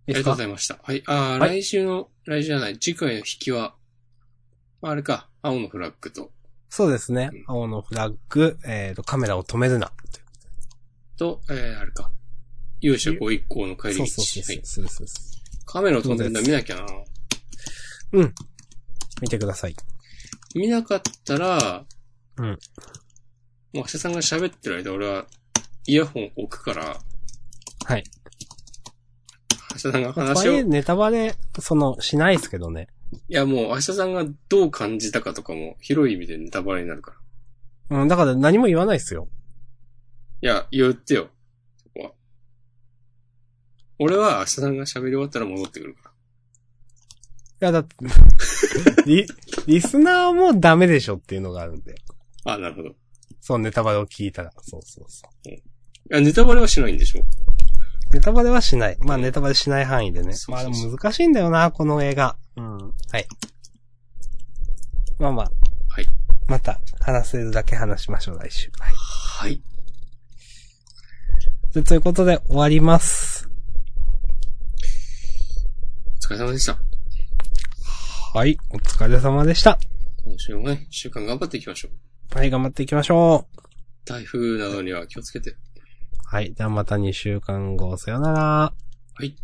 Speaker 1: い
Speaker 2: り
Speaker 1: です
Speaker 2: がとう
Speaker 1: か
Speaker 2: ございました。はい。あー、
Speaker 1: はい
Speaker 2: 来週の、来週じゃない、次回の引きは、あれか、青のフラッグと、
Speaker 1: そうですね。青のフラッグ、えっ、と、カメラを止めるな。
Speaker 2: と、えー、あれか、勇者ご一行の帰り
Speaker 1: そ
Speaker 2: 道。
Speaker 1: うそうそうそう
Speaker 2: はい。
Speaker 1: そうそうそう。
Speaker 2: カメラを飛んでるの見なきゃな。
Speaker 1: 見てください。
Speaker 2: 見なかったら、
Speaker 1: うん
Speaker 2: もう、明日さんが喋ってる間、俺は、イヤホン置くから、
Speaker 1: はい。
Speaker 2: 明日さんが
Speaker 1: まあ、と
Speaker 2: 話
Speaker 1: はい
Speaker 2: を、
Speaker 1: え
Speaker 2: い
Speaker 1: ネタバレ、その、しないですけどね。
Speaker 2: やもう、明日さんがどう感じたかとかも、広い意味でネタバレになるから。
Speaker 1: うん、だから何も言わないですよ。
Speaker 2: いや、言ってよ。そこは。俺は明日さんが喋り終わったら戻ってくるから。
Speaker 1: いや、だって、 リ、リスナーもダメでしょっていうのがあるんで。
Speaker 2: あ、なるほど。い
Speaker 1: そのネタバレを聞いたら。そうそうそ
Speaker 2: や、ネタバレはしないんでしょ
Speaker 1: う。ネタバレはしない。まあ、ネタバレしない範囲でね。
Speaker 2: そうそうそう
Speaker 1: まあ、でも難しいんだよな、この映画。うん。はい。まあまあ。
Speaker 2: はい。
Speaker 1: また、話せるだけ話しましょう、来週。はい。
Speaker 2: はい。
Speaker 1: でということで、終わります。
Speaker 2: お疲れ様でした。
Speaker 1: はい。お疲れ様でした。
Speaker 2: 今週もね、一週間頑張っていきましょう。
Speaker 1: はい、頑張っていきましょう。
Speaker 2: 台風などには気をつけて。
Speaker 1: はい。ではまた2週間後、さよなら。
Speaker 2: はい。